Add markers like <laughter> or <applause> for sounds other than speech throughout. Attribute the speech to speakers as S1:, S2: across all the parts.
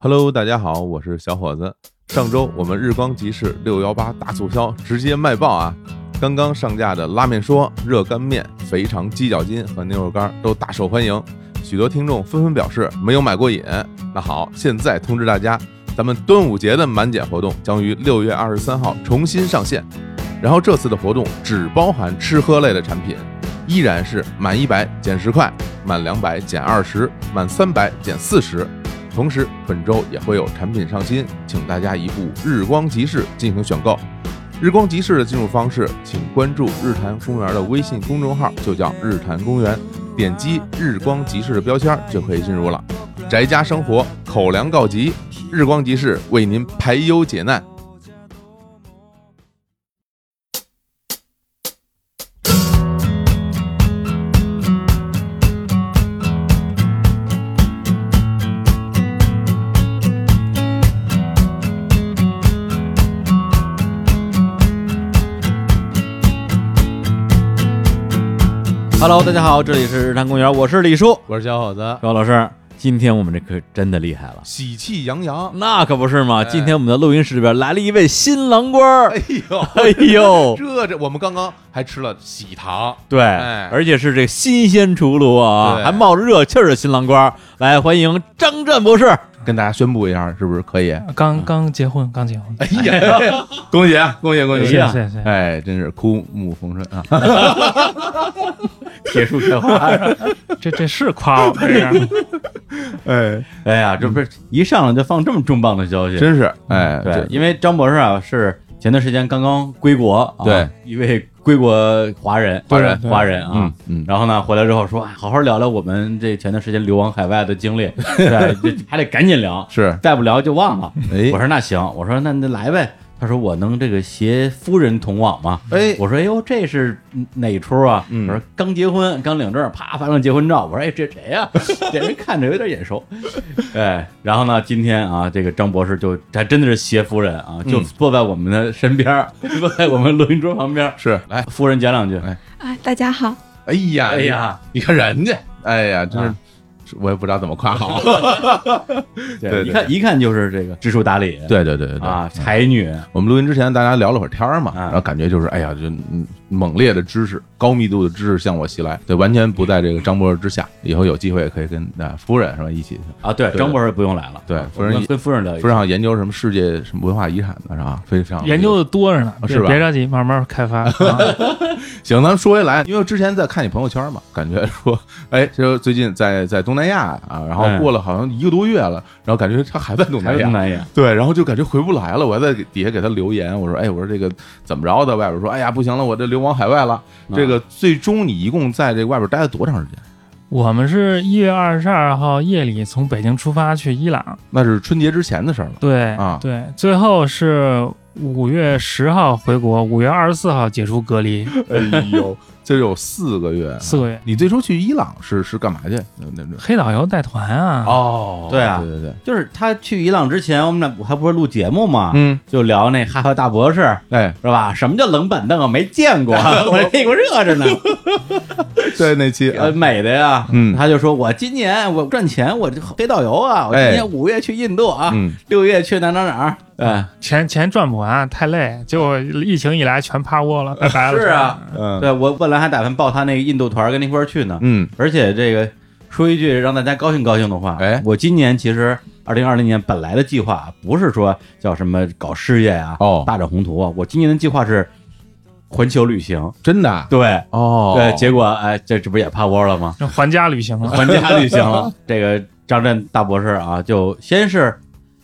S1: Hello，大家好，我是小伙子。上周我们日光集市六幺八大促销直接卖爆啊！刚刚上架的拉面说、热干面、肥肠鸡脚筋和牛肉干都大受欢迎，许多听众纷纷表示没有买过瘾。那好，现在通知大家，咱们端午节的满减活动将于六月二十三号重新上线。然后这次的活动只包含吃喝类的产品，依然是满一百减十块，满两百减二十，满三百减四十。同时，本周也会有产品上新，请大家移步日光集市进行选购。日光集市的进入方式，请关注日坛公园的微信公众号，就叫日坛公园，点击日光集市的标签就可以进入了。宅家生活，口粮告急，日光集市为您排忧解难。
S2: Hello，大家好，这里是日坛公园，我是李叔，
S3: 我是小伙子，
S2: 高老师。今天我们这可真的厉害了，
S1: 喜气洋洋，
S2: 那可不是嘛！
S1: 哎
S2: 今天我们的录音室里边来了一位新郎官儿，
S1: 哎呦，
S2: 哎呦，
S1: 这这，我们刚刚还吃了喜糖，
S2: 对，
S1: 哎
S2: 而且是这新鲜出炉啊，
S1: 对
S2: 还冒着热气儿的新郎官儿，来欢迎张湛博士。
S1: 跟大家宣布一下，是不是可以？
S3: 刚刚结婚，刚结婚，
S1: 哎呀，恭喜啊，恭喜恭
S2: 哎
S1: 喜！
S2: 呀
S3: 谢谢谢谢，
S1: 哎，真是枯木逢春啊！
S2: 铁树开花，
S3: 这 <laughs> 这是夸我这是，
S1: <laughs> 哎，
S2: <laughs> 哎呀，这不是一上来就放这么重磅的消息，
S1: 真是哎，
S2: 对
S1: 这，
S2: 因为张博士啊是前段时间刚刚归国，啊
S1: 对，
S2: 一位归国华人，
S1: 华人
S2: 华人啊，
S1: 嗯嗯，
S2: 然后呢，回来之后说，哎好好聊聊我们这前段时间流亡海外的经
S1: <laughs>
S2: 历，对，这还得赶紧聊，
S1: 是
S2: 再不聊就忘了。
S1: 哎
S2: 我说那行，我说那那来呗。他说我能这个携夫人同往吗？
S1: 哎，
S2: 我说哎呦，这是哪出啊？
S1: 嗯
S2: 我说刚结婚，刚领证，啪发张结婚照。我说哎，这谁呀、这人看着有点眼熟。哎，然后呢，今天啊，这个张博士就还真的是携夫人啊，就
S1: 嗯
S2: 坐在我们的身边儿，坐在我们录音桌旁边儿。
S1: 是来，
S2: 夫人讲两句，
S4: 啊，大家好，
S1: 哎呀
S2: 哎呀，
S1: 你看人家，哎呀，真
S2: 啊
S1: 是我也不知道怎么夸好。对对
S2: 一看一看就是这个知书达理，
S1: <laughs> 对对对对对
S2: 啊，才女，
S1: 我们录音之前大家聊了会儿天儿嘛，
S2: 啊
S1: 然后感觉就是哎呀，就嗯猛烈的知识、高密度的知识向我袭来，对，完全不在这个张博士之下。以后有机会也可以跟啊夫人是吧一起，
S2: 啊，对，
S1: 对
S2: 张博士不用来了，
S1: 对
S2: 啊
S1: 夫人
S2: 我们跟夫人聊一
S1: 夫
S2: 下
S1: 人好像研究什么世界什么文化遗产的是吧？非常
S3: 研究的多着呢，
S1: 啊
S3: 别
S1: 是吧
S3: 别着急，慢慢开发。啊
S1: 行，咱们说回来，因为之前在看你朋友圈嘛，感觉说，哎，就最近在在东南亚啊，然后
S2: 嗯
S1: 过了好像一个多月了，然后感觉他还在东
S2: 还
S1: 南
S2: 有东
S1: 亚，
S2: 南亚，
S1: 对，然后就感觉回不来了。我还在给底下给他留言，我说，哎，我说这个怎么着的？外边说，哎呀，不行了，我这流亡海外了。
S2: 嗯
S1: 这个最终你一共在这外边待了多长时间？
S3: <laughs> 我们是一月二十二号夜里从北京出发去伊朗，
S1: 那是春节之前的事儿了。
S3: 对
S1: 啊
S3: 对，最后是五月十号回国，五月二十四号解除隔离，
S1: 哎呦，这有四个月。
S3: 四个月。
S1: 你最初去伊朗是是干嘛去？那那那
S3: 黑导游带团啊，
S1: 哦
S2: 对啊
S1: 对对对，
S2: 就是他去伊朗之前，我们俩还不是录节目嘛，
S1: 嗯，
S2: 就聊那哈佛大博士
S1: 哎，
S2: 是吧？什么叫冷板凳啊？没见过， <laughs> 我这屁股热 <laughs> 着呢，
S1: 对那期啊
S2: 呃，美的呀。
S1: 嗯
S2: 他就说：“我今年我赚钱，我这黑导游啊！我今
S1: 哎
S2: 年五月去印度 <laughs> 啊，
S1: 嗯，
S2: 六月去哪哪哪儿？哎，
S3: 钱钱赚不完，太累。结果疫情一来，全趴窝了，拜拜了。
S2: 是
S3: <laughs>
S2: 啊，
S1: 嗯
S2: 对我本来还打算报他那个印度团儿跟他一块儿去呢，
S1: 嗯，
S2: 而且这个说一句让大家高兴高兴的话，
S1: 哎
S2: 我今年其实二零二零年本来的计划不是说叫什么搞事业呀、
S1: 哦
S2: 大展宏图啊，我今年的计划是环球旅行。
S1: 真的啊
S2: 对、
S1: 哦
S2: 对，结果哎，这这不是也趴窝了吗？
S3: 这还家旅行了。
S2: <laughs> 环家旅行了。这个张震大博士啊，就先是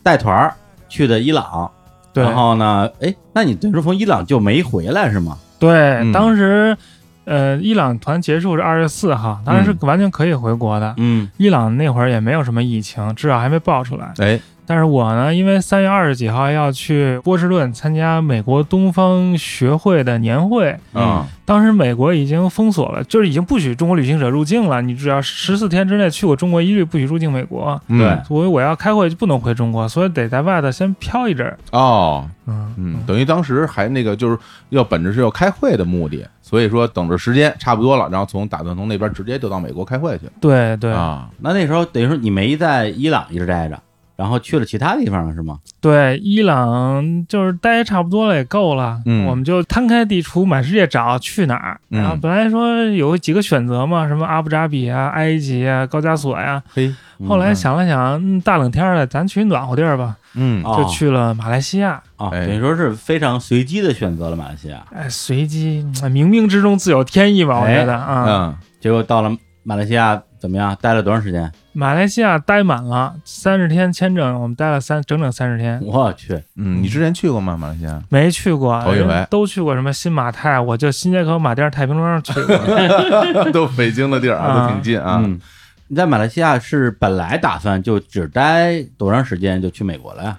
S2: 带团儿去的伊朗，
S3: 对，
S2: 然后呢，哎，那你等于说从伊朗就没回来是吗？
S1: 嗯
S3: 对，当时呃，伊朗团结束是二十四号，
S1: 嗯
S3: 当然是完全可以回国的。
S2: 嗯，
S3: 伊朗那会儿也没有什么疫情，至少还没爆出来。
S1: 哎，
S3: 但是我呢，因为三月二十几号要去波士顿参加美国东方学会的年会，
S1: 嗯
S3: 当时美国已经封锁了，就是已经不许中国旅行者入境了。你只要十四天之内去过中国，一律不许入境美国。
S1: 嗯
S2: 对
S3: 所以我要开会就不能回中国，所以得在外头先飘一阵儿。
S1: 哦，
S3: 嗯
S1: 嗯，等于当时还那个就是要本着是要开会的目的，所以说等着时间差不多了，然后从打算从那边直接就到美国开会去
S3: 对对，
S1: 啊，
S2: 那那时候等于说你没在伊朗一直待着，然后去了其他地方了是吗？
S3: 对，伊朗就是待差不多了，也够了。
S2: 嗯
S3: 我们就摊开地图，满世界找去哪儿。
S2: 嗯
S3: 然后本来说有几个选择嘛，什么阿布扎比啊、埃及啊、高加索呀、
S1: 嘿，
S2: 嗯
S3: 后来想了想，嗯大冷天儿的，咱去暖和地儿吧，
S1: 嗯
S2: 哦
S3: 就去了马来西亚。
S2: 啊，
S1: 哎
S2: 等于说是非常随机的选择了马来西亚，
S3: 哎，随机，嗯冥冥之中自有天意吧，我觉得啊。
S1: 嗯，
S2: 结果到了马来西亚怎么样？待了多长时间？ <laughs>
S3: 马来西亚待满了三十天签证，我们待了三整整三十天，
S2: 我去，
S1: 嗯，你之前去过吗？马来西亚？ <laughs>
S3: 没去过，
S1: 头一回
S3: 人都去过什么新马泰，我就新街口马甸儿太平庄去过。
S1: 都北京的地儿啊，
S3: 啊
S1: 都挺近啊。
S2: 嗯，你在马来西亚是本来打算就只待多长时间就去美国了呀？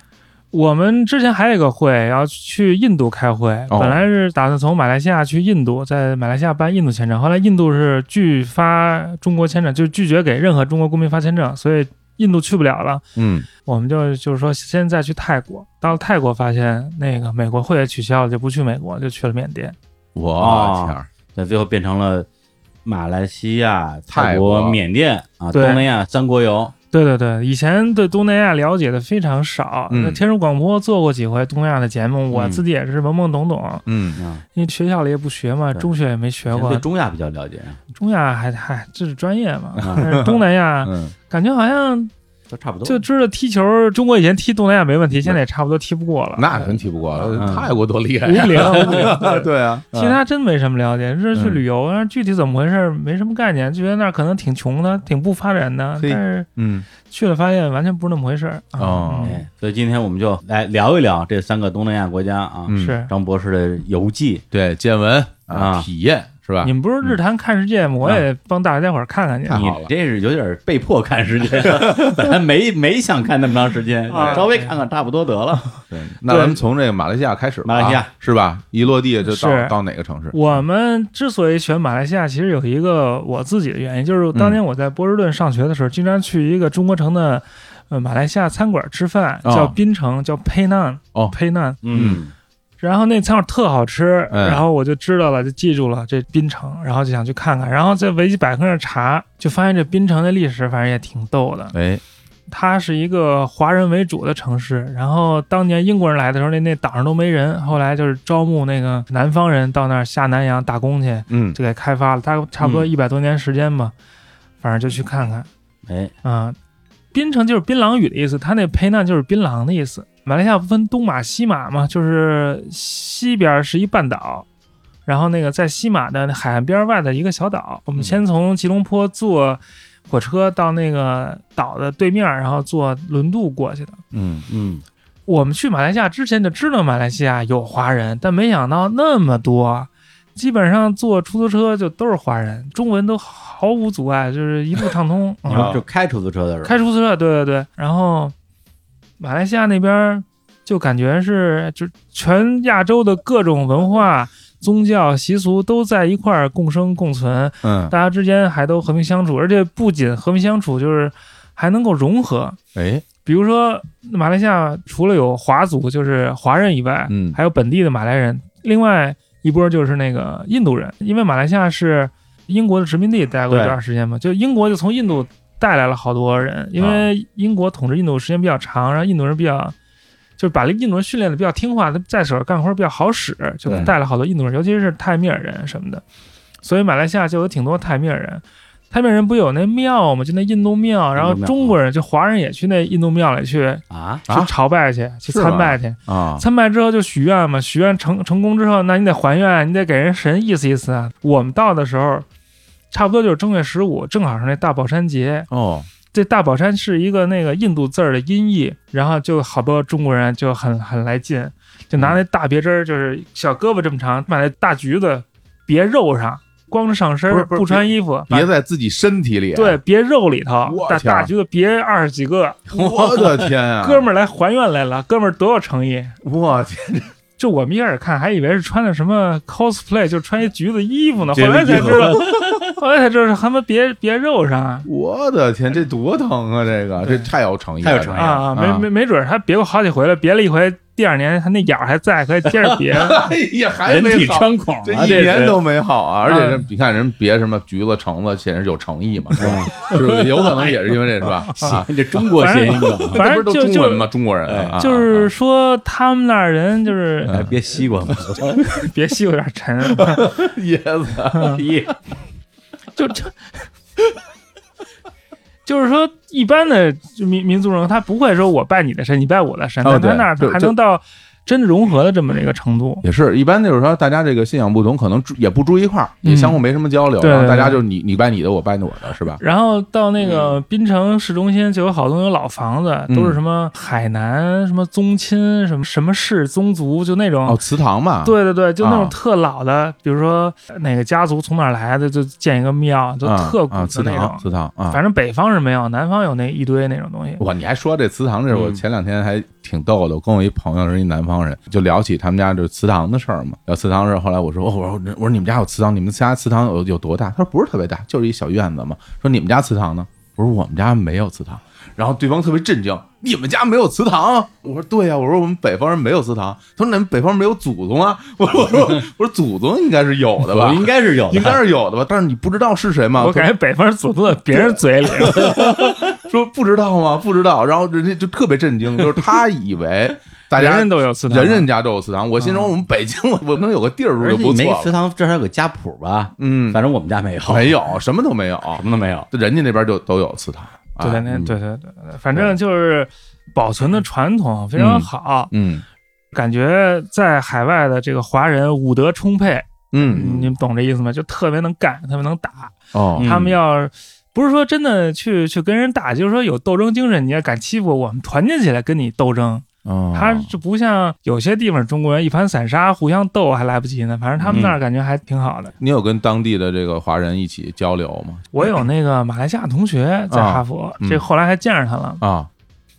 S3: 我们之前还有一个会要去印度开会，
S1: 哦
S3: 本来是打算从马来西亚去印度，在马来西亚办印度签证，后来印度是拒发中国签证，就是拒绝给任何中国公民发签证，所以印度去不了了。
S1: 嗯，
S3: 我们就就是说，先再去泰国，到了泰国发现那个美国会也取消了，就不去美国，就去了缅甸。
S1: 我
S2: 哦
S1: 天儿，
S2: 那最后变成了马来西亚、
S1: 泰
S2: 泰
S1: 国
S2: 国、缅甸啊，东
S3: 对
S2: 南亚三国游。
S3: 对对对，以前对东南亚了解的非常少，
S1: 嗯
S3: 那天书广播做过几回东南亚的节目，我
S2: 嗯
S3: 自己也是懵懵懂懂，
S1: 嗯，
S2: 啊，
S3: 因为学校里也不学嘛，
S2: 对
S3: 中学也没学
S2: 对
S3: 过，
S2: 中亚比较了解，
S3: 中亚还还这是专业嘛，
S2: 啊
S3: 但是东南亚
S1: <laughs> 嗯，
S3: 感觉好像
S2: 都差不多。
S3: 就知道踢球，中国以前踢东南亚没问题，现在也差不多踢不过了，
S1: 那真踢不过，
S2: 嗯
S1: 泰国多厉害
S3: 无
S1: 呀！
S3: 零。
S1: <laughs>
S3: 对
S1: 对啊，嗯
S3: 其他真没什么了解，就是去旅游，但是具体怎么回事没什么概念，就觉得那儿可能挺穷的，挺不发展的，
S1: 嘿
S3: 但是
S1: 嗯，
S3: 去了发现完全不是那么回事儿啊
S1: 哦
S3: 嗯
S2: 哎，所以今天我们就来聊一聊这三个东南亚国家啊，
S1: 嗯
S3: 是
S2: 张博士的游记。
S1: 对，见闻
S2: 啊
S1: 体验是吧
S3: 你？们不是日坛看世界吗？我
S1: 啊
S3: 也帮大家伙儿看看去
S1: 太。
S2: 你
S1: 好了
S2: 这是有点被迫看时间，啊 <laughs> 本来没没想看那么长时间，
S3: 啊
S2: 稍微看看差不多得了。
S1: 对，那咱们从这个马来西亚开始吧，
S2: 马来西亚
S1: 是吧？一落地就到
S3: 是
S1: 到哪个城市？
S3: 我们之所以选马来西亚，其实有一个我自己的原因，就是
S1: 嗯
S3: 当年我在波士顿上学的时候，经常去一个中国城的呃马来西亚餐馆吃饭，
S1: 哦
S3: 叫槟城，叫 Painan，
S1: 哦
S3: Painan。
S1: <laughs> 嗯
S3: 然后那餐馆特好吃，
S1: 哎
S3: 然后我就知道了，就记住了这槟城，然后就想去看看。然后在维基百科上查，就发现这槟城的历史反正也挺逗的。
S1: 哎，
S3: 它是一个华人为主的城市，然后当年英国人来的时候，那那岛上都没人，后来就是招募那个南方人到那儿下南洋打工去，
S1: 嗯，
S3: 就给开发了。它差不多
S2: 嗯
S3: 一百多年时间吧，反正就去看看
S2: 哎，
S3: 啊、槟城就是槟榔屿的意思，它那佩纳就是槟榔的意思。马来西亚不分东马西马嘛，就是西边是一半岛，然后那个在西马的海岸边外的一个小岛。我们先从吉隆坡坐火车到那个岛的对面，然后坐轮渡过去的。
S1: 嗯，
S2: 嗯，
S3: 我们去马来西亚之前就知道马来西亚有华人，但没想到那么多，基本上坐出租车就都是华人，中文都毫无阻碍，就是一路畅通。
S2: 你
S1: 啊
S3: 嗯
S2: 们就开出租车的时候，
S3: 开出租车，对对对。然后马来西亚那边儿就感觉是，就全亚洲的各种文化、宗教、习俗都在一块儿共生共存，
S1: 嗯，
S3: 大家之间还都和平相处，而且不仅和平相处，就是还能够融合。
S1: 哎，
S3: 比如说，马来西亚除了有华族，就是华人以外，
S1: 嗯
S3: 还有本地的马来人，另外一波就是那个印度人，因为马来西亚是英国的殖民地，待过一
S2: 对
S3: 段时间嘛，就英国就从印度带来了好多人，因为
S1: 啊
S3: 英国统治印度时间比较长，然后印度人比较。就是把印度人训练的比较听话，他在手干活比较好使，就
S1: 对
S3: 带了好多印度人，尤其是泰米尔人什么的，所以马来西亚就有挺多泰米尔人。泰米尔人不有那庙吗？就那印度庙，然后
S2: 印度庙
S3: 中国人就华人也去那印度庙里去
S2: 啊，
S1: 啊
S3: 去朝拜去，去
S1: 是吗
S3: 参拜去。
S1: 啊，
S3: 参拜之后就许愿嘛，许愿成成功之后，那你得还愿，你得给人神意思意思啊。我们到的时候，差不多就是正月十五，正好是那大宝山节。
S1: 哦，
S3: 这大宝山是一个那个印度字儿的音译，然后就好多中国人就很很来劲，就拿那大别针儿，就是小胳膊这么长，把那大橘子别肉上，光着上身
S1: 不是
S3: 儿，
S1: 不是
S3: 不穿衣服，
S1: 别在自己身体里，
S3: 对，，别肉里头
S1: 我，
S3: 大
S1: 天啊儿
S3: 大橘子别二十几个，
S1: <laughs> 我的天啊，
S3: 哥们儿来还愿来了，哥们儿多有诚意。
S1: 儿，我天，
S3: 就我们一开始看还以为是穿的什么 cosplay，就穿一橘子衣服呢，
S2: 橘
S3: 后
S2: 子
S3: 来才
S2: 衣服
S3: 知道，后来才知道是他妈别别肉上啊
S1: 我的天，这多疼啊！这个这
S3: 对
S1: 太有诚意
S2: 太
S1: 了，
S2: 有诚意哎呀
S3: 啊，没
S1: <laughs> 啊
S3: 没没准儿他别过好几回了，别了一回第二年它那眼儿还在，可以接着
S1: <laughs>
S3: 别。
S1: 哎呀，还
S2: 人
S1: 没
S2: 体
S1: 好，
S2: 穿孔
S1: 这
S2: 啊，
S1: 一
S2: 这
S1: 年
S2: 是
S1: 都没好啊！而且
S3: 啊
S1: 人你看人别什么橘子、橙子，显然有诚意嘛，是吧？
S2: 啊
S1: 就是有可能也是因为这是吧？啊，
S2: 这中国谐音
S1: <laughs>
S2: 梗，
S3: 反
S1: 这
S3: 正
S1: 不
S3: 就是
S1: 都中
S3: 就
S1: 文吗？中国人
S2: 哎
S1: 啊啊嗯
S3: 就是说他们那儿人就是
S2: 哎，别西瓜嘛，
S3: <laughs> 别西瓜有点沉，
S1: 啊椰子，
S2: 咦
S3: 就就。就是说，一般的民民族人他不会说我拜你的神，你拜我的神，
S1: 哦
S3: 但他
S1: 对
S3: 那儿
S1: 就
S3: 还
S1: 就
S3: 能到真的融合的这么一个程度。
S1: 也是一般就是说大家这个信仰不同，可能住也不住一块儿，也
S3: 嗯
S1: 相互没什么交流，
S3: 对
S1: 然后大
S3: 对
S1: 家
S3: 对
S1: 就你你拜你的，我拜我的，是吧？
S3: 然后到那个滨城市中心就有好多有老房子，
S1: 嗯
S3: 都是什么海南什么宗亲什么什么氏宗族，就那种。
S1: 哦，祠堂嘛，
S3: 对对对，就那
S1: 啊
S3: 种特老的，比如说哪个家族从哪儿来的，就建一个庙，就
S1: 啊，
S3: 特古
S1: 啊祠
S3: 的那
S1: 堂，
S3: 种。
S1: 祠堂啊。
S3: 反正北方是没有，南方有那一堆那种东
S2: <laughs>
S3: 西。
S1: 哇，你还说这祠堂这事儿，我
S2: 嗯
S1: 前两天还挺逗的。我跟我一朋友是一南方人，就聊起他们家这祠堂的事儿嘛。聊祠堂的事儿，后来我说，哦，我说我说你们家有祠堂，你们家祠堂有有多大？他说不是特别大，就是一小院子嘛。说你们家祠堂呢？我说我们家没有祠堂。然后对方特别震惊，你们家没有祠堂？我说对呀、我说我们北方人没有祠堂。他说那你们北方没有祖宗啊？ <laughs> 我说我说我说祖宗应该是有的吧
S2: <laughs> <laughs> 我？应该是有的，
S1: 应该是有的吧？但是你不知道啊是谁吗？
S3: 我
S1: 他
S3: 感觉北方祖宗在别人嘴里， <laughs>
S1: <laughs> 说不知道吗？不知道，然后人家就特别震惊，就是他以
S3: <laughs>
S1: 为大
S3: 人
S1: 家
S3: 人都有祠堂，啊嗯
S1: 人人家都有祠啊堂，我心中我们北京我我能有个地儿住
S2: 而
S1: 就
S2: 且
S1: 不
S2: 你没
S1: 错
S2: 祠
S1: 了，
S2: 堂，这还有个家谱吧？
S1: 嗯，
S2: 反正我们
S1: <laughs>
S2: 家没有，
S1: 没有什么都没有，
S2: 什么都没有。
S1: 人家那边就都有祠堂，
S3: 对
S1: 哎
S3: 对对，对对对，反正就是保存的传统非常好，
S1: 嗯
S3: 感觉在海外的这个华人武德充沛，
S1: 嗯
S2: 嗯
S3: 你们懂这意思吗？就特别能干，特别能打。
S1: 哦
S2: 嗯
S3: 他们要不是说真的去去跟人打，就是说有斗争精神，你要敢欺负我，我们团结起来跟你斗争。
S1: 哦，
S3: 他这不像有些地方中国人一盘散沙，互相斗还来不及呢。反正他们那儿感觉还挺好的。
S1: 你有跟当地的这个华人一起交流吗？
S3: 我有那个马来西亚同学在哈佛，
S1: 嗯
S3: 这后来还见着他了，
S1: 啊，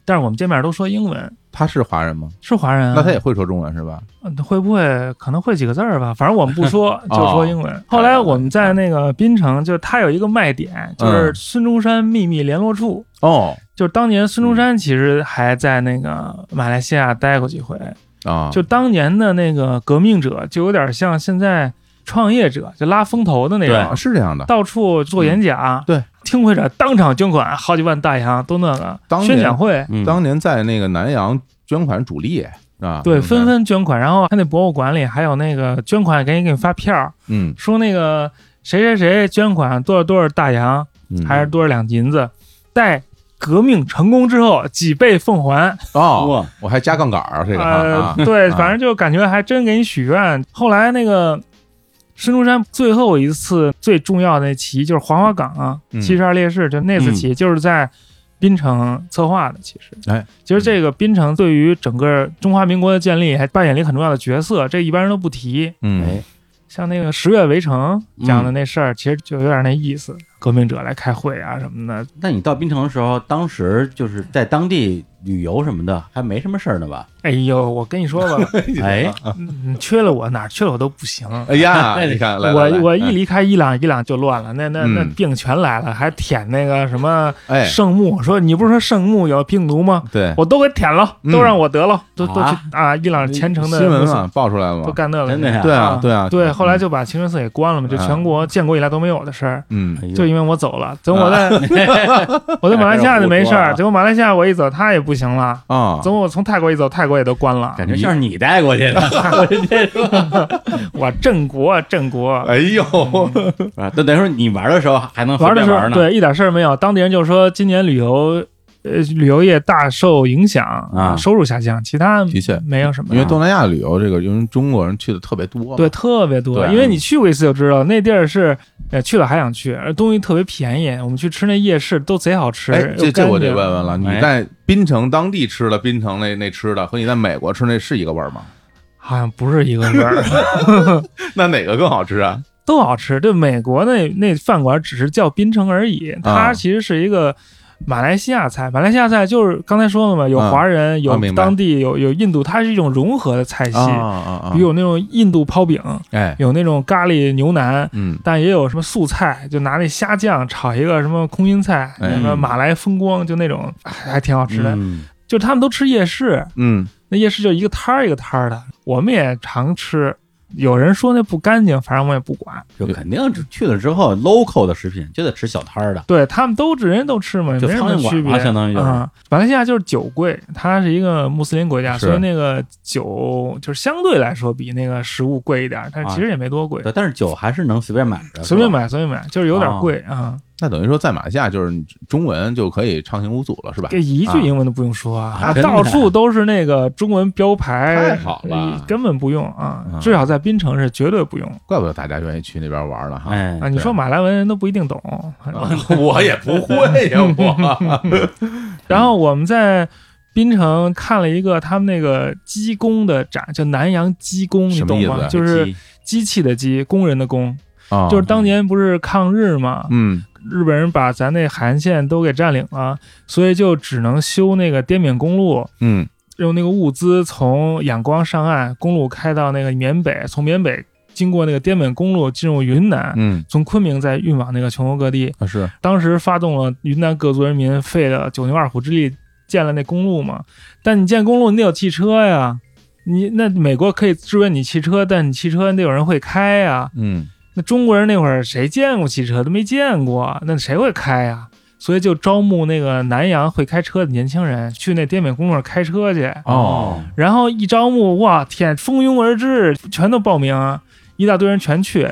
S3: 但是我们见面都说英文，
S1: 他是华人吗？
S3: 是华人、啊。
S1: 那他也会说中文是吧？
S3: 嗯，会不会可能会几个字儿吧？反正我们不
S1: <laughs>
S3: 说，就说
S1: 哦
S3: 英文。后来我们在那个槟城，就是它有一个卖点，就是
S1: 嗯
S3: 孙中山秘密联络处。
S1: 哦
S3: 就是当年孙中山其实还在那个马来西亚待过几回，
S1: 啊，
S3: 就当年的那个革命者，就有点像现在创业者，就拉风投的那
S1: 啊
S3: 种，
S1: 是这样的，
S3: 到处做演讲，
S1: 嗯对，
S3: 听会者当场捐款好几万大洋，都那个
S1: 当年
S3: 宣讲会，
S2: 嗯
S1: 当年在那个南洋捐款主力啊，
S3: 对，纷纷捐款，然后他那博物馆里还有那个捐款给你给你发票儿，
S1: 嗯
S3: 说那个谁谁谁捐款多少多少大洋，
S1: 嗯
S3: 还是多少两银子，待革命成功之后几倍奉还。
S1: 哦，
S2: 哇，
S1: 我还加杠杆儿这个
S3: 呃
S1: 啊，，
S3: 对，
S1: 啊
S3: 反正就感觉还真给你许愿。后来那个孙中山最后一次最重要的起义就是黄花岗啊
S1: 嗯
S3: 七十二烈士，就那次起义就是在。槟城策划的，其实，
S1: 哎，
S3: 其实这个槟城对于整个中华民国的建立还扮演了一个很重要的角色，这一般人都不提。
S1: 嗯
S2: 哎，
S3: 像那个十月围城讲的那事儿，其实就有点那意思，革命者来开会啊什么的。
S2: 那你到槟城的时候，当时就是在当地旅游什么的，还没什么事儿呢吧？
S3: 哎呦，我跟你说
S1: <laughs>
S3: 吧，
S2: 哎，
S3: 嗯缺了我哪儿缺了我都不行。
S1: 哎呀，
S2: 哎
S1: 你看，来来来
S3: 我我一离开伊朗，伊朗就乱了，那那那
S1: 嗯
S3: 病全来了，还舔那个什么
S1: 哎，
S3: 圣木，说你不是说圣木有病毒吗？
S1: 对，
S3: 我都给舔了，
S1: 嗯
S3: 都让我得了，都都去
S2: 啊
S3: 啊！伊朗虔诚的
S1: 新闻
S3: 穆斯
S1: 嘛爆出来了
S3: 都
S1: 嘛，
S3: 干那个，
S2: 真的呀
S1: 对啊
S3: 啊
S1: 对啊，
S3: 对，后来就把清真寺给关了嘛，就
S1: 啊
S3: 全国建国以来都没有的事儿。
S1: 嗯
S2: 哎呦
S3: 就因为我走了，等我
S1: 啊
S3: 在、我在马来西亚就没
S2: <laughs>
S3: 事
S2: 哎这胡说啊
S3: 儿，结果马来西亚我一走，他也不行了。
S1: 啊，
S3: 等我从泰国一走，泰国也都关
S1: <laughs>
S3: 了。
S2: 感觉像是你带过去的
S3: <laughs> 我镇国，镇国，
S1: 哎呦，
S3: 嗯
S2: 啊。那等于说你玩的时候还
S1: 啊
S2: 能随
S3: 玩的
S2: 便
S3: 时
S2: 玩
S3: 候
S2: 呢，
S3: 对一点事儿没有。当地人就说今年旅游，呃，旅游业大受影响
S2: 啊
S3: 收入下降，其他
S1: 的确
S3: 没有什么
S1: 因。为东南亚旅游这个，因为中国人去的特别多，
S3: 对，，特别多，
S1: 对嗯
S3: 因为你去过一次就知道，那地儿是，呃，去了还想去，而东西特别便宜。我们去吃那夜市都贼好吃，
S1: 哎，这这
S3: 又干
S1: 我得
S3: 净嗯
S1: 问问了，你
S2: 哎
S1: 在槟城当地吃的槟城那那吃的和你在美国吃那是一个味儿吗？ <laughs>
S3: 好像不是一个事儿。
S1: 那哪个更好吃啊？
S3: 都好吃。对，美国那那饭馆只是叫槟城而
S1: 啊
S3: 已，它其实是一个马来西亚菜。马来西亚菜就是刚才说了嘛，有华人，
S1: 啊
S3: 有
S1: 明白
S3: 当地，有有印度，它是一种融合的菜系，
S1: 啊啊
S3: 比如有那种印度泡饼，
S1: 哎，
S3: 有那种咖喱牛腩。
S1: 嗯，
S3: 但也有什么素菜，就拿那虾酱炒一个什么空心菜，
S1: 哎
S3: 哎什么马来风光，就那种还还挺好吃的。
S2: 嗯
S3: 就他们都吃夜市，
S1: 嗯，
S3: 那夜市就一个摊儿一个摊儿的，我们也常吃。有人说那不干净，反正我也不管。
S2: 就肯定是去了之后，local 的食品就得吃小摊儿的，
S3: 对他们都人人都吃嘛，
S2: 就
S3: 没什
S2: 苍
S3: 么
S2: 蝇馆
S3: 区别。
S2: 嘛，相当于就是。
S3: 啊、马来西亚就是酒贵，它是一个穆斯林国家，
S2: 是
S3: 所以那个酒就是相对来说比那个食物贵一点，但
S2: 啊
S3: 是其实也没多贵，
S2: 对，但是酒还是能随便买
S1: 啊
S2: 的，
S3: 随便
S2: 是吧。
S3: 买随便买，就是有
S1: 哦
S3: 点贵啊。
S1: 那等于说在马来西亚就是你中文就可以畅行无阻了，是吧？
S3: 这一句英文都不用说啊，
S2: 啊真的
S3: 到处都是那个中文标牌
S1: 太，好了
S3: 根本不用啊
S2: 嗯，
S3: 至少在槟城是绝对不用
S1: 怪不得大家愿意去那边玩了哈。
S2: 哎
S3: 啊。，你说马来文人都不一定懂，
S1: 啊
S3: 啊哎 <laughs>
S1: 我也不会 <laughs> 呀，我
S3: 然后我们在。槟城看了一个他们那个机工的展，叫南洋机工，你
S1: 什么
S3: 懂
S1: 意思
S3: 吗？
S1: 啊
S3: 就是机器的机，工人的工。
S1: 啊
S3: 就是当年不是抗日嘛，
S1: 嗯
S3: 日本人把咱那韩线都给占领了，所以就只能修那个滇缅公路，
S1: 嗯
S3: 用那个物资从仰光上岸，公路开到那个缅北，从缅北经过那个滇缅公路进入云南。
S1: 嗯，
S3: 从昆明再运往那个全国各地，
S1: 啊是
S3: 当时发动了云南各族人民费了九牛二虎之力建了那公路嘛。但你建公路，你得有汽车呀，你那美国可以支援你汽车，但你汽车你得有人会开呀。
S1: 嗯
S3: 那中国人那会儿谁见过汽车都没见过，那谁会开呀、所以就招募那个南洋会开车的年轻人去那滇缅公路上开车去，
S1: 哦，
S3: 然后一招募，哇天，蜂拥而至，全都报名，啊一大堆人全去，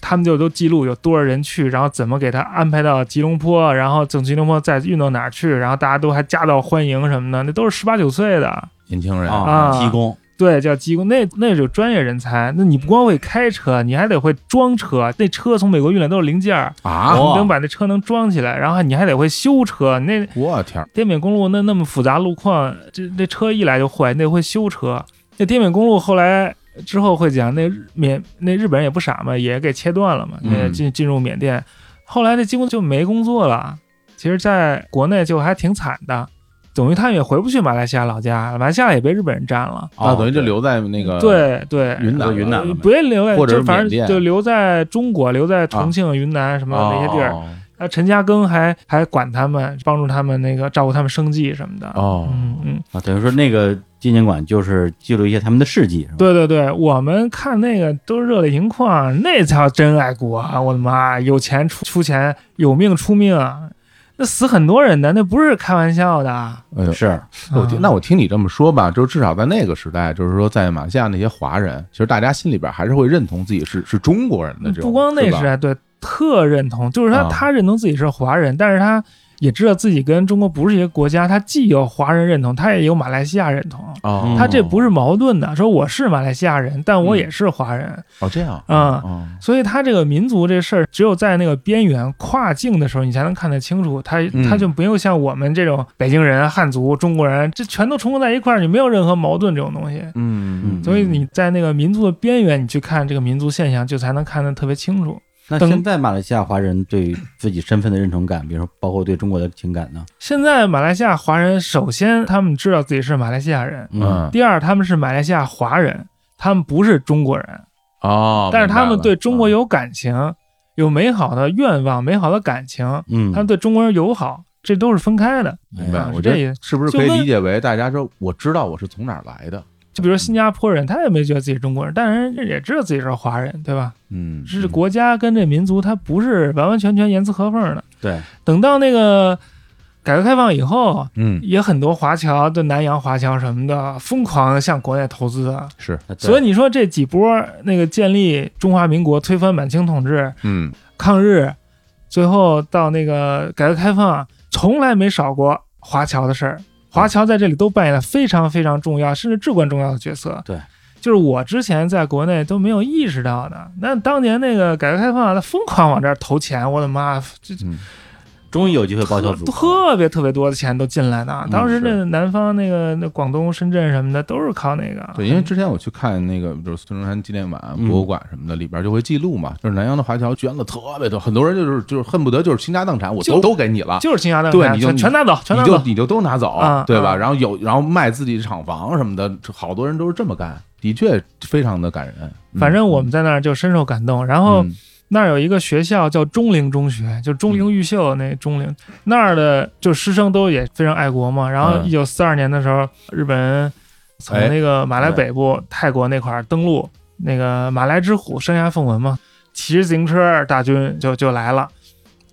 S3: 他们就都记录有多少人去，然后怎么给他安排到吉隆坡，然后从吉隆坡再运到哪儿去，然后大家都还夹道欢迎什么的，那都是十八九岁的，
S1: 年轻人
S2: 啊，
S3: 啊
S2: 提供
S3: 对，叫技工，那那是有专业人才。那你不光会开车，你还得会装车。那车从美国运来都是零件儿，
S1: 啊，
S2: 哦
S3: 你能把那车能装起来，然后你还得会修车。那
S1: 我天儿，
S3: 滇缅公路那那么复杂路况，这那车一来就坏，你得会修车。那滇缅公路后来之后会讲，那日缅那日本人也不傻嘛，也给切断了嘛，
S1: 嗯
S3: 那进进入缅甸，后来那技工就没工作了。其实，在国内就还挺惨的，等于他们也回不去马来西亚老家，马来西亚也被日本人占了。
S1: 那
S2: 哦哎
S1: 等于就留在那个
S3: 对对，
S1: 云南了
S2: 云南了
S3: 呃不愿意留在，
S1: 或者是
S3: 就反
S1: 缅甸
S3: 正就留在中国，留在重庆、云南什么那些地儿。
S1: 哦
S3: 啊，陈嘉庚还还管他们，帮助他们那个照顾他们生计什么的。
S1: 哦
S3: 嗯嗯，
S2: 啊，等于说那个纪念馆就是记录一些他们的事迹，是吧？
S3: 对对对，我们看那个都热泪盈眶，那叫真爱国啊！我的妈，有钱出出钱，有命出命啊，那死很多人的，那不是开玩笑的。
S1: 哎呦，
S2: 是
S1: 那我听
S3: 啊
S1: 那我听你这么说吧，就是至少在那个时代，就是说在马来西亚那些华人，其实大家心里边还是会认同自己是是中国人的这种，
S3: 不光那
S1: 是
S3: 时
S1: 吧
S3: 代，对，特认同，就是他、
S1: 啊
S3: 他认同自己是华人，但是他也知道自己跟中国不是一个国家，他既有华人认同，他也有马来西亚认同。
S1: 哦，
S2: 嗯
S3: 他这不是矛盾的，说我是马来西亚人，但我
S1: 嗯
S3: 也是华人，
S1: 哦这样
S3: 啊
S1: 哦
S3: 所以他这个民族这事儿，只有在那个边缘跨境的时候，你才能看得清楚。他
S1: 嗯
S3: 他就没有像我们这种北京人、汉族、中国人，这全都重合在一块儿，你没有任何矛盾这种东西。
S1: 嗯
S2: 嗯
S3: 所以你在那个民族的边缘，你去看这个民族现象，就才能看得特别清楚。
S2: 那
S3: 等
S2: 现在马来西亚华人对自己身份的认同感，比如说包括对中国的情感呢？
S3: 现在马来西亚华人，首先他们知道自己是马来西亚人，
S1: 嗯
S3: 第二他们是马来西亚华人，他们不是中国人，
S1: 哦，
S3: 但是他们对中国
S1: 有
S3: 有感情，有美好的愿望、美好的感情，
S2: 嗯，
S3: 他们对中国人友好，这都是分开的。
S1: 明白
S3: 啊，
S1: 我
S3: 是
S1: 觉
S3: 这意
S1: 得
S3: 思
S1: 是不是
S3: 就
S1: 可以
S3: 跟
S1: 理解为大家说我知道我是从哪儿来的，
S3: 就比如新加坡人，他也没觉得自己是中国人，但人家也知道自己是华人，对吧？
S1: 嗯，
S3: 是国家跟这民族，它不是完完全全严丝合缝的。
S2: 对，
S3: 等到那个改革开放以后，
S1: 嗯
S3: 也很多华侨，对南洋华侨什么的，疯狂地向国内投资啊。
S1: 是
S2: 对
S3: 所以你说这几波那个建立中华民国、推翻满清统治、
S1: 嗯
S3: 抗日，最后到那个改革开放，从来没少过华侨的事儿。华侨在这里都扮演了非常非常重要，甚至至关重要的角色。
S2: 对，
S3: 就是我之前在国内都没有意识到的。那当年那个改革开放，他疯狂往这儿投钱，我的妈，这
S1: 嗯
S2: 终于有机会报效祖国。
S3: 特别特别多的钱都进来呢。
S2: 嗯
S3: 当时
S1: 是
S3: 那南方那个那广东深圳什么的都是靠那个。
S1: 对，因为之前我去看那个就是孙中山纪念馆、
S3: 嗯
S1: 博物馆什么的，里边就会记录嘛，就是南洋的华侨捐了特别多，很多人就是就是恨不得就是倾家荡产，我
S3: 就
S1: 都都给你了，
S3: 就是倾家荡
S1: 对
S3: 产，
S1: 你就
S3: 全全拿走，全
S1: 你
S3: 拿
S1: 就
S3: 走。
S1: 你就都拿走
S3: 啊，
S1: 对吧？
S3: 啊
S1: 然后有然后卖自己的厂房什么的，好多人都是这么干，的确非常的感人。嗯
S3: 反正我们在那儿就深受感动。然后
S1: 嗯
S3: 那儿有一个学校叫中陵中学，就中陵毓秀那中陵那儿的，就师生都也非常爱国嘛。然后
S1: 嗯
S3: 一九四二年的时候，日本人从
S1: 哎
S3: 那个马来
S1: 对
S3: 北部、泰国那块儿登陆，那个马来之虎生涯奉文嘛，骑着自行车大军就就来了。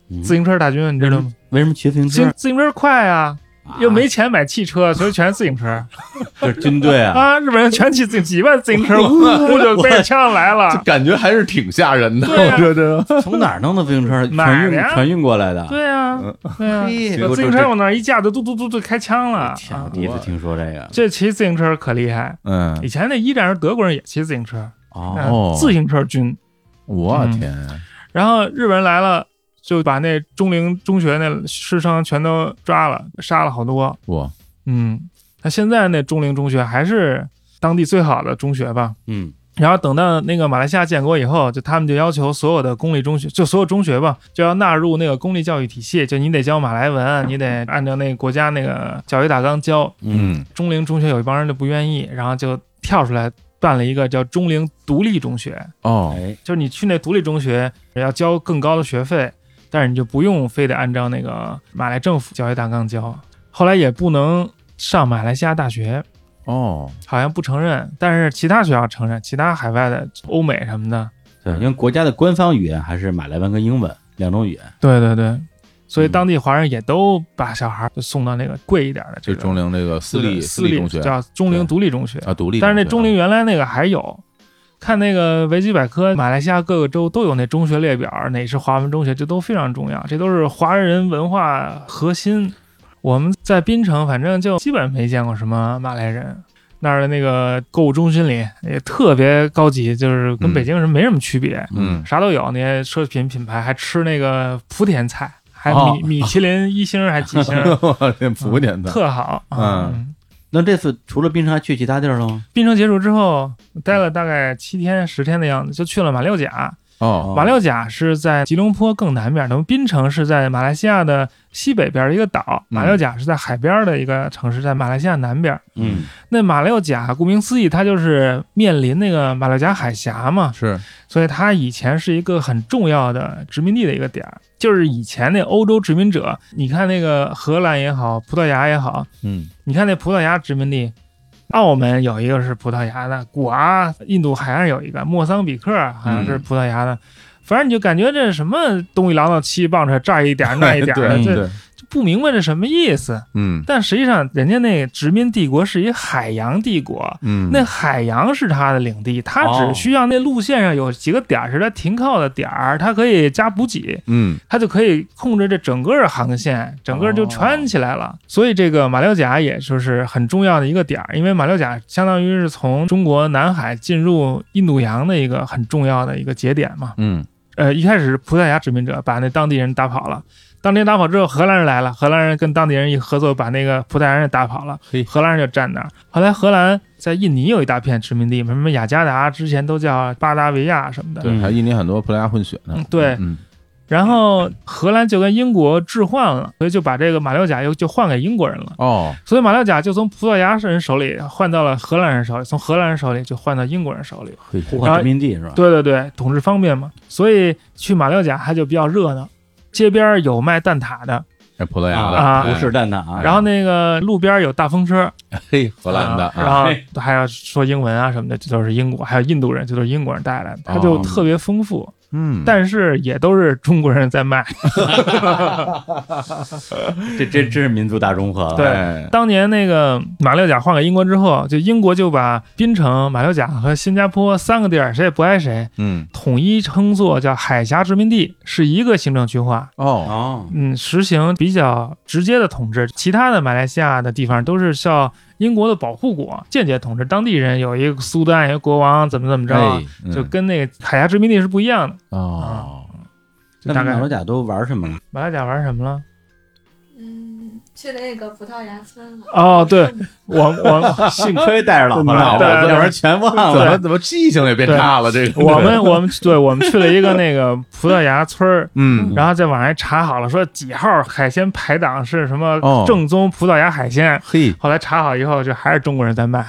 S2: 嗯
S3: 自行车大军你知道
S1: 嗯
S3: 吗？
S2: 为什么骑自行
S3: 自行
S2: 车？
S3: 自行车快啊，
S2: 啊
S3: 又没钱买汽车，所以全是自行车
S1: 啊
S2: <laughs> 就是军队
S3: <laughs>
S2: 啊，
S3: 啊。日本人全骑自几万自行车，呜呜就背着枪来
S1: 这
S3: 了。
S1: 感觉还是挺吓人的，
S3: 对啊
S1: 我觉得。
S2: 从哪儿弄的自行车？
S3: <laughs> 哪
S2: 船
S3: 儿
S2: 运
S3: 的呀
S2: 船运过来的。
S3: 对呀、
S1: 嗯
S3: 对呀、
S2: 嘿
S3: 把自行车往那儿一架，就嘟嘟嘟嘟开枪
S1: 哎
S3: 了。
S2: 天啊，我
S3: 啊
S2: 第一次听说这个。
S3: 这骑自行车可厉害，
S1: 嗯，
S3: 以前那一战时候德国人也骑自行车，
S2: 哦，
S1: 哦
S3: 嗯自行车军。
S1: 我
S3: 嗯
S1: 天，
S3: 然后日本人来了，就把那中陵中学那师生全都抓了，杀了好多。
S1: 我
S3: 嗯，那现在那中陵中学还是当地最好的中学吧。
S2: 嗯，
S3: 然后等到那个马来西亚建国以后，就他们就要求所有的公立中学，就所有中学吧，就要纳入那个公立教育体系，就你得教马来文，你得按照那个国家那个教育大纲教。
S1: 嗯
S3: 中陵中学有一帮人就不愿意，然后就跳出来办了一个叫中陵独立中学，
S1: 哦
S2: 哎，
S3: 就是你去那独立中学要交更高的学费，但是你就不用非得按照那个马来政府教育大纲教。后来也不能上马来西亚大学，
S1: 哦，
S3: 好像不承认，但是其他学校承认，其他海外的欧美什么的，
S2: 对，因为国家的官方语言还是马来文跟英文两种语言。
S3: 对对对，所以
S2: 嗯
S3: 当地华人也都把小孩儿就送到那个贵一点的这
S1: 就
S3: 个
S1: 中陵这个私立
S3: 对
S1: 私
S3: 私
S1: 立
S3: 立
S1: 中学
S3: 叫中陵
S1: 对
S3: 独立中学，
S1: 啊，独立中学，
S3: 但是那中陵原来那个还有，看那个维基百科，马来西亚各个州都有那中学列表，哪是华文中学，这都非常重要，这都是华人文化核心。我们在槟城，反正就基本没见过什么马来人。那儿的那个购物中心里也特别高级，就是跟
S1: 嗯
S3: 北京人没什么区别。
S1: 嗯
S3: 啥都有，那些奢侈品品牌，还吃那个莆田菜，还米、
S2: 哦
S3: 米其林一星儿还
S1: <laughs>
S3: 几星儿，
S1: 我天，莆田的，
S3: 特好。
S1: 嗯，
S2: 那这次除了槟城，还去其他地儿了吗？
S3: 槟城结束之后，
S1: 嗯
S3: 待了大概七天十天的样子，就去了马六甲。
S1: 哦
S3: 马六甲是在吉隆坡更南边，等于槟城是在马来西亚的西北边的一个岛，
S1: 嗯
S3: 马六甲是在海边的一个城市，在马来西亚南边。
S2: 嗯，
S3: 那马六甲顾名思义，它就是面临那个马六甲海峡嘛，
S1: 是
S3: 所以它以前是一个很重要的殖民地的一个点儿，就是以前那欧洲殖民者，你看那个荷兰也好，葡萄牙也好，
S1: 嗯
S3: 你看那葡萄牙殖民地，澳门有一个是葡萄牙的，古阿印度海岸有一个，莫桑比克好像是葡萄牙的，反正你就感觉这什么东一榔头西一棒槌，这儿一
S1: <laughs>
S3: 点儿那一点儿的，
S1: 对
S3: 这
S1: 对
S3: 就不明白这什么意思。
S1: 嗯
S3: 但实际上，人家那殖民帝国是一海洋帝国，
S1: 嗯
S3: 那海洋是它的领地，它
S2: 哦
S3: 只需要那路线上有几个点儿是它停靠的点儿，它可以加补给，
S1: 嗯
S3: 它就可以控制这整个航线，整个就串起来了。所以这个马六甲也就是很重要的一个点儿，因为马六甲相当于是从中国南海进入印度洋的一个很重要的一个节点嘛。
S1: 嗯
S3: 呃，一开始是葡萄牙殖民者把那当地人打跑了。当地人打跑之后，荷兰人来了，荷兰人跟当地人一合作，把那个葡萄牙人打跑了
S1: 嘿，
S3: 荷兰人就站那儿。后来荷兰在印尼有一大片殖民地，什么雅加达，之前都叫巴达维亚什么的。
S1: 对，还印尼很多葡萄牙混血呢
S3: 嗯，对
S1: 嗯
S3: 然后荷兰就跟英国置换了，所以就把这个马六甲又就换给英国人了。
S1: 哦
S3: 所以马六甲就从葡萄牙人手里换到了荷兰人手里，从荷兰人手里就换到英国人手里。
S2: 互换殖民地是吧？
S3: 对对对，统治方便嘛。所以去马六甲它就比较热闹，街边有卖蛋挞的，
S1: 哎葡萄牙的
S2: 啊，
S3: 啊
S1: 哎
S2: 葡式蛋挞啊，
S3: 然后那个路边有大风车，
S1: 嘿荷兰的
S3: 啊
S1: 啊
S3: 然
S2: 嘿
S3: 后还要说英文啊什么的，这都是英国，还有印度人，这都是英国人带来的，它就
S1: 哦
S3: 特别丰富。
S1: 嗯
S3: 但是也都是中国人在卖。
S2: 这这真是民族大融合了。
S3: 对
S1: 哎
S3: 当年那个马六甲换给英国之后，就英国就把槟城、马六甲和新加坡三个地儿谁也不挨谁，
S1: 嗯
S3: 统一称作叫海峡殖民地，是一个行政区划。
S1: 哦
S2: 哦，
S3: 嗯，实行比较直接的统治，其他的马来西亚的地方都是叫英国的保护国，间接统治当地人，有一个苏丹，有一个国王，怎么怎么着
S1: 哎，嗯
S3: 就跟那个海峡殖民地是不一样的。
S1: 哦
S3: 就
S2: 那
S3: 大概
S2: 马六甲都玩什么了？
S3: 马六甲玩什么了？
S4: 嗯，去那个葡萄牙村了。
S3: <laughs> 哦，对，我
S2: <laughs>
S3: 我
S2: 幸亏带着老婆来，
S3: <laughs> 对
S2: 要不然全忘
S1: 怎
S2: 了。
S1: 么怎么记性也变差了？这个
S3: 啊我们我们对我们去了一个那个葡萄牙村儿，
S1: 嗯
S3: 然后在网上还查好了，说几号海鲜排档是什么
S1: 哦
S3: 正宗葡萄牙海鲜。
S1: 嘿，
S3: 后来查好以后，就还是中国人在卖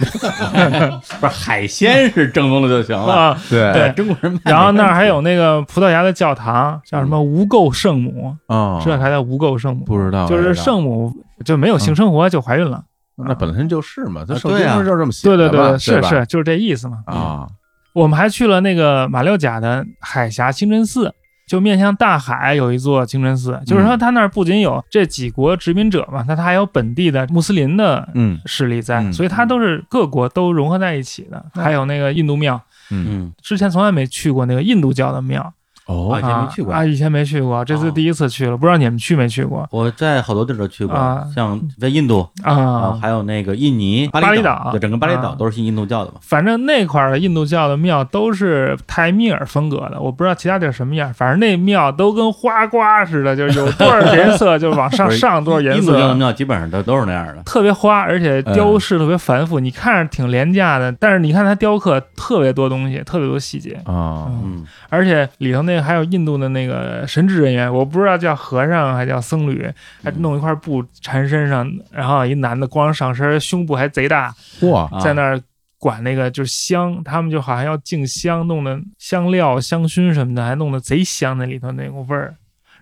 S2: 不是海鲜是正宗的就
S1: 哦
S2: 行了，
S3: 啊。
S1: 对
S3: 对
S2: 中国人卖。
S3: 然后那儿还有那个葡萄牙的教堂，叫什么
S1: 嗯
S3: 无垢圣母，
S1: 啊
S3: 知道啥叫无垢圣母？
S1: 不哦知道
S3: 就是圣母就没有性生活就怀孕了。
S1: 那本身就是嘛，他
S2: 啊
S1: 圣经
S2: 对啊
S1: 上就是这么写
S3: 对
S1: 的
S3: 对
S1: 嘛，
S3: 对，是
S1: 吧
S3: 是，就是这意思嘛。
S1: 啊，
S3: 我们还去了那个马六甲的海峡清真寺，就面向大海有一座清真寺，就是
S1: 嗯
S3: 说它那儿不仅有这几国殖民者嘛，那它还有本地的穆斯林的
S1: 嗯
S3: 势力在，
S1: 嗯
S3: 所以它都是各国都融合在一起的。还有那个印度庙，
S2: 嗯，
S3: 之前从来没去过那个印度教的庙，
S1: 哦
S2: 啊以前没去过
S3: 啊，啊以前没去过，这次
S2: 哦
S3: 第一次去了，不知道你们去没去过
S2: 我在好多地儿都去过
S3: 啊，
S2: 像在印度啊，
S3: 啊？
S2: 还有那个印尼、
S3: 巴厘
S2: 岛
S3: 岛，
S2: 对，整个巴厘岛
S3: 啊
S2: 都是信印度教的嘛。
S3: 反正那块儿的印度教的庙都是泰米尔风格的，我不知道其他地儿什么样，反正那庙都跟花瓜似的，就是有多少颜色就往
S2: <laughs>
S3: 上
S2: 不是
S3: 上多少颜
S2: 印度教的
S3: 色，
S2: 庙基本上都都是那嗯样的。
S3: 特别花，而且雕饰特别繁复，你看着挺廉价的，但是你看它雕刻特别多东西，特别多细节，
S1: 啊，
S2: 嗯，
S3: 而且里头那个还有印度的那个神职人员，我不知道叫和尚还叫僧侣，还弄一块布缠身上，然后一男的光着上身，胸部还贼大，
S1: 嚯，
S2: 啊
S3: 在那儿管那个就是香，他们就好像要敬香，弄的香料、香薰什么的，还弄得贼香，那里头那股味儿，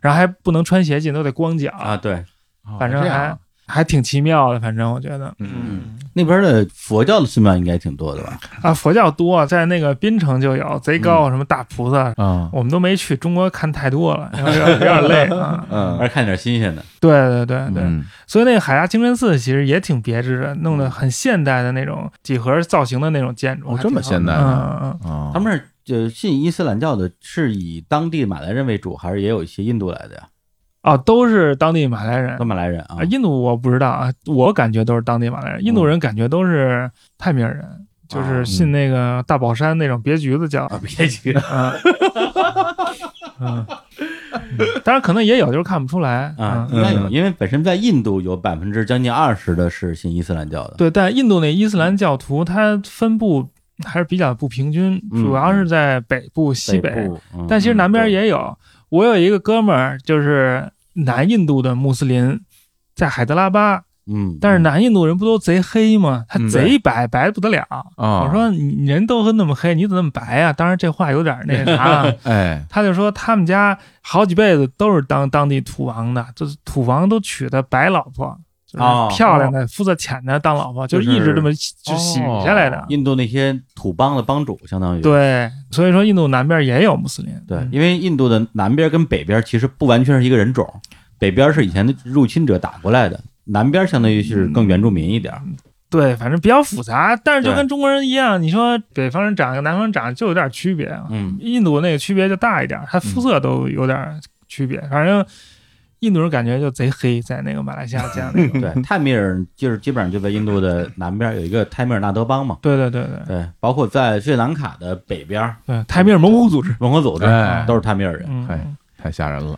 S3: 然后还不能穿鞋进，都得光脚，
S2: 啊，对，
S3: 反正
S1: 这样
S3: 还还挺奇妙的，反正我觉得
S2: 嗯，那边的佛教的寺庙应该挺多的吧？
S3: 啊，佛教多，在那个槟城就有贼
S2: 嗯
S3: 高，什么大菩萨。
S1: 啊，。
S3: 我们都没去，中国看太多了，有点有点累啊
S1: 嗯
S2: 还是看点新鲜的。
S3: 对对对对，
S1: 嗯
S3: 所以那个海牙清真寺其实也挺别致的，弄得很现代的那种几何造型的那种建筑，
S1: 哦
S3: 还挺
S1: 这么
S3: 好的
S1: 现代啊
S3: 嗯嗯嗯，
S1: 啊，
S2: 他们是呃信伊斯兰教的，是以当地马来人为主，还是也有一些印度来的呀？
S3: 哦，都是当地马来人
S2: 都马来人啊
S3: 啊，，印度我不知道啊，我感觉都是当地马
S1: 嗯
S3: 来人，印度人感觉都是泰米尔人，
S1: 啊
S3: 就是信那个大宝山那种别橘子教
S2: 啊，别去
S1: <laughs>
S3: 啊。嗯，当然可能也有，就是看不出来
S2: 啊，
S3: 嗯
S2: 应该有，因为本身在印度有百分之将近二十的是信伊斯兰教的。
S3: 对，但印度那伊斯
S2: 嗯
S3: 兰教徒他分布还是比较不平均，
S2: 嗯
S3: 主要是在北部、西
S2: 北
S3: 北，
S2: 部，嗯
S3: 但其实南边
S2: 对
S3: 也有。我有一个哥们儿，就是南印度的穆斯林，在海德拉巴，
S2: 嗯，
S3: 但是南印度人不都贼黑吗？他
S1: 嗯
S3: 贼白，白得不得了。
S1: 啊，
S3: 我说你你人都那么黑，你怎么那么白呀、当然这话有点那啥啊，
S1: 哎，
S3: 他就说他们家好几辈子都是当当地土王的，就是土王都娶的白老婆，就是
S2: 哦
S3: 漂亮的、肤色浅的当老婆，
S2: 就是是哦
S3: 一直这么就洗下来的。
S2: 印度那些土邦的帮主相当于。
S3: 对，所以说印度南边也有穆斯林。
S1: 嗯
S3: 嗯
S2: 对，因为印度的南边跟北边其实不完全是一个人种，北边是以前的入侵者打过来的，南边相当于是更原住民一点儿。
S3: 对，反正比较复杂，但是就
S2: 对
S3: 跟中国人一样，你说北方人长跟南方人长就有点区别啊。
S2: 嗯
S3: 印度那个区别就大一点，它肤色都有点区别。反正印度人感觉就贼黑，在那个马来西亚这
S2: <laughs>
S3: 样那个。
S2: 嗯对，泰米尔就是基本上就在印度的南边有一个泰米尔纳德邦嘛。
S3: 对对对对
S1: 嗯
S2: 对，包括在斯里兰卡的北边，
S3: 对，泰米尔蒙古组织。
S2: 文和组织
S1: 哎
S2: 都是泰米尔人。
S3: 嗯
S1: 嗨太吓人了，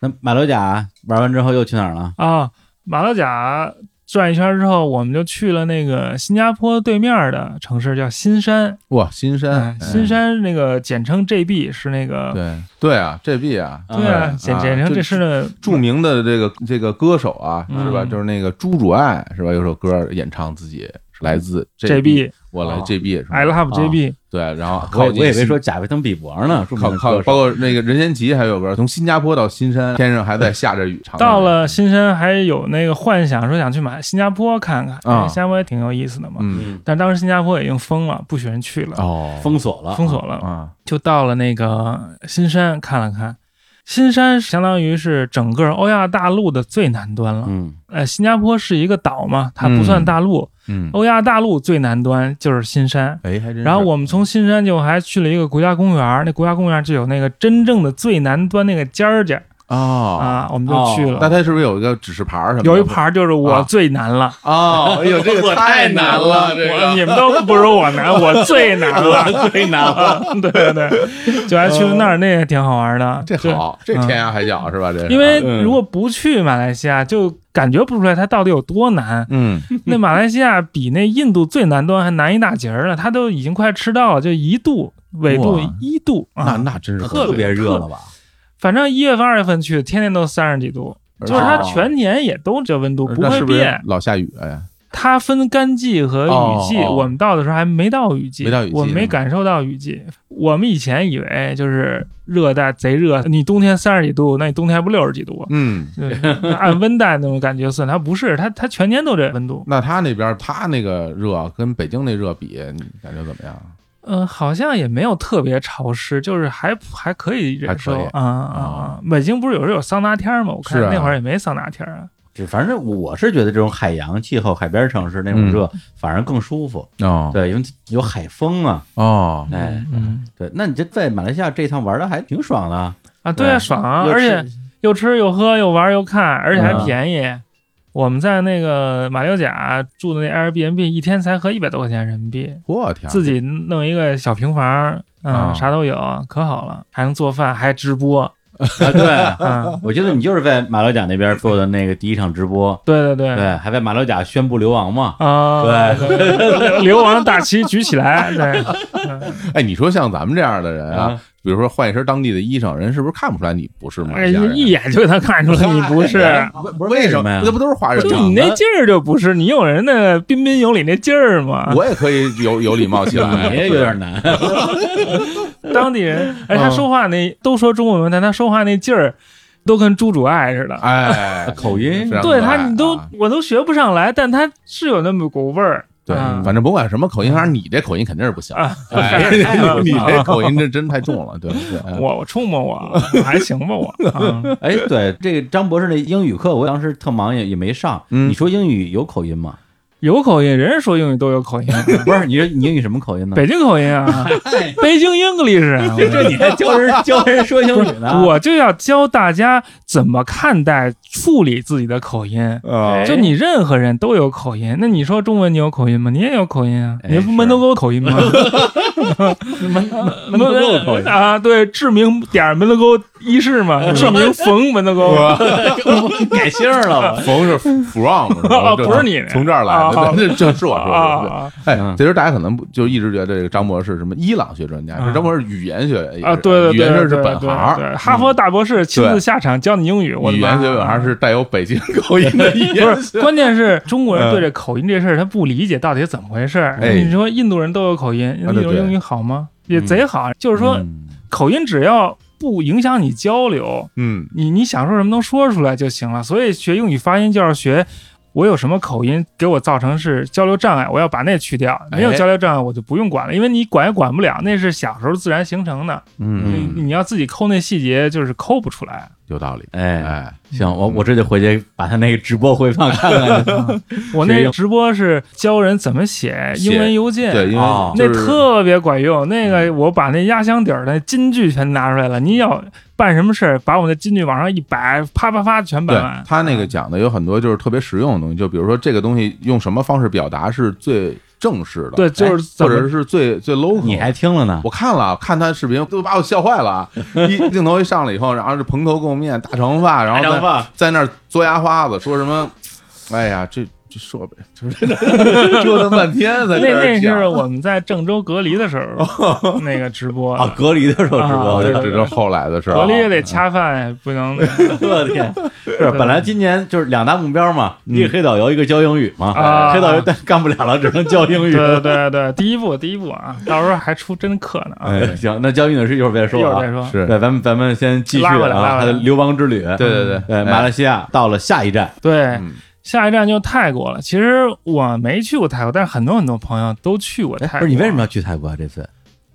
S2: 那马六甲玩完之后又去哪儿了？
S3: 啊，马六甲转一圈之后，我们就去了那个新加坡对面的城市，叫新山。
S1: 哇，新
S3: 哎
S1: 山，
S3: 新山那个简称 JB 是那
S1: 哎，
S3: 个。
S1: 对对啊，这 B 啊，
S3: 对啊，
S2: 嗯
S3: 简
S1: 啊
S3: 简称
S1: 这
S3: 这是呢
S1: 著名的这个这个歌手啊，
S3: 嗯
S1: 是吧？就是那个朱主爱，是吧？有首歌演唱自己是来自
S3: JB，
S1: 我来
S2: 哦
S1: JB，是吧
S3: I love
S2: 啊
S3: JB，
S1: 对，然后
S2: 我我以为
S1: 说。
S2: 说贾维登比伯呢，说不
S1: 靠
S2: 定
S1: 靠，
S2: 歌手
S1: 包括那个任贤齐还有歌，从新加坡到新山，天上还在下着雨，常常
S3: 到了新山还有那个幻想说想去马新加坡看看，因为新加坡也挺有意思的嘛。
S1: 啊嗯
S2: 嗯
S3: 但当时新加坡已经封了，不许人去了，
S1: 哦
S2: 封锁了，
S3: 封锁了，
S1: 啊
S3: 就到了那个新山看了看。新山相当于是整个欧亚大陆的最南端了。
S2: 嗯
S3: 呃，新加坡是一个岛嘛，它不算大陆。
S1: 嗯
S3: 欧亚大陆最南端就是新山。
S1: 哎还真是
S3: 哦然后我们从新山就还去了一个国家公园，那国家公园就有那个真正的最南端那个尖儿尖儿，
S1: 哦，
S3: 啊，我们就去
S1: 那
S3: 了。
S1: 它是不是有一个指示牌儿什么的？
S3: 有一盘儿就是我最难了，
S1: 哦，哎呦，这
S2: 我
S3: <laughs>
S1: 个太
S2: 太难
S1: 难
S2: 了
S1: 了，这
S3: 我你
S1: 个
S3: 们都不如我难，我最难了。
S2: 最难了。
S3: 啊 <laughs> 对对对，就还去了那儿，那也挺好玩的。
S1: <laughs> 这
S3: 就，
S1: 好，这
S3: 嗯
S1: 天涯海角是吧？这是
S3: 因为
S2: 嗯
S3: 如果不去马来西亚，就感觉不出来它到底有多难。
S1: 嗯，
S3: 那马来西亚比那印度最南端还难一大截儿呢，它都已经快吃到了，就一度纬度
S2: 哇
S3: 一度
S1: 那
S3: 啊。
S1: 那真是
S2: 特别热了吧？
S3: 反正一月份、二月份去，天天都三十几度，
S1: 而
S3: 就是它
S2: 哦
S3: 全年也都这温度不
S1: 那
S3: 会
S1: 是不是
S3: 变。
S1: 老下雨呀？
S3: 它分干季和雨季，
S1: 哦哦
S3: 我们到的时候还没到雨季，
S1: 没到雨季嗯
S3: 我们没感受到雨季。我们以前以为就是热带贼热，你冬天三十几度，那你冬天还不六十几度啊？
S1: 嗯，
S3: 对，按温带那种感觉算，它不是，它它全年都这温度。
S1: 那他那边儿他那个热啊跟北京那热比，你感觉怎么样？
S3: 嗯，好像也没有特别潮湿，就是还还可以
S1: 还
S3: 忍
S1: 可
S3: 受
S1: 以
S3: 啊啊啊！北京不是有时候有桑拿天儿吗？我看
S1: 是啊
S3: 那会儿也没桑拿天儿啊。
S2: 这反正我是觉得这种海洋气候、海边城市那
S3: 嗯
S2: 种热，反而更舒服。
S1: 哦
S2: 对，因为有海风啊。
S1: 哦，
S2: 哎，
S3: 嗯
S2: 对，那你这在马来西亚这趟玩的还挺爽的啊，
S3: 啊，对啊，
S2: 对
S3: 爽啊！
S2: 又
S3: 而
S2: 吃
S3: 且又吃又喝又玩又看，而且还
S2: 嗯
S3: 便宜。我们在那个马六甲住的那 Airbnb，一天才合一百多块钱人民币，
S1: 我天，
S3: 自己弄一个小平房，
S1: 啊
S3: 嗯，啥都有，可好了，还能做饭，还
S2: <laughs>
S3: 直播，
S2: 对。
S3: 嗯，
S2: 我觉得你就是在马六甲那边做的那个第一场直播，
S3: 对对 <laughs> 对，
S2: 对，还在马六甲宣布流亡嘛，
S3: 啊，
S2: 对
S3: 对， <laughs> 流亡的大旗举起来，对，嗯
S1: 哎，你说像咱们这样的人啊
S2: 啊，
S1: 比如说换一身当地的衣裳，人是不是看不出来你不是马
S3: 哎，
S1: 来西嗯亚人？哎
S3: 一眼就给他看出来 <laughs> 你不是，
S2: 哎不
S1: 为
S2: 什
S1: 什
S2: 么呀
S1: 这不都是华人
S3: 就
S1: 吗？
S3: 你那劲儿就不是，你有人那彬彬有礼那劲儿嘛。
S1: 我也可以有有礼貌起
S2: <laughs>
S1: 啊
S3: <laughs>
S1: 来，
S2: 你啊也有点难，
S3: 当地人，哎，他
S1: 嗯
S3: 说话那都说中文，但他说话那劲儿都跟朱主爱似的。
S1: 哎，
S2: 口音
S1: 非常
S3: 对
S1: 可爱
S3: 他，你都
S1: 啊
S3: 我都学不上来，但他是有那么股味儿。
S1: 对，
S3: 啊
S1: 反正甭管什么口音，反正你这口音肯定是不行。
S3: 啊
S1: <laughs> 哎，你你这口
S3: <laughs>
S1: 音这真太重了，对对。哎
S3: 我我冲
S1: <laughs>
S3: 吧我，我还行吧我。啊
S2: 哎，对，这个张博士那英语课，我当时特忙也也没上。
S1: 嗯
S2: 你说英语有口音吗？ <laughs>
S3: 有口音，人家说英语都有口音，
S1: 嗯
S2: 不是，你说你英语什么口音呢？
S3: 北京口
S1: <laughs>
S3: 音啊，北京 English 啊。我
S2: <laughs> 这你还教
S3: <laughs>
S2: 人教人说英
S3: 不
S2: 语
S3: 是
S1: 啊
S2: 呢？，
S3: 我就要教大家怎么看待、处理自己的口音。 <laughs>
S1: 啊
S3: 就你任何人都有口音，那你说中文你有口音吗？你也有口音啊，
S2: 哎
S3: 你不门头沟口
S1: <laughs>
S3: 音吗？
S2: 门门头沟口音，
S3: 啊，对，志明点儿门头沟一世
S1: 哎
S3: 嘛，志明冯门头沟， <laughs>
S2: 改姓儿了 <laughs> 吧？
S1: 冯是 from，是吧
S3: 啊不是你
S1: 从这儿来
S3: 啊
S1: 的，对这这是我说的。对
S3: 啊
S1: 哎
S2: 嗯，
S1: 其实大家可能不就一直觉得这个张博士什么伊朗学专家，
S3: 啊
S1: 这张博士语言学
S3: 啊，对对
S1: 语
S3: 对
S1: 言
S3: 对
S1: 学是
S3: 对
S1: 本行，
S3: 对哈佛大博士亲自下场教你英语，我的
S1: 语
S3: 妈
S1: 言学本行是带有北京口音的语
S3: 不
S1: 言
S3: 是，
S1: 学。
S3: 关键是中国人
S1: 啊嗯
S3: 对这口音这事儿他不理解到底是怎么回事儿。
S1: 哎
S3: 你说印度人都有口音，
S1: 啊
S3: 印
S1: 对
S3: 度人
S1: 对
S3: 英语好吗？也
S2: 嗯
S3: 贼好，就是说
S1: 嗯
S3: 口音只要不影响你交流，
S1: 嗯，
S3: 你你想说什么能说出来就行了。所以学英语发音就要学我有什么口音给我造成是交流障碍，我要把那去掉。
S1: 哎
S3: 没有交流障碍，我就不用管了，因为你管也管不了，那是小时候自然形成的。
S1: 嗯，
S3: 你你要自己抠那细节，就是抠不出来。
S1: 有道理。
S2: 哎，
S1: 哎，
S2: 行，我我这就回去把他那个直播回放看看去。
S3: <laughs> 我
S2: 学
S3: 那
S2: 英
S3: 直播是教人怎么写
S1: 写
S3: 英文邮件。
S1: 对，因
S2: 哦
S1: 为
S3: 那
S1: 啊就是
S3: 特别管用，那个我把那压箱底儿的金句全拿出来了。你要办什么事儿，把我的金句往上一摆，啪啪啪全摆
S1: 对
S3: 完。
S1: 他那个讲的有很多就是特别实用的东西，就比如说这个东西用什么方式表达是最正式的，
S3: 对就是
S1: 哎
S3: 怎
S1: 或
S3: 么
S1: 者是最最 local。
S2: 你还听了
S3: <laughs>
S2: 呢？
S1: 我看了，看他视频都把我笑坏了啊。一镜头一上来以后，然后是蓬头垢面、大长发，然后在
S2: 发，
S1: 在那儿嘬牙花子，说什么？哎呀，这这设备 <laughs> 就是折腾半天在
S3: 那
S1: 这
S3: 那
S1: 儿
S3: 是
S1: 讲。
S3: 我们在郑州隔离的时候那个直播的
S2: 啊，隔离的时候直
S3: 啊
S2: 播
S1: 哦，
S2: 的
S1: 这
S3: 对，
S1: 这是后来的事儿
S3: 隔
S1: 啊。
S3: 离也得恰饭，不能
S2: 我的
S3: <laughs>
S2: 天！是本来今年就是两大目标嘛，一个黑导游，一个教英语嘛。哎
S3: 嗯啊
S2: 黑导游但干不了了，只能教英语
S3: 对。对对对，第一步第一步啊，到时候还出真课呢
S2: <laughs>
S3: 啊，
S2: 哎，行，那教英语的事一会儿再
S3: 一
S2: 说
S3: 会儿
S2: 啊
S3: 再。说。
S1: 是，
S2: 对，咱们咱们先继续
S3: 拉回来
S2: 啊，
S3: 拉
S2: 他
S3: 回
S2: 的
S3: 来
S2: 流亡之旅。
S1: 对对对
S2: 对，马来西亚到了下一站，
S3: 对
S1: 嗯，
S3: 下一站就泰国了。其实我没去过泰国，但是很多很多朋友都去过
S2: 哎
S3: 泰国。
S2: 不是你为什么？要去泰国啊？这次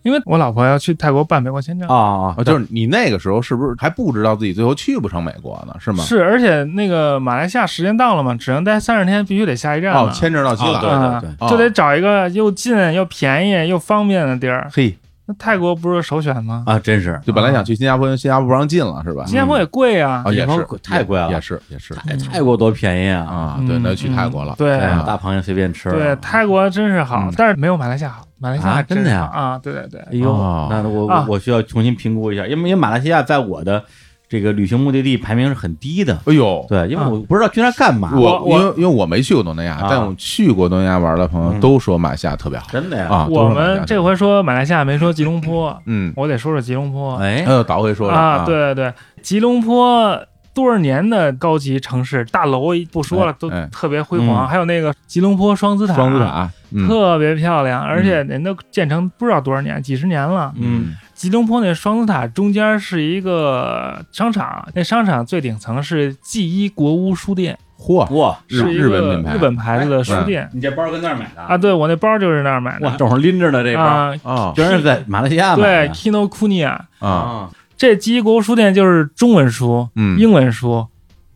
S3: 因为我老婆要去泰国办美国签证
S2: 啊。啊
S1: 哦，就是你那个时候是不是还不知道自己最后去不成美国呢？是吗？
S3: 是，而且那个马来西亚时间到了嘛，只能待三十天，必须得下一站
S1: 哦
S3: 了，，
S1: 签证到期
S2: 哦对
S1: 了。
S3: 啊
S2: 对对
S1: 对
S3: 就得找一个又近又便宜又方便的地儿。
S1: 嘿，
S3: 那泰国不是首选吗？
S2: 啊，真是
S1: 就本来想去新加坡，因为新加坡不让进了，是吧？
S3: 新加坡也贵啊
S1: 啊，，也
S2: 新加
S1: 是
S2: 坡太贵了
S1: 也是也是
S2: 泰泰国多便宜啊！
S1: 啊，对，
S3: 嗯
S1: 那就去泰国了。
S3: 嗯对
S2: 哎
S1: 啊
S2: 呀大螃蟹随便吃。
S3: 对，泰国真是好
S1: 嗯，
S3: 但是没有马来西亚好。马来西
S2: 啊
S3: 亚
S2: 真的呀
S3: 是好啊，对对对，
S2: 哎呦，
S1: 哦
S2: 那我、
S3: 啊
S2: 我需要重新评估一下，因为因为马来西亚在我的这个旅行目的地排名是很低的。
S1: 哎呦，
S2: 对，因为
S3: 啊
S2: 我不知道去那儿干嘛。
S1: 我
S3: 我
S1: 因为因为我没去过东南亚
S2: 啊，
S1: 但我去过东南亚玩的朋友
S2: 嗯
S1: 都说马来西亚特别好
S2: 真的呀，
S1: 啊。
S3: 我
S1: 都说马来西
S3: 们
S1: 亚
S3: 这回说马来西亚没说吉隆坡，
S1: 嗯，
S3: 我得说说吉隆坡
S2: 哎，
S1: 那就倒回说了
S3: 啊，，对对对，吉隆坡多少年的高级城市，大楼不说了，
S1: 哎
S3: 都
S1: 哎
S3: 特别辉
S2: 嗯
S3: 煌，还有那个吉隆坡双子塔，
S1: 双子塔，嗯
S3: 特别漂亮，而且人都建成不知道多少年，几十年了。
S2: 嗯，
S3: 吉隆坡那双子塔中间是一个商场，那商场最顶层是 G 一国屋书店，
S1: 嚯，
S2: 哇，
S1: 日
S3: 是一个
S1: 日本品牌哎
S3: 日本牌子的书店
S2: 你这包跟那儿买的
S3: 啊。？对我那包就是那儿买
S2: 哇，
S3: 的
S2: 正好拎着呢，这包，
S3: 啊，
S1: 啊
S2: 居然是在马来西亚买
S3: 对
S2: 的。
S3: ，Kino Kuniya
S1: 啊，
S2: 啊，
S3: 这 G 一国屋书店就是中文书、
S1: 嗯，
S3: 英文书、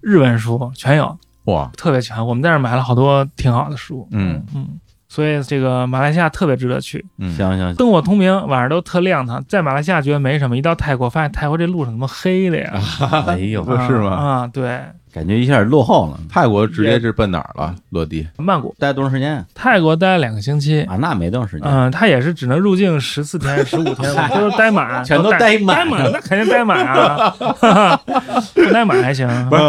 S3: 日文书全有，
S1: 哇，
S3: 特别全。我们在那儿买了好多挺好的书，
S1: 嗯
S3: 嗯，所以这个马来西亚特别值得去。
S1: 嗯，
S2: 行
S3: <laughs>
S2: 行，行
S3: 灯火通明，晚上都特亮堂。在马来西亚觉得没什么，一到泰国发现泰国这路上怎么黑的呀？
S2: 哎呦，
S1: 啊不是吗
S3: 啊，对，
S2: 感觉一下落后了。
S1: 泰国直接是奔哪儿了？落地
S3: 曼谷、
S2: 待多长时间啊？
S3: 泰国待了两个星期，
S2: 啊那没多长时间，
S3: 嗯，他也是只能入境十四天、十五天，
S1: <laughs>
S3: 我就是待满，
S2: 全都
S3: 待
S2: 待满
S3: 待满，那肯定待满啊， <laughs> 不待满还行。
S2: 不是？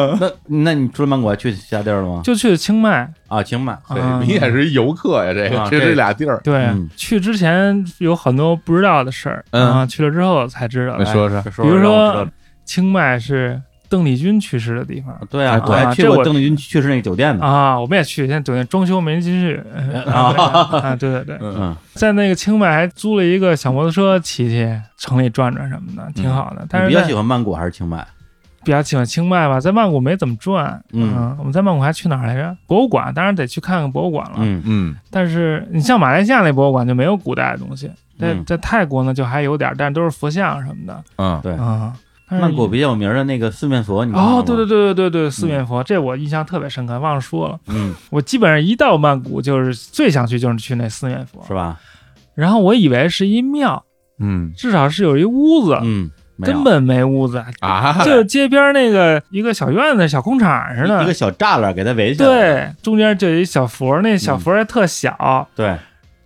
S2: 那那你除了曼谷还去其他地儿了吗？
S3: 就去清迈，
S2: 啊，清迈。
S1: 对
S3: 嗯
S1: 你也是一游客呀，这
S2: 啊
S1: 个这
S2: 这
S1: 是俩地儿，
S3: 对
S2: 嗯，
S3: 去之前有很多不知道的事儿，
S1: 嗯
S3: 啊，去了之后才知道哎
S1: 你。说说，
S2: 比
S3: 比如说，清迈是邓丽君去世的地方
S2: 对啊，
S1: 啊
S2: 我还
S3: 啊
S2: 去
S3: 这
S2: 过
S3: 我
S2: 邓丽君去世那个酒店呢。
S3: 啊，我们也去，现在酒店装修没人进去
S2: 啊
S3: 啊，对对对，
S1: 嗯
S2: 嗯，
S3: 在那个清迈还租了一个小摩托车骑骑，城里转转什么的，挺好的。但
S2: 嗯你
S3: 是
S2: 比较
S3: 在
S2: 喜欢曼谷还是清迈？啊
S3: 比较喜欢清迈吧，在曼谷没怎么转。
S2: 嗯
S3: 我们在曼谷还去哪儿来着？博物馆，当然得去看看博物馆了。
S2: 嗯
S1: 嗯
S3: 但是你像马来西亚那博物馆就没有古代的东西，在、
S2: 嗯
S3: 在泰国呢就还有点儿，但是都是佛像什么的。
S1: 嗯，
S2: 对
S3: 嗯，但是
S2: 曼谷比较有名的那个四面佛，你看过
S3: 哦
S2: 吗，
S3: 对对，对对对对，四面佛，这我印象特别深刻，忘了说了。
S2: 嗯，
S3: 我基本上一到曼谷就是最想去就是去那四面佛
S2: 是，吧？
S3: 然后我以为是一庙，
S1: 嗯
S3: 至少是有一屋子，
S2: 嗯，没有
S3: 根本没屋子，
S1: 啊，
S3: 就是街边那个一个小院子、小空场似
S2: 一个
S3: 的。
S2: 小嗯栅栏给它围起来。
S3: 对，中间就有一小佛，那小佛还特小，
S2: 对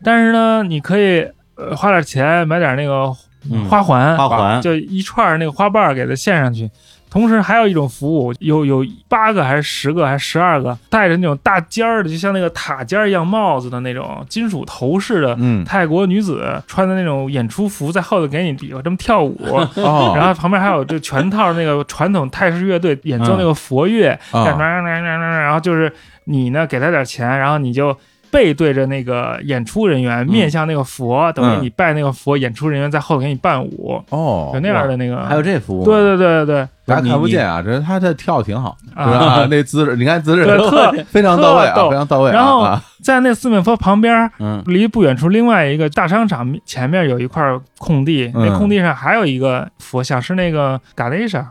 S3: 但是呢，你可以呃花点钱买点那个
S2: 嗯
S3: 花环，
S2: 花
S1: 啊
S2: 环
S3: 就一串那个花瓣给它献上去。同时还有一种服务，有有八个还是十个还是十二个带着那种大尖儿的，就像那个塔尖儿一样帽子的那种金属头饰的
S1: 嗯
S3: 泰国女子穿的那种演出服，在后头给你比划这么跳舞，
S1: <laughs> 哦，
S3: 嗯然后旁边还有就全套那个传统泰式乐队演奏那个佛乐，
S1: 啊
S3: 干什么然后就是你呢给他点钱，然后你就背对着那个演出人
S1: 嗯
S3: 员，面向那个佛，等于你拜那个佛，演出人员在后头给你伴舞，
S1: 哦
S3: 有，那样的那个，
S2: 还有这服务，
S3: 对对对对对
S1: 大家看不
S2: 你
S1: 见啊，这他这跳挺好，是
S3: 啊， <laughs>
S1: 吧？那姿势，你看姿势
S3: 对特
S1: 非常到位
S3: 特
S1: 啊，
S3: 逗
S1: 非常到位啊。
S3: 然后 <laughs>
S1: 啊
S3: 在那四面佛旁边。
S2: 嗯，
S3: 离不远处，另外一个大商场前面有一块空地，
S1: 嗯
S3: 那空地上还有一个佛像，是那个嘎雷莎，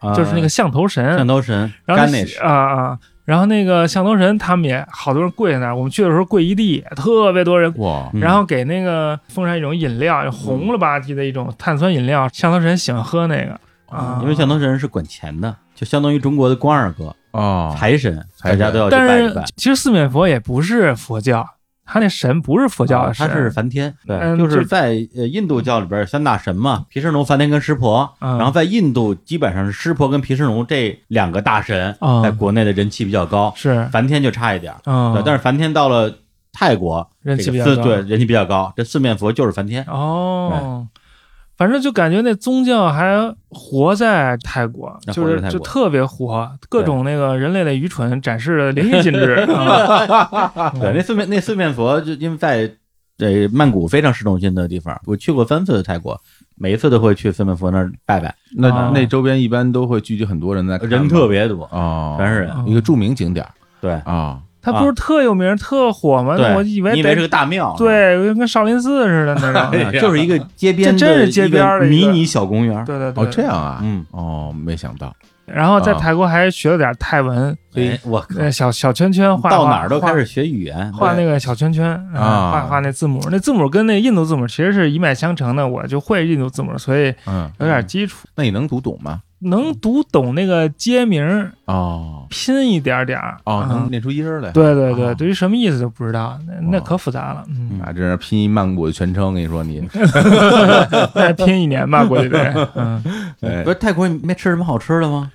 S2: 啊
S3: 就是那个象头神，
S2: 汕头神
S3: 然后那
S2: Ganesh
S3: 啊啊，然后那个象头神他们也好多人跪在那儿，我们去的时候跪一地，特别多人。
S1: 哇，
S2: 嗯
S3: 然后给那个奉上一种饮料，红了吧唧的一种碳酸饮料，象头神喜欢喝那个啊。
S2: 因为汕头神是管钱的，就相当于中国的关二哥
S1: 哦，
S2: 财神，
S1: 财
S2: 大
S1: 神
S2: 家都要去
S3: 但
S2: 拜一
S3: 是
S2: 拜。
S3: 其实四面佛也不是佛教，他那神不是佛教
S2: 啊
S3: 的神，
S2: 他是梵天，对，
S3: 嗯
S2: 就是
S3: 就
S2: 在呃印度教里边有三大神嘛，毗湿奴、梵天跟湿婆。
S3: 嗯
S2: 然后在印度基本上是湿婆跟毗湿奴这两个大神
S3: 嗯
S2: 在国内的人气比较高，
S3: 是
S2: 梵天就差一点儿。
S3: 嗯
S2: 对，，但是梵天到了泰国
S3: 人气
S2: 这个
S3: 比较
S2: 四
S3: 高
S2: 对人气比较高。这四面佛就是梵天，
S3: 哦。反正就感觉那宗教还活在泰国，
S2: 那
S3: 就
S2: 活在
S3: 是
S2: 泰
S3: 就
S2: 国
S3: 特别活，各种那个人类的愚蠢展示的淋漓
S2: <laughs>
S3: 尽致。啊
S2: 对，那四面那四面佛就因为在这曼谷非常市中心的地方，我去过三次泰国，每一次都会去四面佛那儿拜拜，
S1: 那
S3: 啊
S1: 那周边一般都会聚集很多人在看吗，
S2: 人特别多，
S1: 哦，
S2: 全是人。
S3: 嗯
S1: 一个著名景点儿
S2: 对，
S1: 啊，
S3: 它不是特有名、特火吗？
S2: 对，
S3: 我以为
S2: 你以为
S3: 得
S2: 是个大庙呢，
S3: 对，跟少林寺似的
S2: <laughs>
S3: 那种。
S2: 啊就是一个街边的，
S3: 这真是街边儿的一
S2: 迷
S3: 个
S2: 你小公园儿。
S3: 对对对，
S1: 哦这样啊，
S2: 嗯，
S1: 哦，没想到，
S3: 然后在
S1: 啊
S3: 泰国还学了点泰文，
S2: 哎，我靠，
S3: 呃，小小圈圈画
S2: 到
S3: 画
S2: 哪儿都
S3: 画
S2: 开始学语言，
S3: 画那个小圈圈嗯
S1: 啊
S3: 画画那字母，那字母跟那印度字母其实是一脉相承的。我就会印度字母，所以
S1: 嗯，
S3: 有点基础，
S1: 那你能读懂吗？
S3: 能读懂那个街名儿，
S1: 哦
S3: 拼一点点儿。
S1: 哦，能
S3: 嗯
S1: 念出音儿来。
S3: 对对对，
S1: 哦
S3: 对于什么意思就不知道，那那
S1: 哦
S3: 可复杂了。嗯，
S1: 啊，这是拼音曼谷的全称，跟你说
S2: <laughs>
S1: 你，
S3: 再拼一年吧，估计得。嗯，
S1: 哎
S2: 不是泰国没吃什么好吃的吗？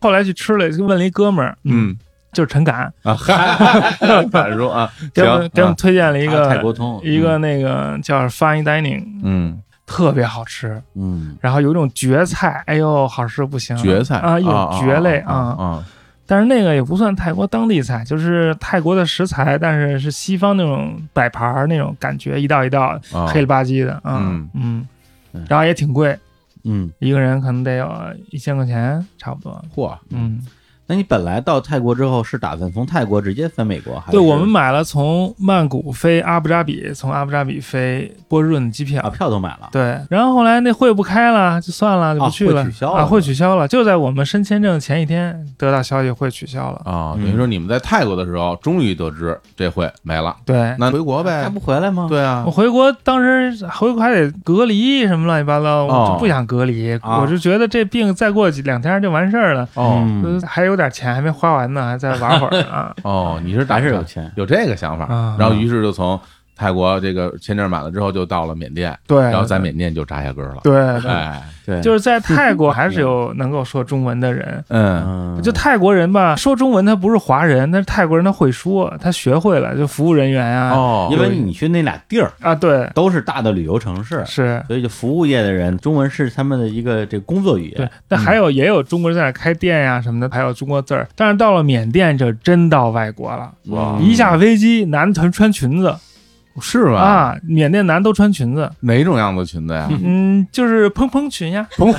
S3: 后来去吃了，就问了一哥们儿，， <laughs>
S1: 嗯 <laughs>
S3: 就是陈敢，
S1: 啊，嗨，敢说啊，
S3: 给我
S1: 行，
S3: 们给我
S1: 啊
S3: 们推荐了一
S2: 啊泰
S3: 个
S2: 国通，
S3: 一个那个叫 Fine Dining，
S1: 嗯，
S3: 特别好吃，
S2: 嗯，
S3: 然后有一种蕨菜，哎呦，好吃不行了，
S1: 蕨菜
S3: 啊，一种蕨类
S1: 啊啊啊，
S3: 但是那个也不算泰国当地菜，就是泰国的食材，但是是西方那种摆盘儿那种感觉，一道一道
S1: 啊
S3: 黑了吧唧的，嗯嗯
S2: 嗯
S3: 然后也挺贵，
S2: 嗯，
S3: 一个人可能得有一千块钱差不多。
S1: 嚯，
S3: 嗯，
S2: 那你本来到泰国之后是打算从泰国直接飞美国，还是
S3: 对我们买了从曼谷飞阿布扎比，从阿布扎比飞波士顿的机票。
S2: 啊票都买了，
S3: 对，然后后来那会不开了，就算了，就不去了。
S2: 啊会取消了
S3: 啊，会取消了。就在我们申签证前一天得到消息会取消了。
S1: 啊，
S2: 嗯
S1: 等于说你们在泰国的时候，终于得知这回没了，
S3: 对，
S1: 那回国
S2: 还
S1: 呗，
S2: 不回来吗？
S1: 对啊
S3: 我，回国当时回国还得隔离什么乱七八糟，我
S1: 哦
S3: 就不想隔离，
S2: 啊
S3: 我就觉得这病再过几两天就完事
S2: 嗯
S3: 儿了。
S1: 哦
S3: 就是还有点钱还没花完呢，还再玩会儿啊
S1: 哦，你是打
S2: 还是
S1: 算
S2: 有钱，
S1: 有这个想法，
S3: 啊！
S1: 然后于是就从泰国这个签证买了之后，就到了缅甸，
S3: 对，
S1: 然后在缅甸就扎下根儿了，
S3: 哎对，对
S1: 哎，
S2: 对，
S3: 就是在泰国还是有能够说中文的人。
S1: 嗯，
S2: 嗯，
S3: 就泰国人吧，说中文他不是华人，但是泰国人他会说，他学会了，就服务人员啊、
S1: 哦，
S2: 因为你去那俩地儿
S3: 啊，对，
S2: 都是大的旅游城市，
S3: 是，
S2: 所以就服务业的人，中文是他们的一个这个工作语
S3: 对
S2: 言。。
S3: 但还有也有中国人在那儿开店呀、什么的，还有中国字儿。但是到了缅甸，就真到外国了。
S1: 哇
S2: 嗯
S3: 一下飞机，男团穿裙子
S1: 是吧？
S3: 啊，缅甸男都穿裙子，
S1: 哪种样子裙子呀？
S3: 嗯，就是蓬蓬裙呀，
S1: 不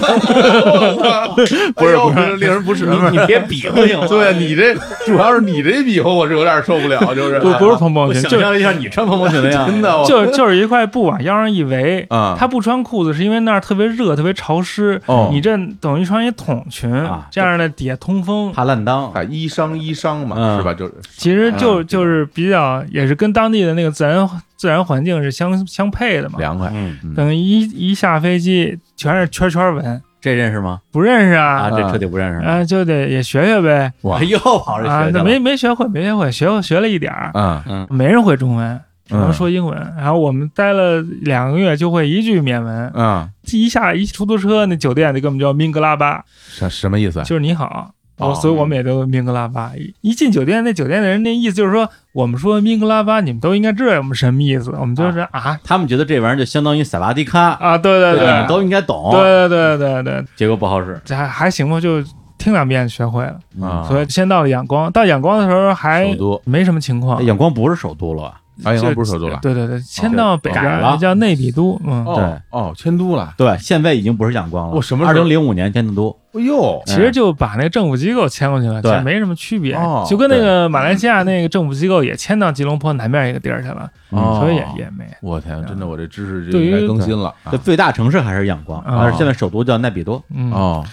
S1: 是不是不是，令人不适。
S2: 你你别比划行吗？
S3: 啊
S1: 对啊你这主要是你这比划，我是有点受不了，就是啊
S3: 不不是蓬蓬
S2: 我
S3: 裙，
S2: 想
S3: 就是
S2: 象一下你穿蓬蓬裙的样
S1: <laughs>
S2: 子，
S1: 真的我
S3: 就是就是一块布往腰上一围。
S1: 啊，
S3: 他不穿裤子是因为那儿特别热，特别潮湿。
S1: 哦
S3: 你这等于穿一筒裙，
S2: 啊
S3: 这样呢底下通风。
S2: 怕烂裆。
S3: 哎
S1: 啊衣裳衣裳嘛，
S2: 嗯
S1: 是吧？就是
S3: 其实就
S1: 嗯
S3: 就是比较也是跟当地的那个自然自然环境是相相配的嘛。
S1: 凉快。
S2: 嗯，
S1: 嗯
S3: 等一一下飞机，全是圈圈纹，
S2: 这认识吗？
S3: 不认识
S2: 啊，
S3: 啊，
S2: 这彻底不认识了。
S3: 啊就得也学学呗。
S1: 哇
S2: 哎，又跑这
S3: 啊
S2: 学，去
S3: 那
S2: 了
S3: 没没学会，没学会，学学了一点儿，
S1: 啊，
S2: 嗯，
S3: 没人会中文，只能
S1: 嗯
S3: 说英文。然后我们待了两个月，就会一句缅文。
S1: 啊，
S3: 一下一出租车，那酒店就给我们叫明格拉巴，
S1: 什什么意思啊？
S3: 就是你好。
S1: 哦
S3: 我所以我们也都明格拉巴。一一进酒店，那酒店的人那意思就是说，我们说明格拉巴，你们都应该知道我们什么意思。我们就是啊
S2: 他们觉得这玩意儿就相当于萨瓦迪卡，
S3: 啊，对对
S2: 你
S3: 对，
S2: 们都应该懂。
S3: 对对对对对，
S2: 结果不好使，
S3: 这还还行吧，就听两遍学会了。
S1: 啊
S3: 嗯所以哎先到了仰光，到仰光的时候还
S1: 首都，
S3: 没什么情况
S2: 那，仰哎光不是首都了吧？
S1: 哎，
S3: 就
S1: 阳不是首都了。
S3: 对对对，迁
S1: 对
S3: 到北边
S2: 改
S3: 儿
S2: 了
S3: 叫内比都，嗯，
S1: 哦哦，迁都了。
S2: 对，现在已经不是仰光了。
S1: 我什么
S2: 二
S1: 时候
S2: 零零五年天都都
S1: 哎呦，
S3: 其实就把那个政府机构迁过去了，
S2: 对
S3: 这没什么区别
S1: 哦，
S3: 就跟那个马来西亚那个政府机构也迁到吉隆坡南边一个地儿去了，
S1: 哦
S3: 嗯所以也也没。
S1: 我天，真的我这知识就
S3: 对于
S1: 应该更新了啊
S2: 这最大城市还是仰光，
S3: 啊
S2: 但是现在首都叫奈比多。
S3: 嗯，
S1: 哦。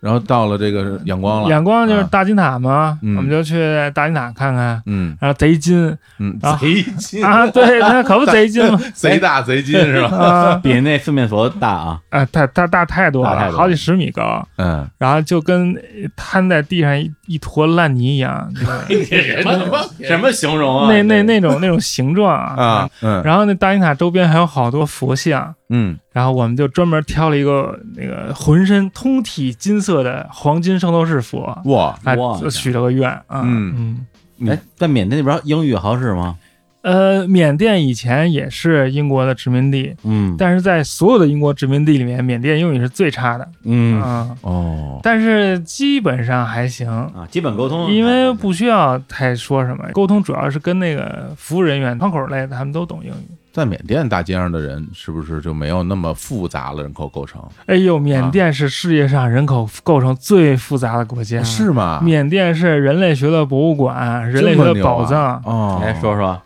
S1: 然后到了这个阳光了，
S3: 仰光就是大金塔嘛，
S1: 嗯
S3: 我们就去大金塔看看，
S1: 嗯
S3: 然后
S1: <laughs>
S3: 贼金
S1: 嗯，
S3: 啊
S1: 贼金
S3: 啊，对，那可不贼金嘛，
S1: 贼大贼金是吧？
S3: <laughs> 啊
S2: 比那四面佛大啊！
S3: 啊，大大大太多
S2: 大太
S3: 了，
S2: 多
S3: 好几十米高。
S1: 嗯，
S3: 然后就跟摊在地上一一坨烂泥一样，就是
S2: 什
S3: 啊
S2: 么 <laughs> 什么形容啊
S3: 那那那种那种形状啊
S1: 啊，嗯
S3: 然后那大金塔周边还有好多佛像，
S1: 嗯，
S3: 然后我们就专门挑了一个那个浑身通体金色的黄金圣斗士佛，
S1: 哇，
S3: 哎
S2: 哇，
S3: 就许了个愿啊。
S1: 嗯
S3: 嗯
S2: 哎，在缅甸那边英语好使吗？
S3: 呃，缅甸以前也是英国的殖民地，
S2: 嗯
S3: 但是在所有的英国殖民地里面，缅甸英语是最差的
S2: 嗯
S3: 啊，
S1: 哦，
S3: 但是基本上还行。
S2: 啊，基本沟通，
S3: 因为不需要太说什么，沟通主要是跟那个服务人员、窗口类的，他们都懂英语。
S1: 在缅甸大街上的人是不是就没有那么复杂了？人口构成
S3: 哎呦，缅甸是世界上人口构成最复杂的国家，
S1: 是
S2: 啊
S1: 吗？
S3: 哎缅甸是人类学的博物馆，人类学的宝藏。
S1: 哦，
S2: 哎，说说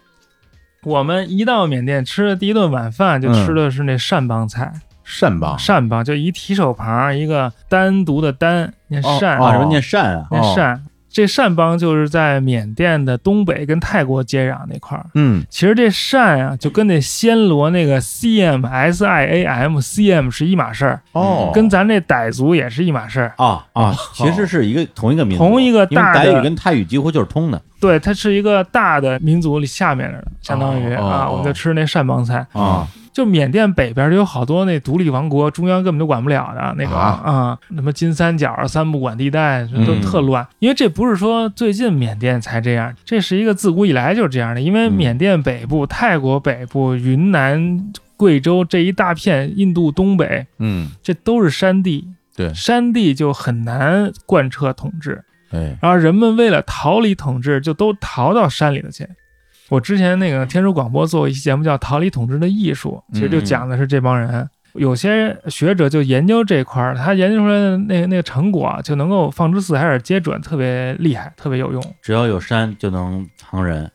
S3: 我们一到缅甸吃的第一顿晚
S2: 嗯
S3: 饭，就吃的是那善邦菜。
S1: 善邦
S2: 啊
S3: 善邦就一提手旁一个单独的单，念
S2: 哦
S3: 善
S2: 啊，什么念善啊？
S3: 念
S2: 哦，
S3: 善。这善邦就是在缅甸的东北跟泰国接壤那块儿。
S2: 嗯，
S3: 其实这善啊，就跟那暹罗那个 C M S I A M C M 是一码事儿，
S1: 哦，
S3: 跟咱这傣族也是一码事儿。
S2: 啊
S1: <laughs>
S2: 啊，其实是一个同一个民族，
S3: 哦同一个
S2: 因为
S3: 大的
S2: 傣语跟泰语几乎就是通的
S3: 对，它是一个大的民族里下面的，相当于、
S1: 哦
S3: 啊，
S1: 哦
S3: 我们就吃那善邦菜。
S2: 啊
S3: 就缅甸北边就有好多那独立王国，中央根本就管不了的那种
S1: 啊
S3: 啊、什么金三角、三不管地带，就都
S1: 嗯
S3: 特乱。因为这不是说最近缅甸才这样，这是一个自古以来就是这样的。因为
S2: 嗯
S3: 缅甸北部、泰国北部、云南、贵州这一大片，印度东北
S1: 嗯，
S3: 这都是山地，
S1: 对
S3: 山地就很难贯彻统治。
S2: 哎，
S3: 然后人们为了逃离统治，就都逃到山里头去。我之前那个天书广播做过一期节目叫《逃离统治的艺术》，其实就讲的是这帮人。有些学者就研究这块儿，他研究出来的那那个成果啊就能够放之四海而皆准，特别厉害，特别有用。
S2: 只要有山就能藏人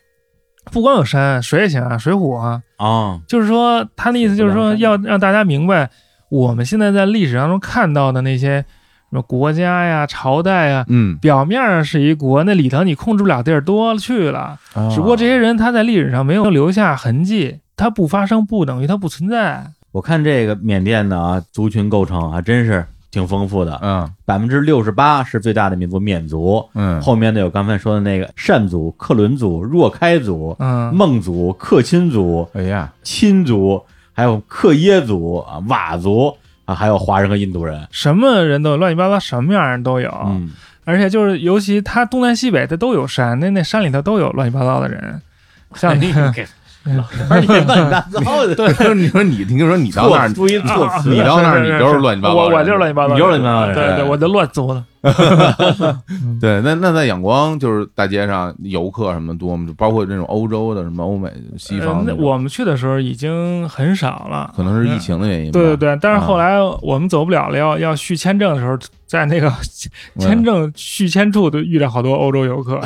S3: 不光有山，水也行啊，水浒啊，
S2: 啊，
S3: 就是说他的意思就是说要让大家明白，我们现在在历史当中看到的那些什么国家呀、朝代呀，
S1: 嗯，
S3: 表面上是一国，那里头你控制不了地儿多了去了。
S1: 啊
S3: 只不过这些人他在历史上没有留下痕迹，他不发生不等于他不存在。
S2: 我看这个缅甸的啊族群构成还真是挺丰富的，
S1: 嗯
S2: 百分之六十八是最大的民族缅族，
S1: 嗯，
S2: 后面的有刚才说的那个善族、克伦族、若开族、
S3: 嗯，
S2: 孟族、克钦族、
S1: 哎
S3: <laughs>
S1: 呀，
S2: 亲族，还有克耶族啊、佤族啊，还有华人和印度人。
S3: 什么人都有乱七八糟，什么样的人都有。 <laughs>
S2: 嗯，
S3: 而且就是，尤其他东南西北他都有山，那那山里头都有乱七八糟的人。像
S2: 哎你给老师也乱七八糟 <laughs> 的，
S1: 对， <laughs> 就是你说你，你说你到那儿，
S2: 注意措辞，
S1: 你
S3: 啊
S1: 到那
S3: <laughs>
S1: 儿
S3: 是是
S1: 你就是乱七八糟
S3: 我
S1: 人
S3: 我就是乱七八糟，
S2: 你就是乱七八糟人
S3: 对对，
S1: 对
S3: 我就乱糟了。
S1: 对，那那在仰光就是大街上游客什么多吗？就包括这种欧洲的什么欧美西
S3: 呃
S1: 方
S3: 那
S1: 的，
S3: 我们去的时候已经很少了，
S1: 可能是疫情的原因吧。
S3: 对对对，但是后来我们走不了了，要要续签证的时候，在那个
S1: 嗯
S3: 签证续签处就遇到好多欧洲游客，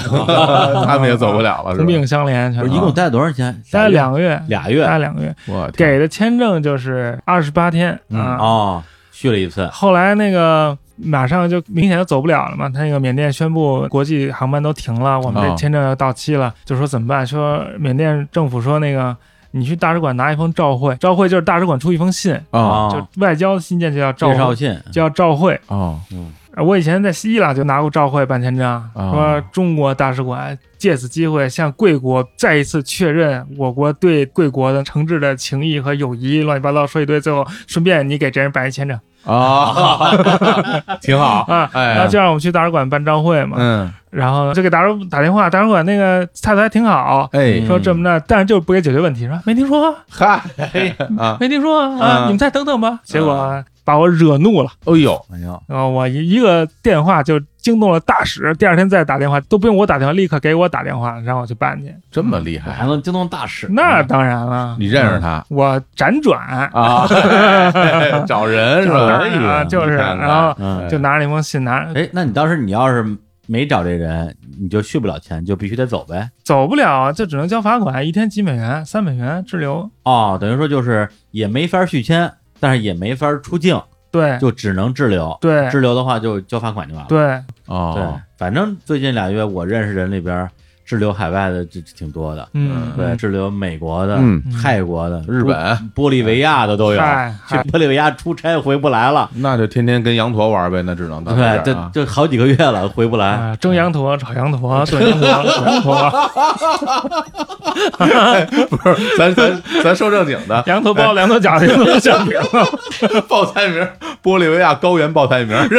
S1: 他们也走不了了，是吧？
S3: 同病相怜，
S2: 不
S3: 全
S2: 是
S3: 都
S2: 一共待了多少天？
S3: 待了两个月，
S2: 俩月
S3: 待了两个月，
S1: 我天，
S3: 给的签证就是二十八天
S1: 嗯
S3: 啊。
S2: 哦，去了一次。
S3: 后来那个马上就明显就走不了了嘛，他那个缅甸宣布国际航班都停了，我们
S1: 哦
S2: 啊
S3: 这签证要到期了，就说怎么办？说缅甸政府说那个。你去大使馆拿一封照会，照会就是大使馆出一封信，
S1: 啊
S2: 哦
S3: 就外交信件就叫照
S2: 介绍
S3: 会，
S2: 信，
S3: 就叫照会。
S1: 哦
S3: 呃我以前在伊朗就拿过照会办签证，啊
S2: 啊
S3: 说中国大使馆借此机会向贵国再一次确认我国对贵国的诚挚的情谊和友谊，乱七八糟说一堆，最后顺便你给这人办一签证
S1: 啊， <laughs> 挺好，
S3: 啊，
S1: 哎
S3: 然后就让我们去大使馆办照会嘛，
S1: 嗯，
S3: 然后就给大使打电话，大使馆那个态度还挺好。
S2: 嗯
S1: 哎，
S3: 说这么着，但是就是不给解决问题，说没听说啊，
S1: 嗨，啊，
S3: 没听说啊啊，
S1: 嗯
S3: 你们再等等吧。结果把我惹怒了，
S1: 哎呦，
S2: 哎呦，
S3: 然后我一一个电话就惊动了大使，第二天再打电话都不用我打电话，立刻给我打电话，让我去办去。
S1: 这么厉
S2: 我
S1: 害啊
S2: 还，能惊动大使呢？
S3: 哎那当然了，
S1: 你认识他
S3: 我辗转
S1: 啊？ <laughs> 找人是吧？
S3: 嗯啊，就是，
S1: 你看看
S3: 然后
S1: 哎
S2: 嗯，
S3: 就拿着那封信，拿
S2: 哎，那你当时你要是没找这人，你就续不了签，就必须得走呗。
S3: 走不了，就只能交罚款，一天几美元，三美元滞留。
S2: 哦，等于说就是也没法续签，但是也没法出境，
S3: 对
S2: 就只能滞留。
S3: 对
S2: 滞留的话就交罚款就完了。
S3: 对，
S1: 哦
S2: 对，，反正最近俩月我认识人里边滞留海外的就挺多的，
S3: 嗯，
S2: 对，滞留美国的、
S1: 嗯
S2: 泰国的、
S1: 日本。
S2: 玻利维亚的都有，
S3: 嗨
S2: 去
S3: 嗨
S2: 玻利维亚出差回不来了，
S1: 那就天天跟羊驼玩呗，那只能到
S2: 对，
S1: 这儿
S2: 这
S1: 啊
S2: 这好几个月了回不来。
S3: 啊，蒸羊驼、炒羊 <laughs> 驼、炖羊驼、煮羊驼、
S1: 不是 <laughs> 咱咱咱说正
S3: <laughs>，
S1: 经的
S3: 羊驼包、羊驼饺子、羊驼馅 <laughs> 饼，
S1: 报菜名儿，玻利维亚高原报菜名儿， <laughs>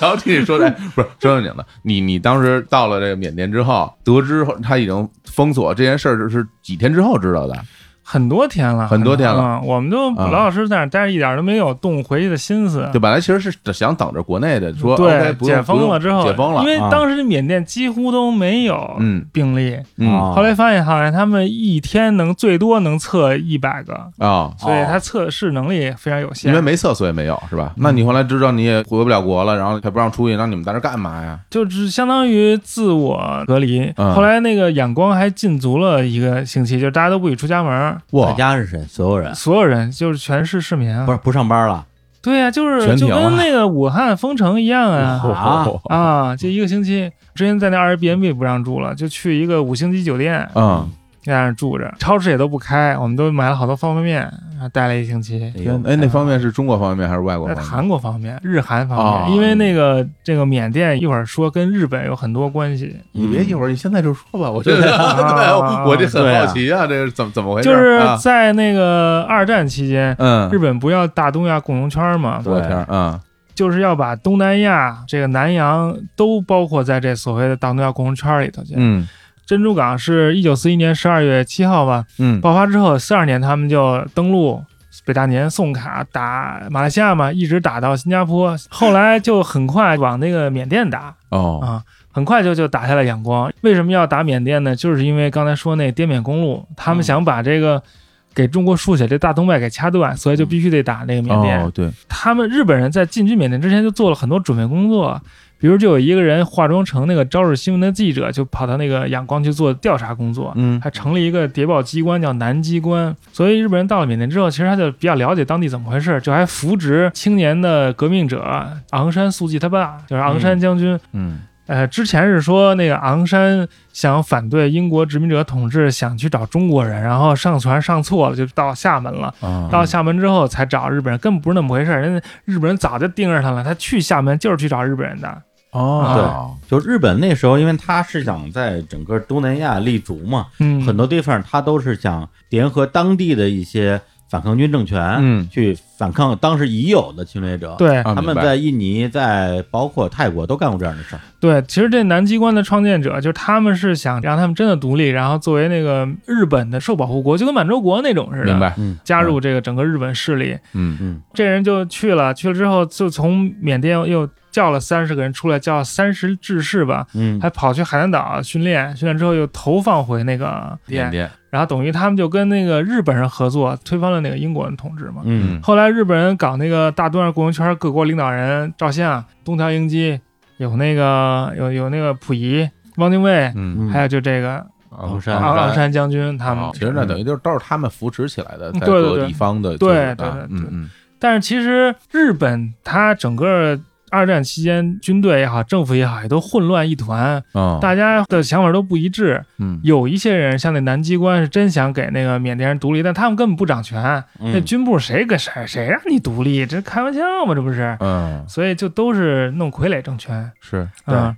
S1: 然后听你说的，哎不是说正经的，你你当时到了这个缅甸之后，得知他已经封锁这件事儿是几天之后知道的，
S3: 很多天了，
S1: 很多天了啊
S3: 嗯我们就老老实实在那儿待着，一点都没有动回去的心思。
S1: 就本来其实是想等着国内的说
S3: 嗯对
S1: OK，，不用
S3: 解封了之后，
S1: 不用解封了，
S3: 因为
S2: 啊
S3: 当时缅甸几乎都没有
S1: 嗯
S3: 病例，
S1: 嗯
S2: 啊
S3: 后来发现好像他们一天能最多能测一百个，
S1: 啊，
S3: 所以他测试能力非常有限。
S1: 因为没测所以没有是吧？那你后来知道你也回不了国了，然后还不让出去，那你们在这干嘛呀？
S3: 就是相当于自我隔离。
S1: 嗯
S3: 后来那个仰光还禁足了一个星期，就是大家都不许出家门，
S2: 大
S1: 哇
S2: 家是谁？所有人
S3: 所有人就是全市市民啊
S2: 不。是不上班了，
S3: 对呀、就是
S1: 全啊
S3: 就
S1: 停了
S3: 跟那个武汉封城一
S1: <laughs>
S3: 样啊。
S1: 哦
S2: 啊
S3: 啊，就一个星期，之前在那 Airbnb 不让住了，就去一个五星级酒店，
S1: 嗯，
S3: 在那儿住着，超市也都不开，我们都买了好多方便面，然后待了一星期。
S2: 哎呦
S1: 天，哎，那方面是中国方面还是外国
S3: 在
S1: 方面？
S3: 韩国方面，日韩方
S1: 哦
S3: 面，因为那个这个缅甸一会儿说跟日本有很多关系，
S1: 你别一会儿，你现在就说吧，我觉
S2: 对
S1: 得
S3: 啊
S1: 嗯 <laughs> 对，我这
S2: 对
S1: 很
S2: 啊
S1: 好奇啊，这是怎么怎么回事？
S3: 就是
S1: 啊
S3: 在那个二战期间，
S1: 嗯
S3: 日，本不要大东亚共荣圈嘛，
S2: 对
S1: 我天儿，嗯
S3: 就是要把东南亚这个南洋都包括在这所谓的大东亚共荣圈里头去。
S1: 嗯
S3: 珍珠港是一九四一年十二月七号吧
S1: 嗯，
S3: 爆发之后，四二年他们就登陆。北大年送卡打马来西亚嘛，一直打到新加坡，后来就很快往那个缅甸打，
S1: 哦，
S3: 啊，很快就就打下了仰光。为什么要打缅甸呢？就是因为刚才说那滇缅公路，他们
S2: 嗯
S3: 想把这个给中国竖起来这大动脉给掐断，所以就必须得打那个缅甸。
S1: 哦，对，
S3: 他们日本人在进军缅甸之前就做了很多准备工作，比如就有一个人化妆成那个朝日新闻的记者，就跑到那个仰光去做调查工作。
S1: 嗯
S3: 还成立一个谍报机关叫南机关，所以日本人到了缅甸之后，其实他就比较了解当地怎么回事，就还扶植青年的革命者昂山素季他爸，就是昂山将军，
S1: 嗯
S3: 呃，之前是说那个昂山想反对英国殖民者统治，想去找中国人，然后上船上错了，就到厦门了。
S1: 啊，
S3: 到厦门之后才找日本人，根本不是那么回事儿。人家日本人早就盯着他了，他去厦门就是去找日本人的。
S1: 哦，
S2: 就日本那时候，因为他是想在整个东南亚立足嘛，
S3: 嗯，
S2: 很多地方他都是想联合当地的一些反抗军政权，
S1: 嗯
S2: 去反抗当时已有的侵略者。，
S3: 对
S1: 啊
S2: 他
S1: 明
S2: 们
S1: 白
S2: 在印尼，在包括泰国都干过这样的事儿。
S3: 对，其实这南机关的创建者，就是他们是想让他们真的独立，然后作为那个日本的受保护国，就跟满洲国那种似的，
S1: 明白，
S2: 嗯
S3: 加入这个整个日本势力。
S1: 嗯
S2: 嗯，
S3: 这人就去了，去了之后就从缅甸又叫了三十个人出来，叫三十志士吧，
S2: 嗯，
S3: 还跑去海南岛训练，训练之后又投放回那个
S1: 缅
S3: 缅甸，
S1: 甸，
S3: 然后等于他们就跟那个日本人合作，推翻了那个英国人统治嘛。
S2: 嗯，
S3: 后来日本人搞那个大东亚共荣圈，各国领导人照相，东条英机，有那个有有那个溥仪、汪精卫，
S1: 嗯，
S3: 还有就这个
S1: 昂
S2: 嗯
S3: 昂昂山将军他们。
S1: 哦其实那等于就是都是他们扶持起来的，在
S3: 对对
S1: 各
S3: 对
S1: 地方的
S3: 对
S1: 组织
S3: 对
S1: 的
S3: 对
S1: 嗯嗯
S3: 但是其实日本它整个二战期间，军队也好，政府也好，也都混乱一团，
S1: 哦，
S3: 大家的想法都不一致。
S1: 嗯
S3: 有一些人像那南机关是真想给那个缅甸人独立，但他们根本不掌权，那
S2: 嗯
S3: 军部谁跟谁谁让你独立？这开玩笑吗？这不是？
S1: 嗯
S3: 所以就都是弄傀儡政权。
S1: 是
S3: 嗯，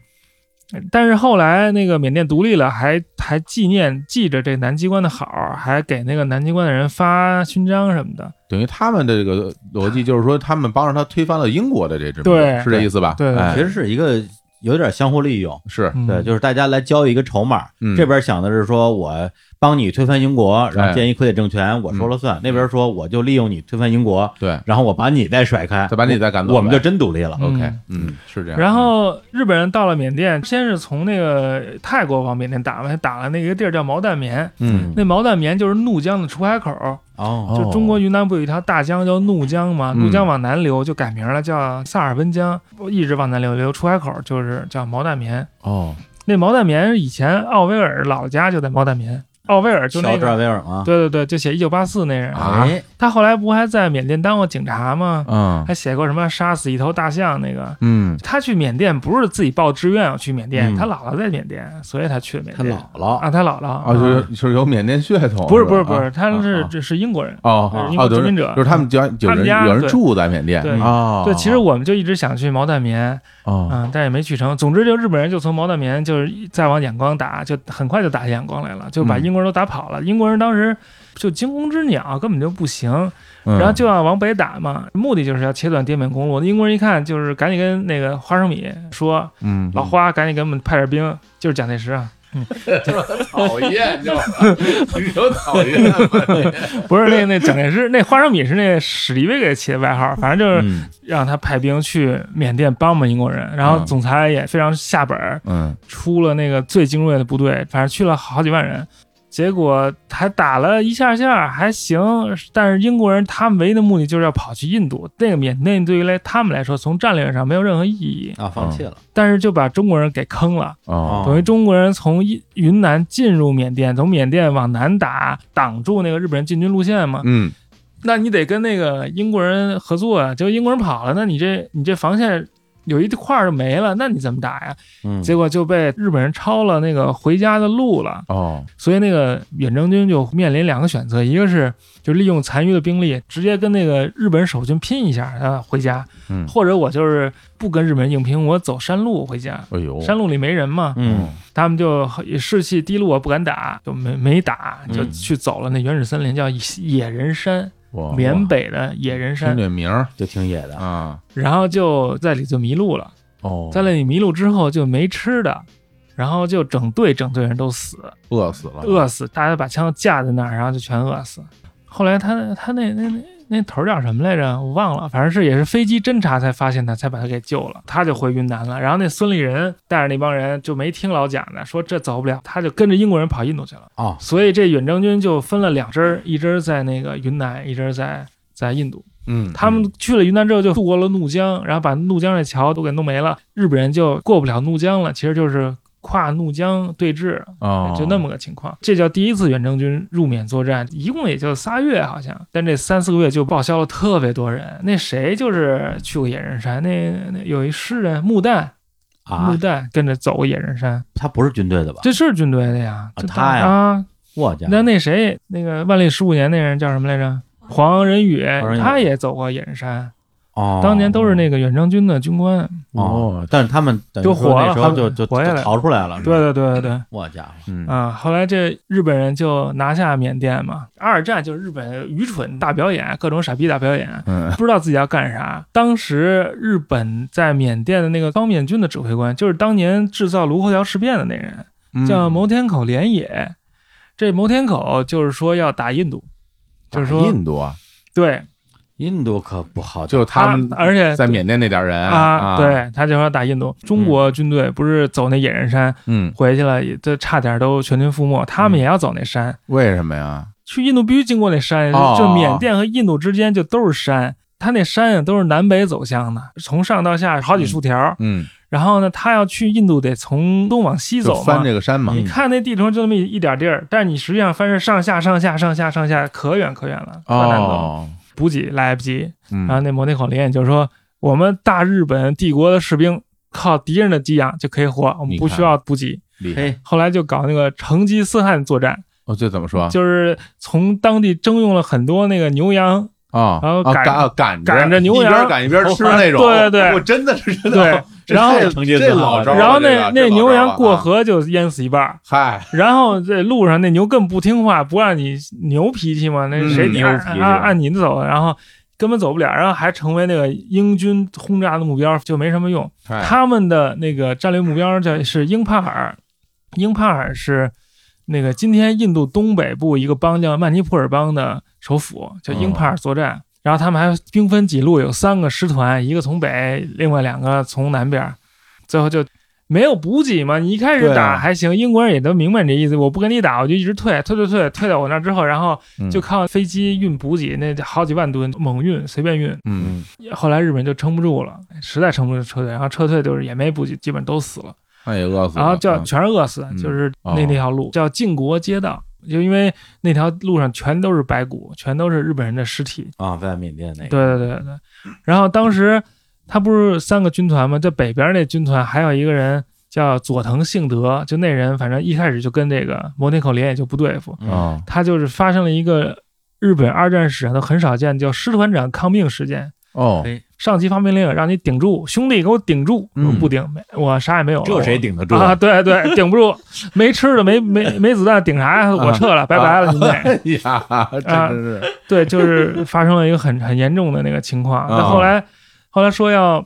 S3: 但是后来那个缅甸独立了，还还纪念记着这南机关的好，还给那个南机关的人发勋章什么的。
S1: 等于他们的这个逻辑就是说，他们帮着他推翻了英国的这支，
S3: 对
S1: 是这意思吧？
S3: 对对
S1: 哎
S2: 其实是一个有点相互利用。
S1: 是
S3: 嗯、
S2: 对，就是大家来交易一个筹码，
S1: 嗯
S2: 这边想的是说我帮你推翻英国，然后建一傀儡政权，我说了算；那边说我就利用你推翻英国，
S1: 嗯对，
S2: 然后我把你再甩开，
S1: 再把你再赶走呗，
S2: 我们就真独立了。
S3: 嗯
S1: OK，嗯，是这样。
S3: 然后日本人到了缅甸，先是从那个泰国往缅甸打嘛，打了那个地儿叫毛淡棉。
S1: 嗯，
S3: 那毛淡棉就是怒江的出海口，
S2: 哦，
S1: 哦
S3: 就中国云南不有一条大江叫怒江吗？
S1: 嗯
S3: 怒江往南流就改名了，叫萨尔温江，一直往南流，流出海口就是叫毛淡棉。
S1: 哦，
S3: 那毛淡棉以前奥威尔老家就在毛淡棉，奥威尔就那
S2: 乔治
S3: 个
S2: 亚，威尔嘛，
S3: 对对对，就写一九八四那人，
S1: 啊
S2: 哎，
S3: 他后来不还在缅甸当过警察吗？
S1: 嗯
S3: 还写过什么杀死一头大象那个，
S1: 嗯，
S3: 他去缅甸不是自己报志愿要去缅甸，
S2: 嗯
S3: 他姥姥在缅甸，所以他去了缅
S2: 他
S3: 甸。
S2: 姥姥，
S3: 啊，他姥姥
S1: 啊，就是是有缅甸血统，
S3: 不是不
S1: 是
S3: 是
S1: 吧
S3: 不是，
S1: 啊
S3: 他是
S1: 啊
S3: 这是英国人。
S1: 哦
S3: 英
S1: 哦，
S3: 国
S1: 就
S3: 殖
S1: 是
S3: 民者嗯
S1: 就是他们家有
S3: 他
S1: 人
S3: 们家
S1: 有人
S3: 对
S1: 住在缅甸
S3: 对
S2: 嗯
S1: 哦，
S3: 对，其实我们就一直想去毛淡棉，
S1: 哦
S3: 嗯，但也没去成。总之，就日本人就从毛淡棉就是一再往仰光打，就很快就打下仰光来了，就把
S1: 嗯
S3: 英国人都打跑了。英国人当时就惊弓之鸟，根本就不行，
S1: 嗯
S3: 然后就要往北打嘛，目的就是要切断滇缅公路。英国人一看，就是赶紧跟那个花生米说，
S1: 嗯
S3: 老花赶紧给我们派点兵，就是蒋介石啊，
S1: <laughs> 讨厌就你就讨厌
S3: 不是那那蒋介石，那花生米是那史迪威给起的外号，反正就是
S2: 嗯，
S3: 让他派兵去缅甸帮我们英国人。然后
S1: 嗯
S3: 总裁也非常下本儿，
S1: 嗯
S3: 出了那个最精锐的部队，反正去了好几万人。结果还打了一下下，还行，但是英国人他们唯一的目的就是要跑去印度，那个缅甸对于来他们来说，从战略上没有任何意义，
S2: 啊，放弃了，
S3: 但是就把中国人给坑了。
S1: 哦
S3: 等于中国人从印云啊南进入缅甸，从缅甸往南打，挡住那个日本人进军路线嘛。
S1: 嗯
S3: 那你得跟那个英国人合作啊，结果英国人跑了，那你这你这防线有一块儿就没了，那你怎么打呀？
S2: 嗯，
S3: 结果就被日本人抄了那个回家的路了。
S1: 哦，
S3: 所以那个远征军就面临两个选择，一个是就利用残余的兵力直接跟那个日本守军拼一下啊回家，
S2: 嗯
S3: 或者我就是不跟日本人硬拼，我走山路回家。
S1: 哎呦，哦
S3: 山路里没人嘛，
S2: 哦嗯
S3: 他们就士气低落，不敢打，就没没打，
S2: 嗯
S3: 就去走了那原始森林，叫野人山，
S1: 哦哇
S3: 缅北的野人
S1: 听
S3: 山，
S1: 这名儿
S2: 就挺野
S3: 嗯
S2: 的，
S1: 啊，
S3: 然后就在里就迷路了，
S1: 哦，
S3: 在那里迷路之后就没吃的，然后就整队整队人都死，
S1: 饿死了，
S3: 饿死，大家把枪架在那儿，然后就全饿死。后来他他那那那那头儿叫什么来着？我忘了，反正是也是飞机侦察才发现他，才把他给救了，他就回云南了。然后那孙立人带着那帮人就没听老蒋的，说这走不了，他就跟着英国人跑印度去了。
S2: 哦
S3: 所以这远征军就分了两支儿，一支儿在那个云南，一支儿在在印度。
S1: 嗯，
S3: 他们去了云南之后，就渡过了怒江，然后把怒江这桥都给弄没了，日本人就过不了怒江了，其实就是跨怒江对峙。
S1: 啊，
S2: 哦
S3: 就那么个情况。这叫第一次远征军入缅作战，一共也就仨月好像，但这三四个月就报销了特别多人。那谁就是去过野人山，那那有一诗人穆旦，
S2: 啊
S3: 穆，旦跟着走过野人山，
S2: 他不是军队的吧？
S3: 这是军队的呀，
S2: 啊
S3: 这
S2: 他呀
S3: 啊，
S2: 我家伙
S3: 那那谁那个万历十五年那人叫什么来着？黄仁宇
S2: 黄仁，宇
S3: 他也走过野人山，
S2: 哦，
S3: 当年都是那个远征军的军官。
S2: 哦，但是他们等于
S3: 就
S2: 说
S3: 活
S2: 那
S3: 了
S2: 时候
S3: 他
S2: 就
S3: 们
S2: 就
S3: 活下
S2: 就
S3: 来了
S2: 逃出来了，是吧
S3: 对对对对对。
S2: 我家伙，
S1: 嗯
S3: 啊，后来这日本人就拿下缅甸嘛。二战就是日本愚蠢大表演，各种傻逼大表演，
S1: 嗯
S3: 不知道自己要干啥。当时日本在缅甸的那个方面军的指挥官，就是当年制造卢沟桥事变的那人，
S1: 嗯
S3: 叫牟天口连野。这牟天口就是说要打印度，就是说
S1: 打印度啊，
S3: 对
S2: 印度可不好打，
S1: 就他们
S3: 而且
S1: 在缅甸那点儿人
S3: 啊，，对他就说要打印度。中国军队不是走那野人山
S1: 嗯，
S3: 回去了，也这差点都全军覆没，他们也要走那山。
S1: 为什么呀？
S3: 去印度必须经过那山，
S1: 嗯哦
S3: 就缅甸和印度之间就都是山，它那山呀都是南北走向的，从上到下好几竖条。
S1: 嗯，
S3: 然后呢，他要去印度得从东往西
S1: 就
S3: 走嘛
S1: 翻。这个山嘛，
S3: 你看那地图上就那么一一点地儿，但是你实际上翻是上下上下上下上下，可远可远了，可难走，啊
S1: 哦，
S3: 补给来不及。
S1: 嗯
S3: 然后那摩内口林也就说，我们大日本帝国的士兵靠敌人的给养就可以活，我们
S1: 你
S3: 不
S1: 看
S3: 需要补给。
S1: 厉害，
S2: 嘿，
S3: 后来就搞那个成吉思汗作战，
S1: 哦，这怎么说？
S3: 就是从当地征用了很多那个牛羊，
S1: 啊，
S3: 然后
S1: 啊
S3: 赶
S1: 赶赶
S3: 赶着牛
S1: 一边
S3: 羊
S1: 赶一边吃那种，
S3: <laughs> 对对对
S1: 我真的是真
S3: 对
S1: 的，，这
S3: <laughs> 然后
S1: 太
S2: 成吉思
S1: 这
S2: 汗
S1: 老招儿了，
S3: 然后
S1: 这个
S3: 那那
S1: 这老
S3: 牛
S1: 招儿
S3: 羊
S1: 了
S3: 过
S1: 啊，
S3: 河就淹死一半儿，
S1: 嗨，
S3: 然后这路上那牛更不听话，不让你牛脾气嘛，那
S1: 嗯
S3: 谁
S2: 牛
S3: 按
S2: 脾气
S3: 按按你的走，然后根本走不了，然后还成为那个英军轰炸的目标，就没什么用。
S1: 嗨
S3: 他们的那个战略目标叫是英帕尔，英帕尔是那个今天印度东北部一个邦叫曼尼普尔邦的首府，叫英帕尔作战。然后他们还兵分几路，有三个师团，一个从北，另外两个从南边。最后就没有补给嘛，你一开始
S1: 对啊
S3: 打还行，英国人也都明白你这意思，我不跟你打，我就一直退，退退退，退到我那儿之后，然后
S1: 嗯
S3: 就靠飞机运补给，那好几万吨猛运，随便运，
S1: 嗯，
S3: 后来日本就撑不住了，实在撑不住撤退，然后撤退就是也没补给，基本都死了，
S1: 那也饿死了，
S3: 然后叫
S1: 嗯
S3: 全是饿死，
S1: 嗯
S3: 就是
S1: 哦
S3: 那那条路叫靖国街道，就因为那条路上全都是白骨，全都是日本人的尸体。
S2: 啊，在缅甸那个，
S3: 对对对对，然后当时他不是三个军团吗？在北边那军团还有一个人叫佐藤幸德，就那人反正一开始就跟这个摩天口连也就不对哦付，
S2: 嗯，
S1: 啊
S3: 他就是发生了一个日本二战史上都很少见的叫师团长抗命事件。
S1: 哦，
S3: 上级发命令让你顶住，兄弟给我顶住，
S1: 嗯
S3: 我不顶，没我啥也没有了。
S2: 这谁顶得住
S3: 我啊？？对对， <laughs> 顶不住，没吃的，没没没子弹，顶啥
S2: 啊
S3: 呀？我撤了，拜拜了，你们
S2: <laughs>
S3: 得。
S1: 哎
S3: 啊
S1: 呀，真真是
S3: 对，就是发生了一个很很严重的那个情况。那
S1: 啊
S3: 后来，后来说要，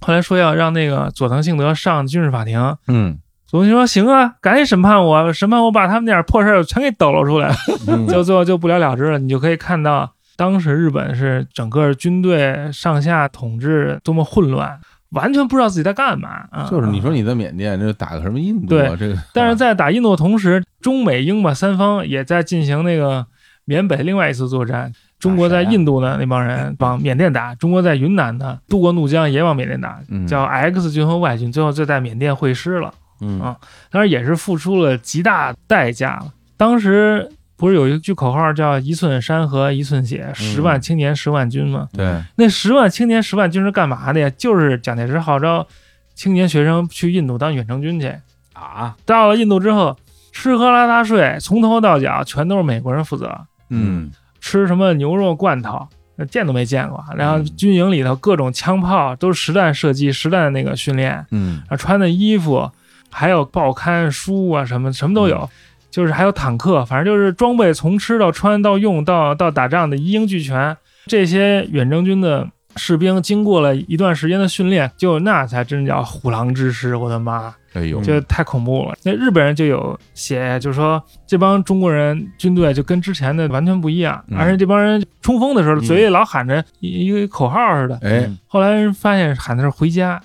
S3: 后来说要让那个佐藤幸德上军事法庭。
S1: 嗯，
S3: 佐藤幸德说行啊，赶紧审判我，审判我把他们那点破事儿全给抖搂出来。
S2: 嗯
S3: 就最后就不了了之了。你就可以看到，当时日本是整个军队上下统治多么混乱，完全不知道自己在干嘛啊！
S1: 就是你，说你在缅甸，这打个什么印度啊？
S3: 对
S1: 这个，
S3: 但是在打印度的同时，中美英吧三方也在进行那个缅北另外一次作战。中国
S1: 啊
S3: 在印度的那帮
S1: 嗯
S3: 人往缅甸打，中国在云南的渡过怒江也往缅甸打，
S1: 嗯
S3: 叫 X 军和 Y 军，最后就在缅甸 <laughs> 会师了。
S2: 嗯
S3: 啊当然也是付出了极大代价了。当时不是有一句口号叫“一寸山河一寸血，十万青年十万军”吗？
S2: 对，
S3: 那十万青年十万军是干嘛的呀？就是蒋介石号召青年学生去印度当远征军去。
S2: 啊，
S3: 到了印度之后，吃喝拉撒睡从头到脚全都是美国人负责，
S2: 嗯，
S3: 吃什么牛肉罐头。呃见都没见过，然后
S2: 嗯
S3: 军营里头各种枪炮都是实弹射击、实弹那个训练，
S2: 嗯，
S3: 啊，穿的衣服，还有报刊、书啊，什么什么都有，就是还有坦克，反正就是装备从吃到穿到用到到打仗的一应俱全。这些远征军的士兵经过了一段时间的训练，就那才真叫虎狼之师，我的妈，
S1: 哎呦，
S3: 这太恐怖了。那日本人就有写，就是说这帮中国人军队就跟之前的完全不一样，
S1: 嗯
S3: 而且这帮人冲锋的时候
S2: 嗯
S3: 嘴里老喊着一一个口号似的，
S1: 哎，
S3: 后来人发现喊的是回家，
S1: 啊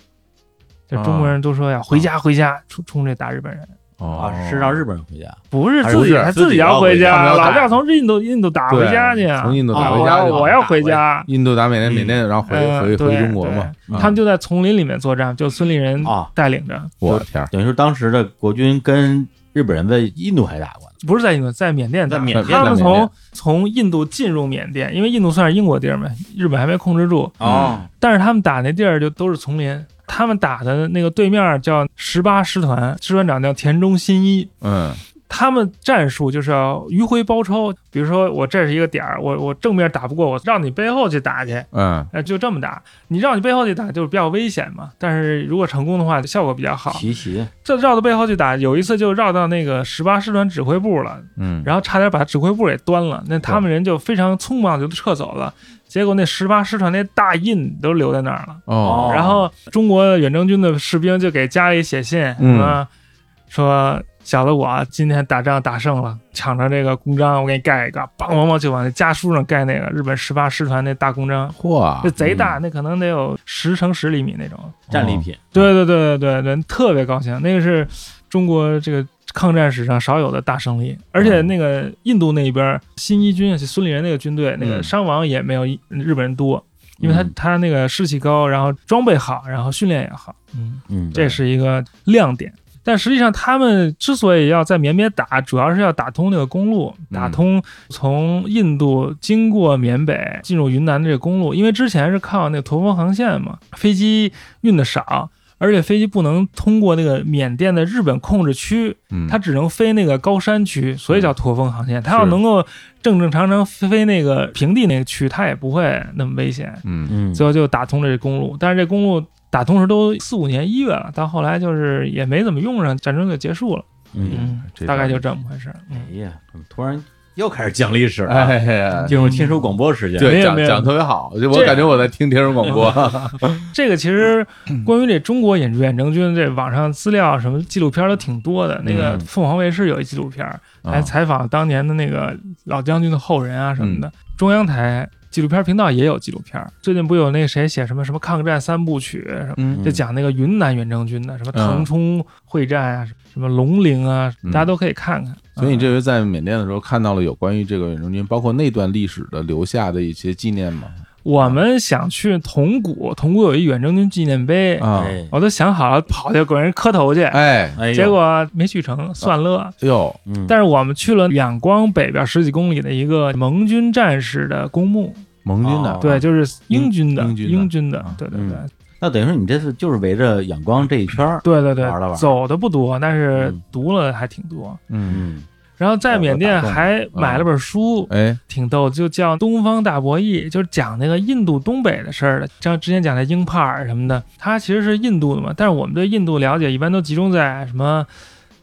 S3: 就中国人都说要回家回家，冲冲这打日本人，
S1: 哦
S2: 啊，，是让日本人回家，
S3: 不是
S2: 还是
S3: 自己
S2: 不是
S3: 还
S2: 自己
S3: 己
S2: 要
S3: 回
S2: 回家
S1: 他们要
S3: 老
S1: 打
S3: 要从印度印度打
S1: 对
S3: 回家去啊！
S1: 从印度打
S2: 哦
S1: 回
S3: 我
S1: 家
S3: 要
S1: 去了，
S3: 我要回家，
S1: 印度打缅甸，缅甸然后回
S3: 嗯
S1: 回
S3: 对
S1: 回中国嘛，啊哦
S3: 对他们就在丛林里面作战，就孙立人
S2: 啊
S3: 带领着，
S1: 我天儿，
S2: 等于说当时的国军跟日本人在印度还打过呢，
S3: 不是在印度，在缅甸打
S2: 在缅
S1: 甸
S3: 他们
S1: 在缅甸
S3: 从从印度进入缅甸，因为印度算是英国地儿嘛，日本还没控制住，
S1: 哦，
S3: 但是他们打那地儿就都是丛林。他们打的那个对面叫十八师团，师团长叫田中新一，
S1: 嗯，
S3: 他们战术就是要迂回包抄，比如说我这是一个点儿，我我正面打不过，我让你背后去打去，
S1: 嗯，
S3: 呃，就这么打。你让你背后去打就是比较危险嘛，但是如果成功的话，效果比较好。
S2: 奇袭，
S3: 这绕到背后去打，有一次就绕到那个十八师团指挥部了，
S1: 嗯，
S3: 然后差点把指挥部给端了。那他们人就非常匆忙就撤走了，结果那十八师团那大印都留在那儿了。
S1: 哦，
S3: 然后中国远征军的士兵就给家里写信，
S1: 嗯
S3: 啊，说小子我今天打仗打胜了，抢着这个公章，我给你盖一个，梆梆梆就往那家书上盖那个日本十八师团那大公章，
S1: 嚯
S3: 那，贼大，那可能得有十乘十厘米那种。
S2: 战利品，
S3: 对对对对对，人特别高兴，那个是中国这个抗战史上少有的大胜利，而且那个印度那边新一军孙立人那个军队，那个
S1: 嗯
S3: 伤亡也没有一日本人多，因为他
S2: 嗯
S3: 他那个士气高，然后装备好，然后训练也好，嗯，
S2: 嗯，
S3: 这是一个亮点。但实际上，他们之所以要在缅北打，主要是要打通那个公路，
S1: 嗯
S3: 打通从印度经过缅北进入云南的这个公路，因为之前是靠那个驼峰航线嘛，飞机运的少，而且飞机不能通过那个缅甸的日本控制区，
S1: 嗯
S3: 它只能飞那个高山区，所以叫驼峰航线。它要
S1: 是
S3: 能够正正常常飞那个平地那个区，它也不会那么危险。
S1: 嗯，
S2: 嗯，
S3: 最后就打通了这公路，但是这公路打通时都四五年一月了，到后来就是也没怎么用上，战争就结束了。
S2: 嗯，
S3: 嗯
S1: 这，
S3: 大概
S1: 倒
S3: 就是这么回事。
S2: 哎
S3: 嗯，
S2: 呀，怎么突然又开始讲历史了？
S1: 哎呀。
S2: 进入听书广播时间，
S1: 对，
S3: 没有
S1: 讲
S3: 没有
S1: 讲得特别好，就我
S3: 这
S1: 感觉我在听天人广
S3: <laughs>
S1: 播。
S3: 这个其实关于这中国远远征军，这网上资料什么纪录片都挺多的。那个
S2: 嗯
S3: 凤凰卫视有一纪录片，还
S1: 啊
S3: 采访当年的那个老将军的后人啊什么的。中央台纪录片频道也有纪录片，最近不有那谁写什么什么抗战三部曲什么。
S1: 嗯
S3: 就讲那个云南远征军的，什么
S1: 嗯
S3: 腾冲会战啊，什么龙陵啊，
S1: 嗯
S3: 大家都可以看啊看。
S1: 所以你这回在缅甸的时候看到了有关于这个远征军，包括那段历史的留下的一些纪念嘛？
S3: 我们想去铜鼓，铜鼓有一远征军纪念碑，
S1: 啊，
S2: 哎，
S3: 我都想好了跑去给人磕头去，
S1: 哎
S2: 哎呦，
S3: 结果没去成，算了。
S1: 呦，
S2: 嗯，
S3: 但是我们去了仰光北边十几公里的一个盟军战士的公墓，
S1: 盟军的
S2: 哦
S3: 对，就是英军的，
S1: 啊英军的
S3: 英军的
S1: 啊，
S3: 对对对
S2: 嗯，那等于说你这次就是围着仰光这一圈儿，
S3: 对对对
S2: 玩了玩，
S3: 走的不多，但是
S2: 嗯
S3: 读了还挺多。
S1: 嗯，
S2: 嗯，
S3: 然后在缅
S2: 打
S3: 甸
S2: 动了
S3: 还买了本书，
S1: 哎，
S3: 挺逗，就叫《东方大博弈》，就是讲那个印度东北的事儿的。像之前讲的英帕尔什么的，它其实是印度的嘛，但是我们对印度了解一般都集中在什么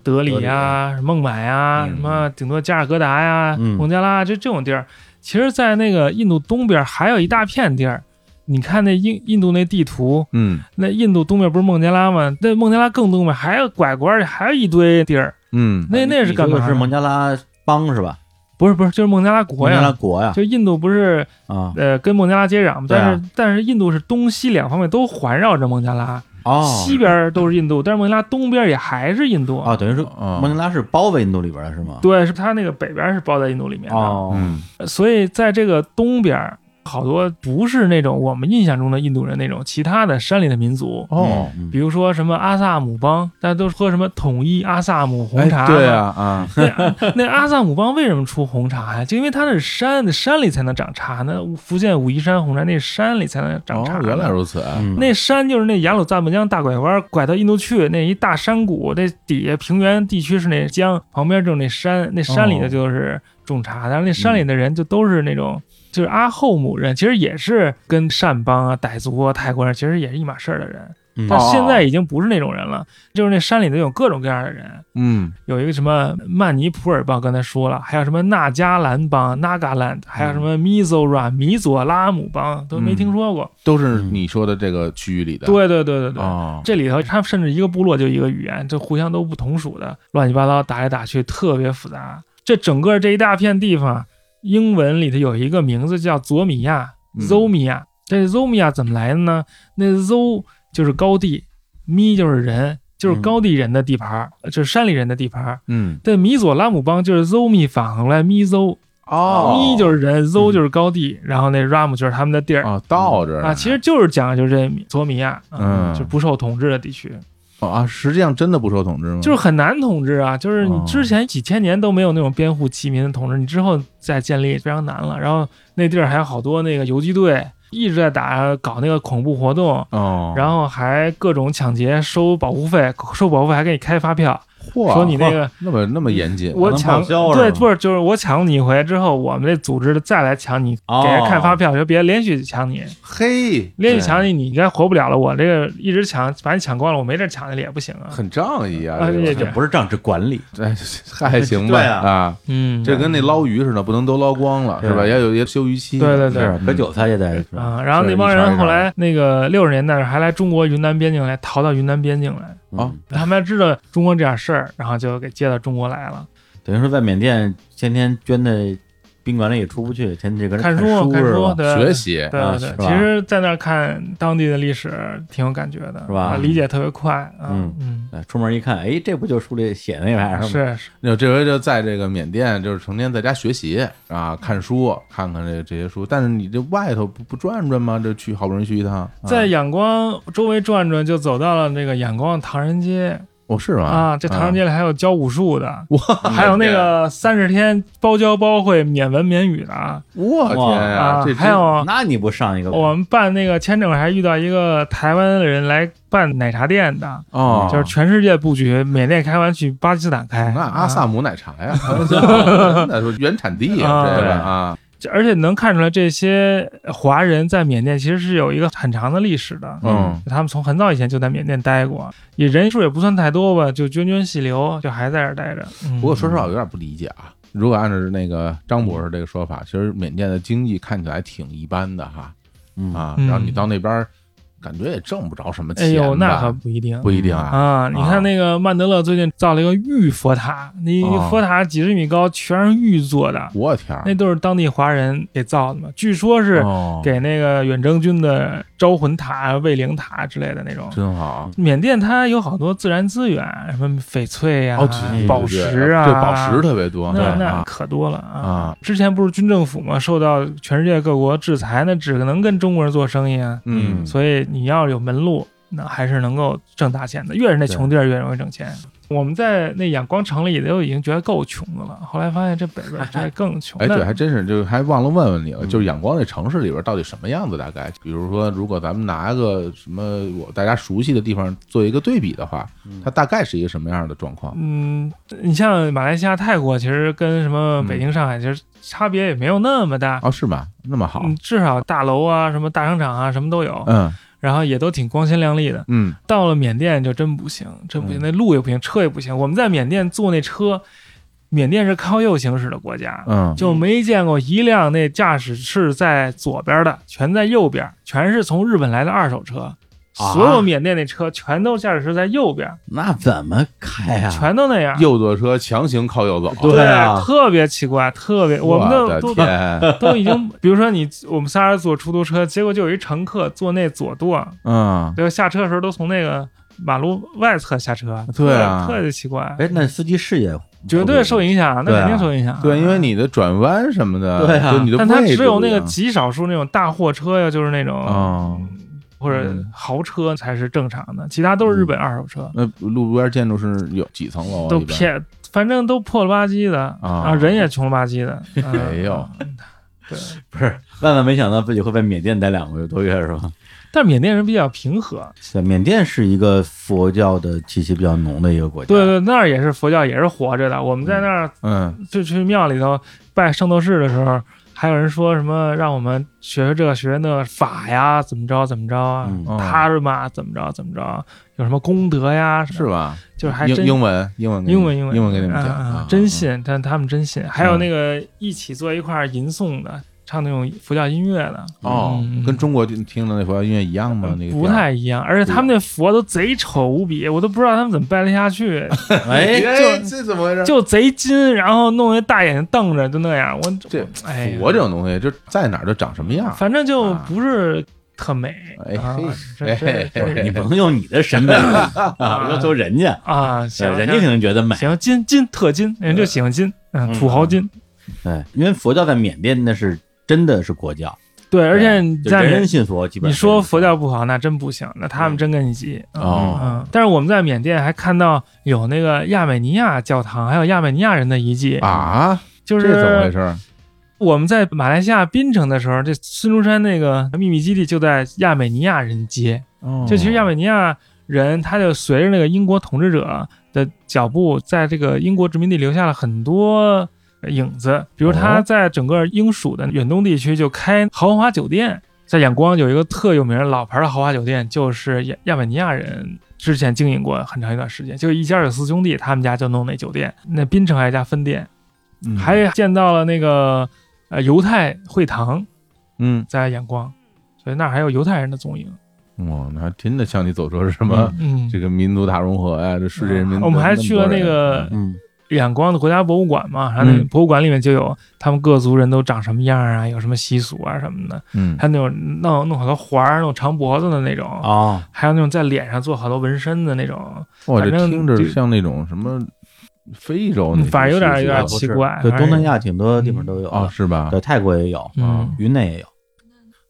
S3: 德
S2: 德
S3: 里
S2: 里
S3: 啊、什么孟买啊、
S2: 嗯
S3: 什么顶多加尔各答呀、
S2: 嗯
S3: 孟加拉啊这这种地儿。其实，在那个印度东边还有一大片地儿。你看那印印度那地图，
S1: 嗯
S3: 那印度东边不是孟加拉吗？那孟加拉更东边还有拐弯儿，还有一堆地儿。
S1: 嗯，
S3: 那那是
S2: 啊你说
S3: 干嘛
S2: 的
S3: 呢？
S2: 是孟加拉邦是吧？
S3: 不是不是，就是孟加拉国
S2: 孟加拉
S3: 呀。
S2: 国呀，
S3: 就印度不是
S2: 啊，
S3: 呃，跟孟加拉接壤嘛，
S2: 对啊
S3: 但是、但是印度是东西两方面都环绕着孟加拉，
S2: 哦，
S3: 西边儿都是印度，但是孟加拉东边儿也还是印度。
S2: 啊，等于说
S1: 啊
S2: 孟加拉是包围印度里边儿的是吗？
S1: 哦
S3: 对，是它那个北边儿是包在印度里面的，
S2: 哦，
S1: 嗯
S3: 所以在这个东边儿好多不是那种我们印象中的印度人那种其他的山里的民族，
S1: 哦，
S2: 嗯
S3: 比如说什么阿萨姆邦，大家都喝什么统一阿萨姆红茶、
S1: 哎对啊，啊，
S3: 那 <laughs> 那阿萨姆邦为什么出红茶呀、就因为它是山，山里才能长茶呢。福建武夷山红茶那山里才能长茶、
S1: 哦，原来。如此，
S2: 嗯
S3: 那山就是那雅鲁藏布江大拐弯，拐到印度去那一大山谷，那底下平原地区是那江，旁边就是那山，那山里
S1: 哦
S3: 的就是种茶，但是那山里的人就都是那种。就是阿后姆人，其实也是跟善邦啊、傣族啊、泰国人，其实也是一码事儿的人，
S2: 嗯
S3: 但
S1: 哦
S3: 现在已经不是那种人了，就是那山里头有各种各样的人，
S1: 嗯，
S3: 有一个什么曼尼普尔邦，刚才说了，还有什么纳加兰邦 （Nagaland），还有什
S1: 嗯
S3: 么 Mizoram、米佐拉姆邦，都没听说过。
S1: 都是你说的这个区域里的，
S3: 嗯对对对对对，
S1: 哦，
S3: 这里头他们甚至一个部落就一个语言，这互相都不同属的，乱七八糟打来打去，特别复杂。这整个这一大片地方，英文里头有一个名字叫佐米亚
S1: 嗯
S3: （Zomia）。这 Zomia 怎么来的呢？那 Zo 就是高地，Mi 就是人，就是
S2: 嗯
S3: 高地人的地盘儿，就是山里人的地盘儿。
S1: 嗯，
S3: 对，米佐拉姆邦就是 Zomi 反过来咪 Zo，咪
S1: 哦
S3: 就是人，Zo 就是高地，然后那 Ram 就是他们的地儿
S1: 啊，倒着
S3: 啊，其实就是讲的就是这佐米亚，啊
S1: 嗯
S3: 就不受统治的地区，
S1: 哦啊，实际上真的不受统治吗？
S3: 就是很难统治啊，就是你
S1: 嗯哦
S3: 之前几千年都没有那种编户齐民的统治，你之后再建立非常难了。然后那地儿还有好多那个游击队一直在打搞那个恐怖活动。
S1: 哦，
S3: 然后还各种抢劫，收保护费，收保护费还给你开发票，
S1: 嚯，
S3: 说你那个
S1: 那么那么严谨，
S3: 我
S2: 能
S3: 抢
S2: 报销是
S3: 对，
S2: 吧
S3: 不是就是我抢你一回之后，我们这组织的再来抢你，
S2: 哦
S3: 给人看发票，就别连续抢你，
S1: 嘿，
S3: 连续抢你你应该活不了了。我这个一直抢，把你抢光了，我没地儿抢去了也不行啊。
S1: 很仗义啊，
S3: 啊
S1: 这
S3: 这
S1: 个
S2: 这不是政治管理，
S1: 哎，
S3: <laughs>
S1: 还行吧
S2: 对啊
S1: 啊，
S3: 嗯，
S1: 这跟那捞鱼似的，不能都捞光了，
S2: 对
S1: 是吧？要有一个休渔期，
S3: 对对对
S2: 是
S1: 嗯
S2: 割韭菜也得是吧
S3: 啊，然后那帮
S1: 是一茬
S3: 人
S1: 一茬
S3: 后来那个六十年代还来中国云南边境来逃到云南边境来，
S2: 嗯
S1: 啊
S3: 他们知道中国这点事儿，然后就给接到中国来了。
S2: 等于说在缅甸天天捐在宾馆里也出不去，天天搁那
S3: 看
S2: 书
S3: 书看
S2: 是
S3: 书，
S2: 吧？
S3: 对
S1: 学。习，
S3: 对
S2: 啊
S3: 对
S2: 是
S3: 对，
S2: 吧
S3: 其实，在那儿看当地的历史挺有感觉的，
S2: 是吧
S3: 啊理解特别快，啊
S2: 嗯
S3: 嗯，
S2: 哎出门一看，哎，这不就书里写那玩意儿吗？
S3: 是是，
S1: 那这回就在这个缅甸，就是成天在家学习啊，看书，看看这这些书。但是你这外头不不转转吗？这去好不容易去一趟，啊
S3: 在仰光周围转转，就走到了那个仰光唐人街
S1: 哦是吗？
S3: 啊，这唐人街里还有教武术的，
S1: 哇，
S3: 还有那个三十天包教包会免文免语的啊，
S1: 我天哎呀，
S3: 啊
S1: 这真
S3: 还有
S2: 那你不上一个？
S3: 我们办那个签证还遇到一个台湾的人来办奶茶店的，
S1: 哦，
S3: 就是全世界布局，缅甸开完去巴基斯坦开，
S1: 那阿萨
S3: 啊，
S1: 姆奶茶
S3: <laughs>
S1: 呀，真的是原产地呀，
S3: 啊
S1: 这个啊，
S3: 这而且能看出来这些华人在缅甸其实是有一个很长的历史的。
S1: 嗯，
S3: 他们从很早以前就在缅甸待过，也人数也不算太多吧，就涓涓细流，就还在这儿待着。嗯、
S1: 不过说实话，我有点不理解啊。如果按照那个张博士这个说法，其实缅甸的经济看起来挺一般的哈
S2: 嗯
S1: 啊，
S3: 嗯
S1: 然后你到那边儿，感觉也挣不着什么
S3: 哎
S1: 钱吧，
S3: 呦，那可不一定
S1: 不一定啊。
S3: 啊！你看那个曼德勒最近造了一个玉佛塔，那一个
S1: 哦
S3: 佛塔几十米高，全是玉做的，
S1: 我天儿，
S3: 那都是当地华人给造的嘛。据说是
S1: 啊哦
S3: 给那个远征军的招魂塔、卫灵塔之类的那种。
S1: 真好
S3: 缅甸它有好多自然资源，什么翡翠呀、
S1: 哦，对对
S3: 宝
S1: 对
S3: 石啊，
S1: 对宝石特别多，
S3: 那
S1: 对
S3: 那
S1: 啊
S3: 可多了
S1: 啊
S3: 啊！之前不是军政府嘛，受到全世界各国制裁，那只能跟中国人做生意啊。
S1: 嗯，
S3: 所以你要有门路，那还是能够挣大钱的。越是那穷地儿，越容易挣钱。我们在那仰光城里都已经觉得够穷的了，后来发现这北
S1: <laughs>
S3: 边儿这更穷。
S1: 哎，
S3: 那
S1: 对，还真是，就还忘了问问你了，
S2: 嗯
S1: 就是仰光这城市里边到底什么样子？大概，比如说，如果咱们拿个什么我大家熟悉的地方做一个对比的话，它大概是一个什么样的状况？
S3: 嗯，你像马来西亚、泰国，其实跟什么北京、上海，其实差别也没有那么大。
S1: 哦，是吗？那么好，
S3: 嗯，至少大楼啊、什么大商场啊，什么都有，
S1: 嗯
S3: 然后也都挺光鲜亮丽的。
S1: 嗯，
S3: 到了缅甸就真不行，真不行，
S1: 嗯
S3: 那路也不行，车也不行。我们在缅甸坐那车，缅甸是靠右行驶的国家，
S1: 嗯，
S3: 就没见过一辆那驾驶室在左边的，全在右边，全是从日本来的二手车。
S2: 啊
S3: 所有缅甸那车全都驾驶室在右边，
S2: 那怎么开
S1: 啊
S2: 啊呀？
S3: 全都那样。
S1: 右舵车强行靠右走，
S2: 对啊
S3: 特别奇怪，特别我们
S1: 的
S3: 都都
S1: 天，
S3: <laughs> 都已经，比如说你我们仨人坐出租车，结果就有一乘客坐那左舵，
S1: 嗯，
S3: 结果下车的时候都从那个马路外侧下车，
S1: 对啊哎
S3: 特特别奇怪。
S2: 哎，那司机视野
S3: 绝对受影响，那
S1: 对啊
S3: 肯定受影响。
S1: 对，因为你的转弯什么的，
S2: 对啊
S1: 就你的
S3: 但它
S1: 位置
S3: 只有
S1: 不一
S3: 那个
S1: 样
S3: 极少数那种大货车呀，就是那种
S1: 哦，
S3: 或者豪车才是正常的，其他都是日本二手车，
S1: 那路边建筑是有几层楼啊？
S3: 都
S1: 嗯一般
S3: 偏，反正都破了吧唧的
S1: 啊
S3: 啊，人也穷了吧唧的。
S1: 哎
S3: 嗯 <laughs>
S1: 呦，
S2: 不是，万万没想到自己会在缅甸待两个月多月是吧？
S3: 但缅甸人比较平和，
S2: 是缅甸是一个佛教的气息比较浓的一个国家，
S3: 对对，那儿也是佛教也是活着的。我们在那儿
S1: 嗯，
S3: 就去庙里头拜圣斗士的时候，还有人说什么让我们学学这个学学那个法呀，怎么着怎么着啊，
S2: 嗯，
S1: 哦
S3: 他日嘛怎么着怎么着，有什么功德呀，
S1: 是吧？
S3: 就是还
S1: 英
S3: 真
S1: 英文英文给你
S3: 英文英文
S1: 英文给你们
S3: 啊
S1: 讲
S3: 啊
S1: 啊，嗯
S3: 真
S1: 啊
S3: 信，但他们真信。还有那个一起坐一块儿吟诵的，唱那种佛教音乐的，
S1: 哦
S3: 嗯，
S1: 跟中国听的那佛教音乐一样吗？那个
S3: 不太一样。而且他们那佛都贼丑无比，我都不知道他们怎么拜得下去，
S1: 哎，
S2: 哎，
S1: 这这怎么回事？
S3: 就贼金，然后弄一大眼睛瞪着，就那样。我
S1: 这
S3: 哎呀
S1: 佛这种东西，就在哪儿就长什么样。
S3: 反正就不是特美。
S1: 哎
S3: 啊
S1: 嘿
S3: 这
S1: 哎
S3: 这这
S2: 你不能用你的审美啊
S3: <laughs>
S2: <laughs>
S3: 啊
S2: 要求人家，
S1: 哎
S3: 啊，
S2: 呃
S3: 行，
S2: 人家肯定觉得美。
S3: 行金金特金，人就喜欢金，嗯，土豪金。
S2: 对，哎因为佛教在缅甸那是真的是国教，
S3: 对，而且你
S2: 就
S3: 在
S2: 人
S3: 缅
S2: 人信佛，基本
S3: 你
S2: 上
S3: 说佛教不好，那真不行，那他们真跟你急。
S1: 嗯哦
S3: 嗯，嗯但是我们在缅甸还看到有那个亚美尼亚教堂，还有亚美尼亚人的遗迹，
S1: 啊，
S3: 就
S1: 这怎么回
S3: 是
S1: 事儿？
S3: 我们在马来西亚槟城的时候，这孙中山那个秘密基地就在亚美尼亚人街。
S1: 哦
S3: 就其实亚美尼亚人，他就随着那个英国统治者的脚步，在这个英国殖民地留下了很多呃影子。比如他
S1: 哦
S3: 在整个英属的远东地区就开豪华酒店，在仰光有一个特有名的老牌的豪华酒店，就是亚亚美尼亚人。之前经营过很长一段时间，就一家有四兄弟，他们家就弄那酒店。那槟城还有一家分店，
S1: 嗯
S3: 还见到了那个呃犹太会堂
S1: 嗯，
S3: 在仰光，所以那儿还有犹太人的踪影。
S1: 哇，那还真的像你所说是什么
S3: 嗯，哦
S1: 这个民族大融合呀，这世界人民。
S3: 我们还去了那个
S2: 嗯，
S3: 仰光的国家博物馆嘛，然后那个
S1: 嗯
S3: 博物馆里面就有他们各族人都长什么样啊，有什么习俗啊什么的，
S1: 嗯
S3: 还有那种弄弄好多环儿、那种长脖子的那种，
S1: 啊
S2: 哦，
S3: 还有那种在脸上做好多纹身的那种，
S1: 哇，这
S3: 反正
S1: 听着
S3: 就嗯
S1: 像那种什么非洲那种习俗啊，
S3: 反正有点有点
S2: 不
S3: 奇
S2: 是
S3: 怪。
S2: 对，
S3: 反
S2: 东
S3: 正
S2: 南亚挺多地方都有
S1: 啊，
S2: 的，
S1: 是吧？
S2: 对，泰国也有，啊
S3: 嗯
S2: 云南也有，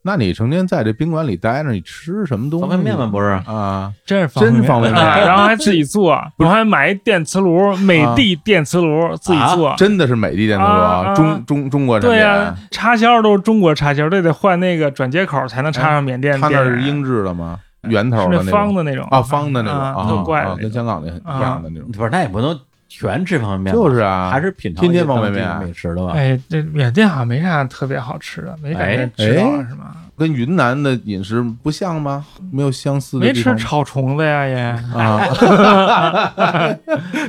S1: 那你成天在这宾馆里待着，你吃什么东西？
S2: 方便面吗？不是，
S1: 啊，
S3: 真是
S1: 真方便面啊
S3: 啊然后还自己做，
S1: <laughs>
S3: 我还买一电磁炉，美的电磁炉自己
S2: 啊
S3: 做。
S1: 真的是美的电磁炉
S3: 啊啊
S1: 中中中国产
S3: 对啊
S1: 品。
S3: 呀、插销都是中国插销，都得换那个转接口才能插上缅甸
S1: 它
S3: 电
S1: 那
S3: 缆。
S1: 是英制的吗？圆头
S3: 啊是
S1: 的
S3: 那方
S1: 种
S3: 的那种
S1: 啊，方的那种
S3: 啊
S1: 啊，
S3: 特怪的
S1: 啊
S3: 那
S1: 跟
S3: 种。
S1: 香港那很
S3: 啊
S1: 不一样的那种。
S2: 不是，那也不能全吃方便面吧，
S1: 就是啊，
S2: 还是品尝
S1: 天天
S2: 一些
S1: 方便
S2: 当地的
S1: 面啊哎
S2: 美食的吧。
S3: 哎，这缅甸好像没啥特别好吃的，没感觉吃到了是吗？
S1: 跟云南的饮食不像吗？没有相似的
S3: 没
S1: 地
S3: 吃
S1: 方吗
S3: 炒虫子呀也。
S1: 啊。 <laughs>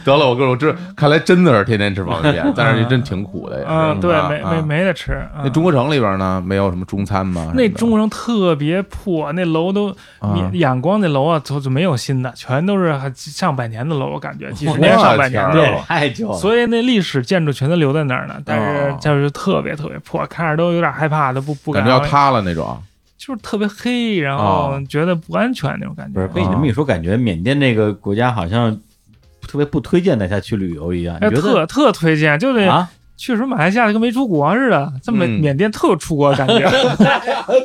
S1: 得了，我哥，我知道，看来真的是天天吃方便
S3: <laughs>
S1: 面，但是真挺苦的呀。
S3: 嗯，对，没
S1: 啊
S3: 没。没得吃。嗯
S1: 那中国城里边呢，没有什么中餐吗？
S3: 那
S1: 什么的
S3: 中国城特别破，那楼都
S1: 啊
S3: 你仰光那楼啊，就就没有新的，全都是还上百年的楼，我感觉几十
S1: 我
S3: 年上百年的
S1: 天儿。
S3: 楼
S2: 对， <laughs> 太久了。
S3: 哎所以那历史建筑全都留在那儿呢，但
S1: 哦
S3: 是就是特别特别破，看着都有点害怕，都不不
S1: 感
S3: 敢
S1: 觉要
S3: 啊往里，
S1: 塌了那种。
S3: 就是特别黑，然后
S1: 哦
S3: 觉得不安全那种感
S2: 不是
S3: 觉。
S2: 被你这么一说，感觉缅甸这个国家好像特别不推荐大家去旅游一样。
S3: 哎，
S2: 你觉得
S3: 特特推荐，就得
S2: 啊，
S3: 去时候马来西亚就跟没出国似的，这么
S1: 嗯
S3: 缅甸特有出国的感觉，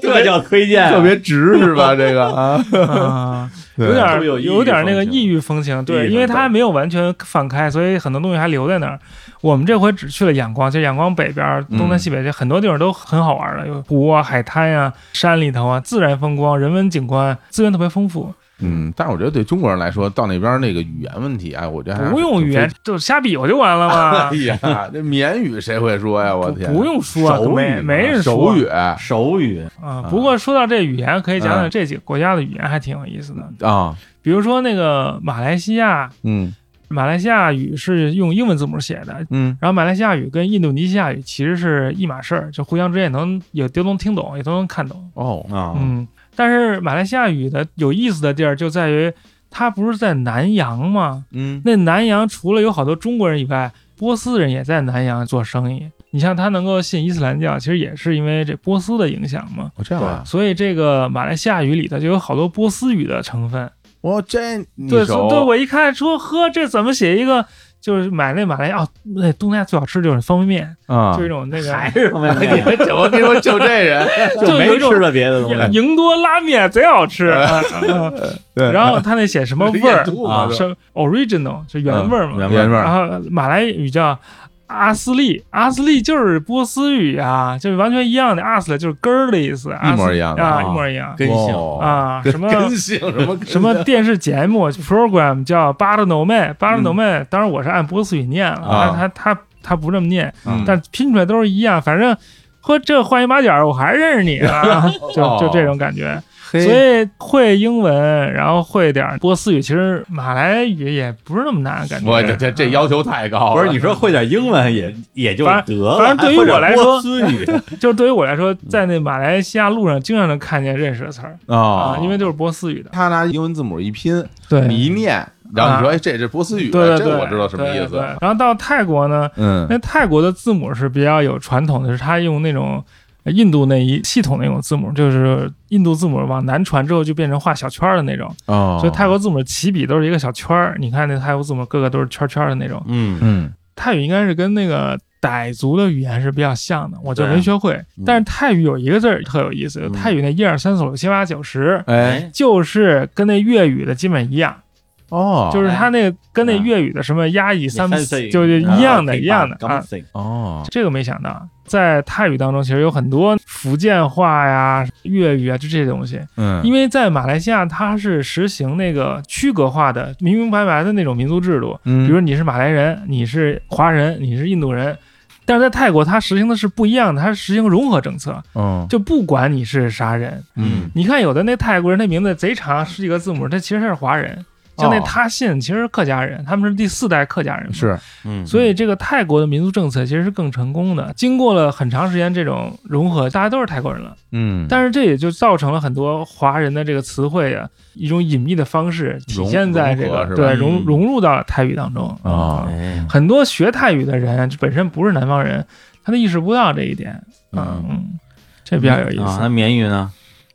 S2: 这叫推荐，啊
S1: 特 <laughs> 别直是吧？这个啊，
S3: 啊
S1: <laughs> 对
S3: 有点
S2: 都有异域
S3: 有点那个
S2: 风情
S3: 异域风情，
S2: 异域
S3: 对，
S2: 风
S3: 因为它还没有完全放开，所以很多东西还留在那儿。我们这回只去了仰光，就仰光北边、
S1: 嗯
S3: 东南西北，这很多地方都很好玩的，有湖啊、海滩呀、山里头啊，自然风光、人文景观，资源特别丰富，
S1: 嗯，但是我觉得对中国人来说，到那边那个语言问题，哎，我觉得还是
S3: 不用语言就瞎比划就完了嘛
S1: 哎，呀，这缅语谁会说呀？我
S3: 不
S1: 天，
S3: 不用说，
S1: 手
S3: 都
S1: 语
S3: 没
S1: 嘛
S3: 没人说
S1: 手语
S2: 手语
S3: 啊。不过说到这语言，可以讲
S1: 嗯
S3: 讲这几个国家的语言，还挺有意思的。
S1: 啊，
S3: 比如说那个马来西亚，
S1: 嗯
S3: 马来西亚语是用英文字母写的，
S1: 嗯
S3: 然后马来西亚语跟印度尼西亚语其实是一码事儿，就互相之间也能也都能听懂，也都能看懂。
S1: 哦
S2: 啊，
S3: 嗯，但是马来西亚语的有意思的地儿就在于，它不是在南洋吗？
S1: 嗯
S3: 那南洋除了有好多中国人以外，波斯人也在南洋做生意。你像他能够信伊斯兰教，其实也是因为这波斯的影响嘛。
S1: 我这样啊，
S3: 所以这个马来西亚语里头就有好多波斯语的成分。
S1: 我这你
S3: 对，
S1: 熟
S3: 对，我一看说，呵，这怎么写一个就是买那马来哦，那东南亚最好吃就是方便面，
S4: 啊
S1: <laughs>
S3: 就，一种那个
S2: 还是方便
S4: 你
S2: 面，
S4: 们怎么跟你说就这人？
S3: <laughs> 就有
S2: 没
S3: 一种
S2: 吃的别的东
S4: 哎
S2: 西。
S3: 赢多拉面贼好吃。啊嗯
S4: <laughs> 对
S3: 然后他那写什么味
S4: 练
S3: 儿，
S4: 肚
S2: 啊
S4: 子
S3: 是 original 是原味儿嘛，
S2: 原
S4: 嗯原味
S1: 哦
S3: 然
S4: 儿，
S3: 后马来语叫阿斯利，阿斯利就是波斯语啊，就是完全一样的，阿斯利就是根儿的意思，阿斯
S4: 一模一样的
S3: 啊，
S2: 啊
S3: 一模一样
S2: 根性
S4: 哇
S3: 啊，
S4: 跟
S3: 什么。
S4: 跟姓什么
S3: 什么电视节目 program 叫《巴勒诺妹》，巴勒诺妹，当然我是按波斯语念了，
S4: 嗯啊
S3: 他他他他不这么念，
S4: 嗯
S3: 但拼出来都是一样，反正和这换一马甲儿，我还认识你
S4: <laughs>
S3: 啊，就
S4: 哦
S3: 就这种感觉。所以会英文，然后会点儿波斯语，其实马来语也不是那么难，感觉。
S4: 我这这这要求太高
S2: 不
S4: 了。
S2: 是你说会点英文也也就
S3: 反
S2: 得了，
S3: 反正对于我来说
S2: 波斯语
S3: 就是对于我来说，在那马来西亚路上经常能看见认识的词儿
S4: 啊
S3: 啊，因为都是波斯语的。
S4: 他拿英文字母一拼，
S3: 对
S4: 你一念，然后你说
S3: 啊
S4: 哎，这这波斯语，
S3: 对对对，
S4: 这我知道什么
S3: 对
S4: 意
S3: 对哎
S4: 思
S3: 对。然后到泰国呢，
S4: 嗯
S3: 那泰国的字母是比较有传统的，是它用那种呃印度那一系统那种字母，就是印度字母往南传之后就变成画小圈儿的那种，
S4: 哦
S3: 所以泰国字母起笔都是一个小圈儿。你看那泰国字母个个都是圈圈的那种。
S2: 嗯，
S4: 嗯
S3: 泰语应该是跟那个傣族的语言是比较像的，我就
S2: 对
S3: 没学会
S2: 嗯。
S3: 但是泰语有一个字儿特有意思，泰语那一二三四五六七八九十。
S4: 哎
S3: 就是跟那粤语的基本一样，
S4: 哦
S3: 就是它那个跟那
S2: 啊
S3: 粤语的什么压抑三
S2: 你看这个
S3: 就是一样的，
S2: 啊
S3: 一样的啊。
S2: ，something
S4: 哦
S3: 这个没想到，在泰语当中其实有很多福建话呀、粤语啊，就这些东西。
S4: 嗯
S3: 因为在马来西亚，它是实行那个区隔化的、明明白白的那种民族制度，比
S4: 嗯
S3: 如你是马来人，你是华人，你是印度人。但是在泰国，它实行的是不一样的，它实行融合政策，
S4: 嗯
S3: 就不管你是啥人。
S4: 嗯
S3: 你看有的那泰国人，那名字贼长，十几个字母，他其实是华
S4: 哦
S3: 人。像那他信，其实是客家人，他们是第四代客家人嘛。
S4: 是
S2: 嗯，
S3: 所以这个泰国的民族政策其实是更成功的。经过了很长时间这种融合，大家都是泰国人了，
S4: 嗯
S3: 但是这也就造成了很多华人的这个词汇啊，一种隐秘的方式体现在这
S4: 融
S3: 个
S4: 融合是吧
S3: 对
S2: 嗯
S3: 融融入到了泰语当中
S4: 哦
S2: 哎
S3: 很多学泰语的人就本身不是南方人，他都意识不到这一点啊
S4: 嗯，
S3: 嗯，这比较有意
S2: 啊，
S3: 思
S2: 那。缅语呢？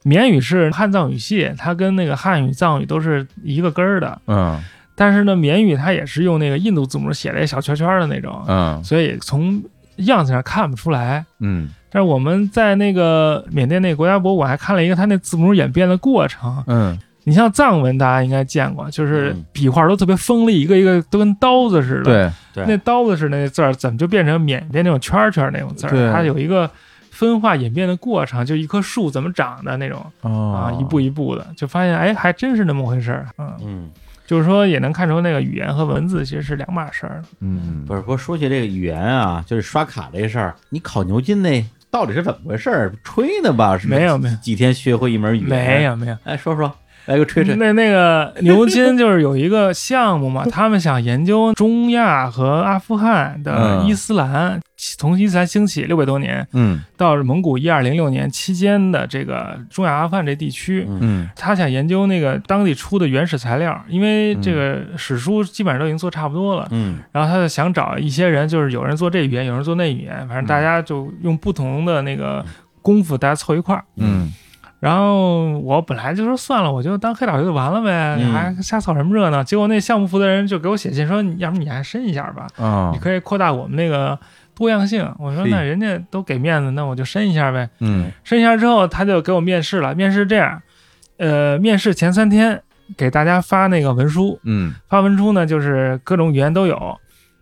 S3: 缅语是汉藏语系，它跟那个汉语、藏语都是一个根儿的，
S4: 嗯
S3: 但是呢，缅语它也是用那个印度字母写了一小圈圈的那种，
S4: 嗯
S3: 所以从样子上看不出来。
S4: 嗯
S3: 但是我们在那个缅甸那个国家博物馆还看了一个它那字母演变的过程。
S4: 嗯
S3: 你像藏文，大家应该见过，就是
S2: 嗯
S3: 笔画都特别锋利，一个一个都跟刀子似的。，
S4: 对
S2: 对
S3: 那刀子似的那字儿怎么就变成缅甸那种圈儿圈儿那种字
S4: 对
S3: 儿？它有一个分化演变的过程，就一棵树怎么长的那种啊，
S4: 哦
S3: 一步一步的，就发现哎，还真是那么回事儿。嗯，
S2: 嗯，
S3: 就是说也能看出那个语言和文字其实是两码事儿。
S4: 嗯
S2: 不是，不是，说起这个语言啊，就是刷卡这事儿，你考牛津那到底是怎么回事儿？吹呢吧？是
S3: 没有没有
S2: 几天学会一门语言？
S3: 没。有没有。
S2: 哎，说说，来个吹吹。
S3: 那
S2: <laughs>
S3: 那个牛津就是有一个项目嘛， <laughs> 他们想研究中亚和阿富汗的
S4: 嗯
S3: 伊斯兰，从伊斯兰兴起六百多年
S4: 嗯
S3: 到蒙古一二零六年期间的这个中亚阿富汗这地区。
S2: 嗯
S4: 嗯
S3: 他想研究那个当地出的原始材料，因为这个史书基本上都已经做差不多了。
S2: 嗯
S3: 然后他就想找一些人，就是有人做这语言，有人做那语言，反正大家就用不同的那
S2: 嗯
S3: 个功夫，大家凑一块儿。
S4: 嗯
S3: 然后我本来就说算了，我就当黑导游就完了呗，
S2: 嗯
S3: 还瞎凑什么热闹？结果那项目负责人就给我写信说，你要不你还申一下吧，
S1: 哦
S4: 啊
S3: 你可以扩大我们那个多样性。我说
S4: 嘿
S3: 那人家都给面子，那我就申一下呗。
S4: 嗯
S3: 申一下之后，他就给我面试了。面试这样，呃，面试前三天给大家发那个文书，
S4: 嗯
S3: 发文书呢就是各种语言都有。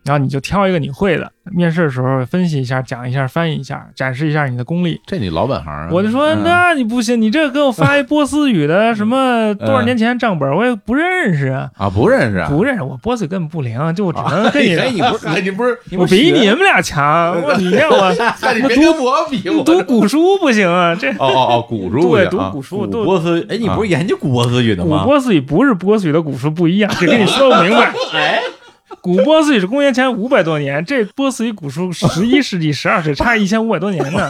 S3: 然后你就挑一个你会的，面试的时候分析一下、讲一下、翻译一下、展示一下你的功力。
S4: 这你老本行啊
S3: 我就说，
S4: 嗯
S3: 那你不行，你这给我发一波斯语的什么多少年前账本，我也不认识啊，
S4: 啊不认识嗯啊
S3: 不认识，我波斯语根本不灵，啊就我只能跟你，
S4: <laughs> 哎你不是你
S3: <laughs>
S4: 不是
S2: 你
S3: 我
S2: 不
S3: 比
S2: 学
S3: 你们俩强，
S4: <laughs>
S3: 我你让我
S4: 那你别跟我比我
S3: 读古书不行啊，这
S4: 哦哦哦古书
S3: 对
S4: 去
S3: 读
S4: 啊
S3: 古书
S2: 古
S3: 都。
S2: 波斯，哎，你不是研究古波斯语的
S3: 古
S2: 吗？
S3: 波斯语不是波斯语的古书不一样，这跟你说不明白。
S4: <laughs>
S2: 哎，
S3: 古波斯语是公元前五百多年，这波斯语古书十一世纪、十二世纪，差一千五百多年
S4: <laughs>
S3: 呢。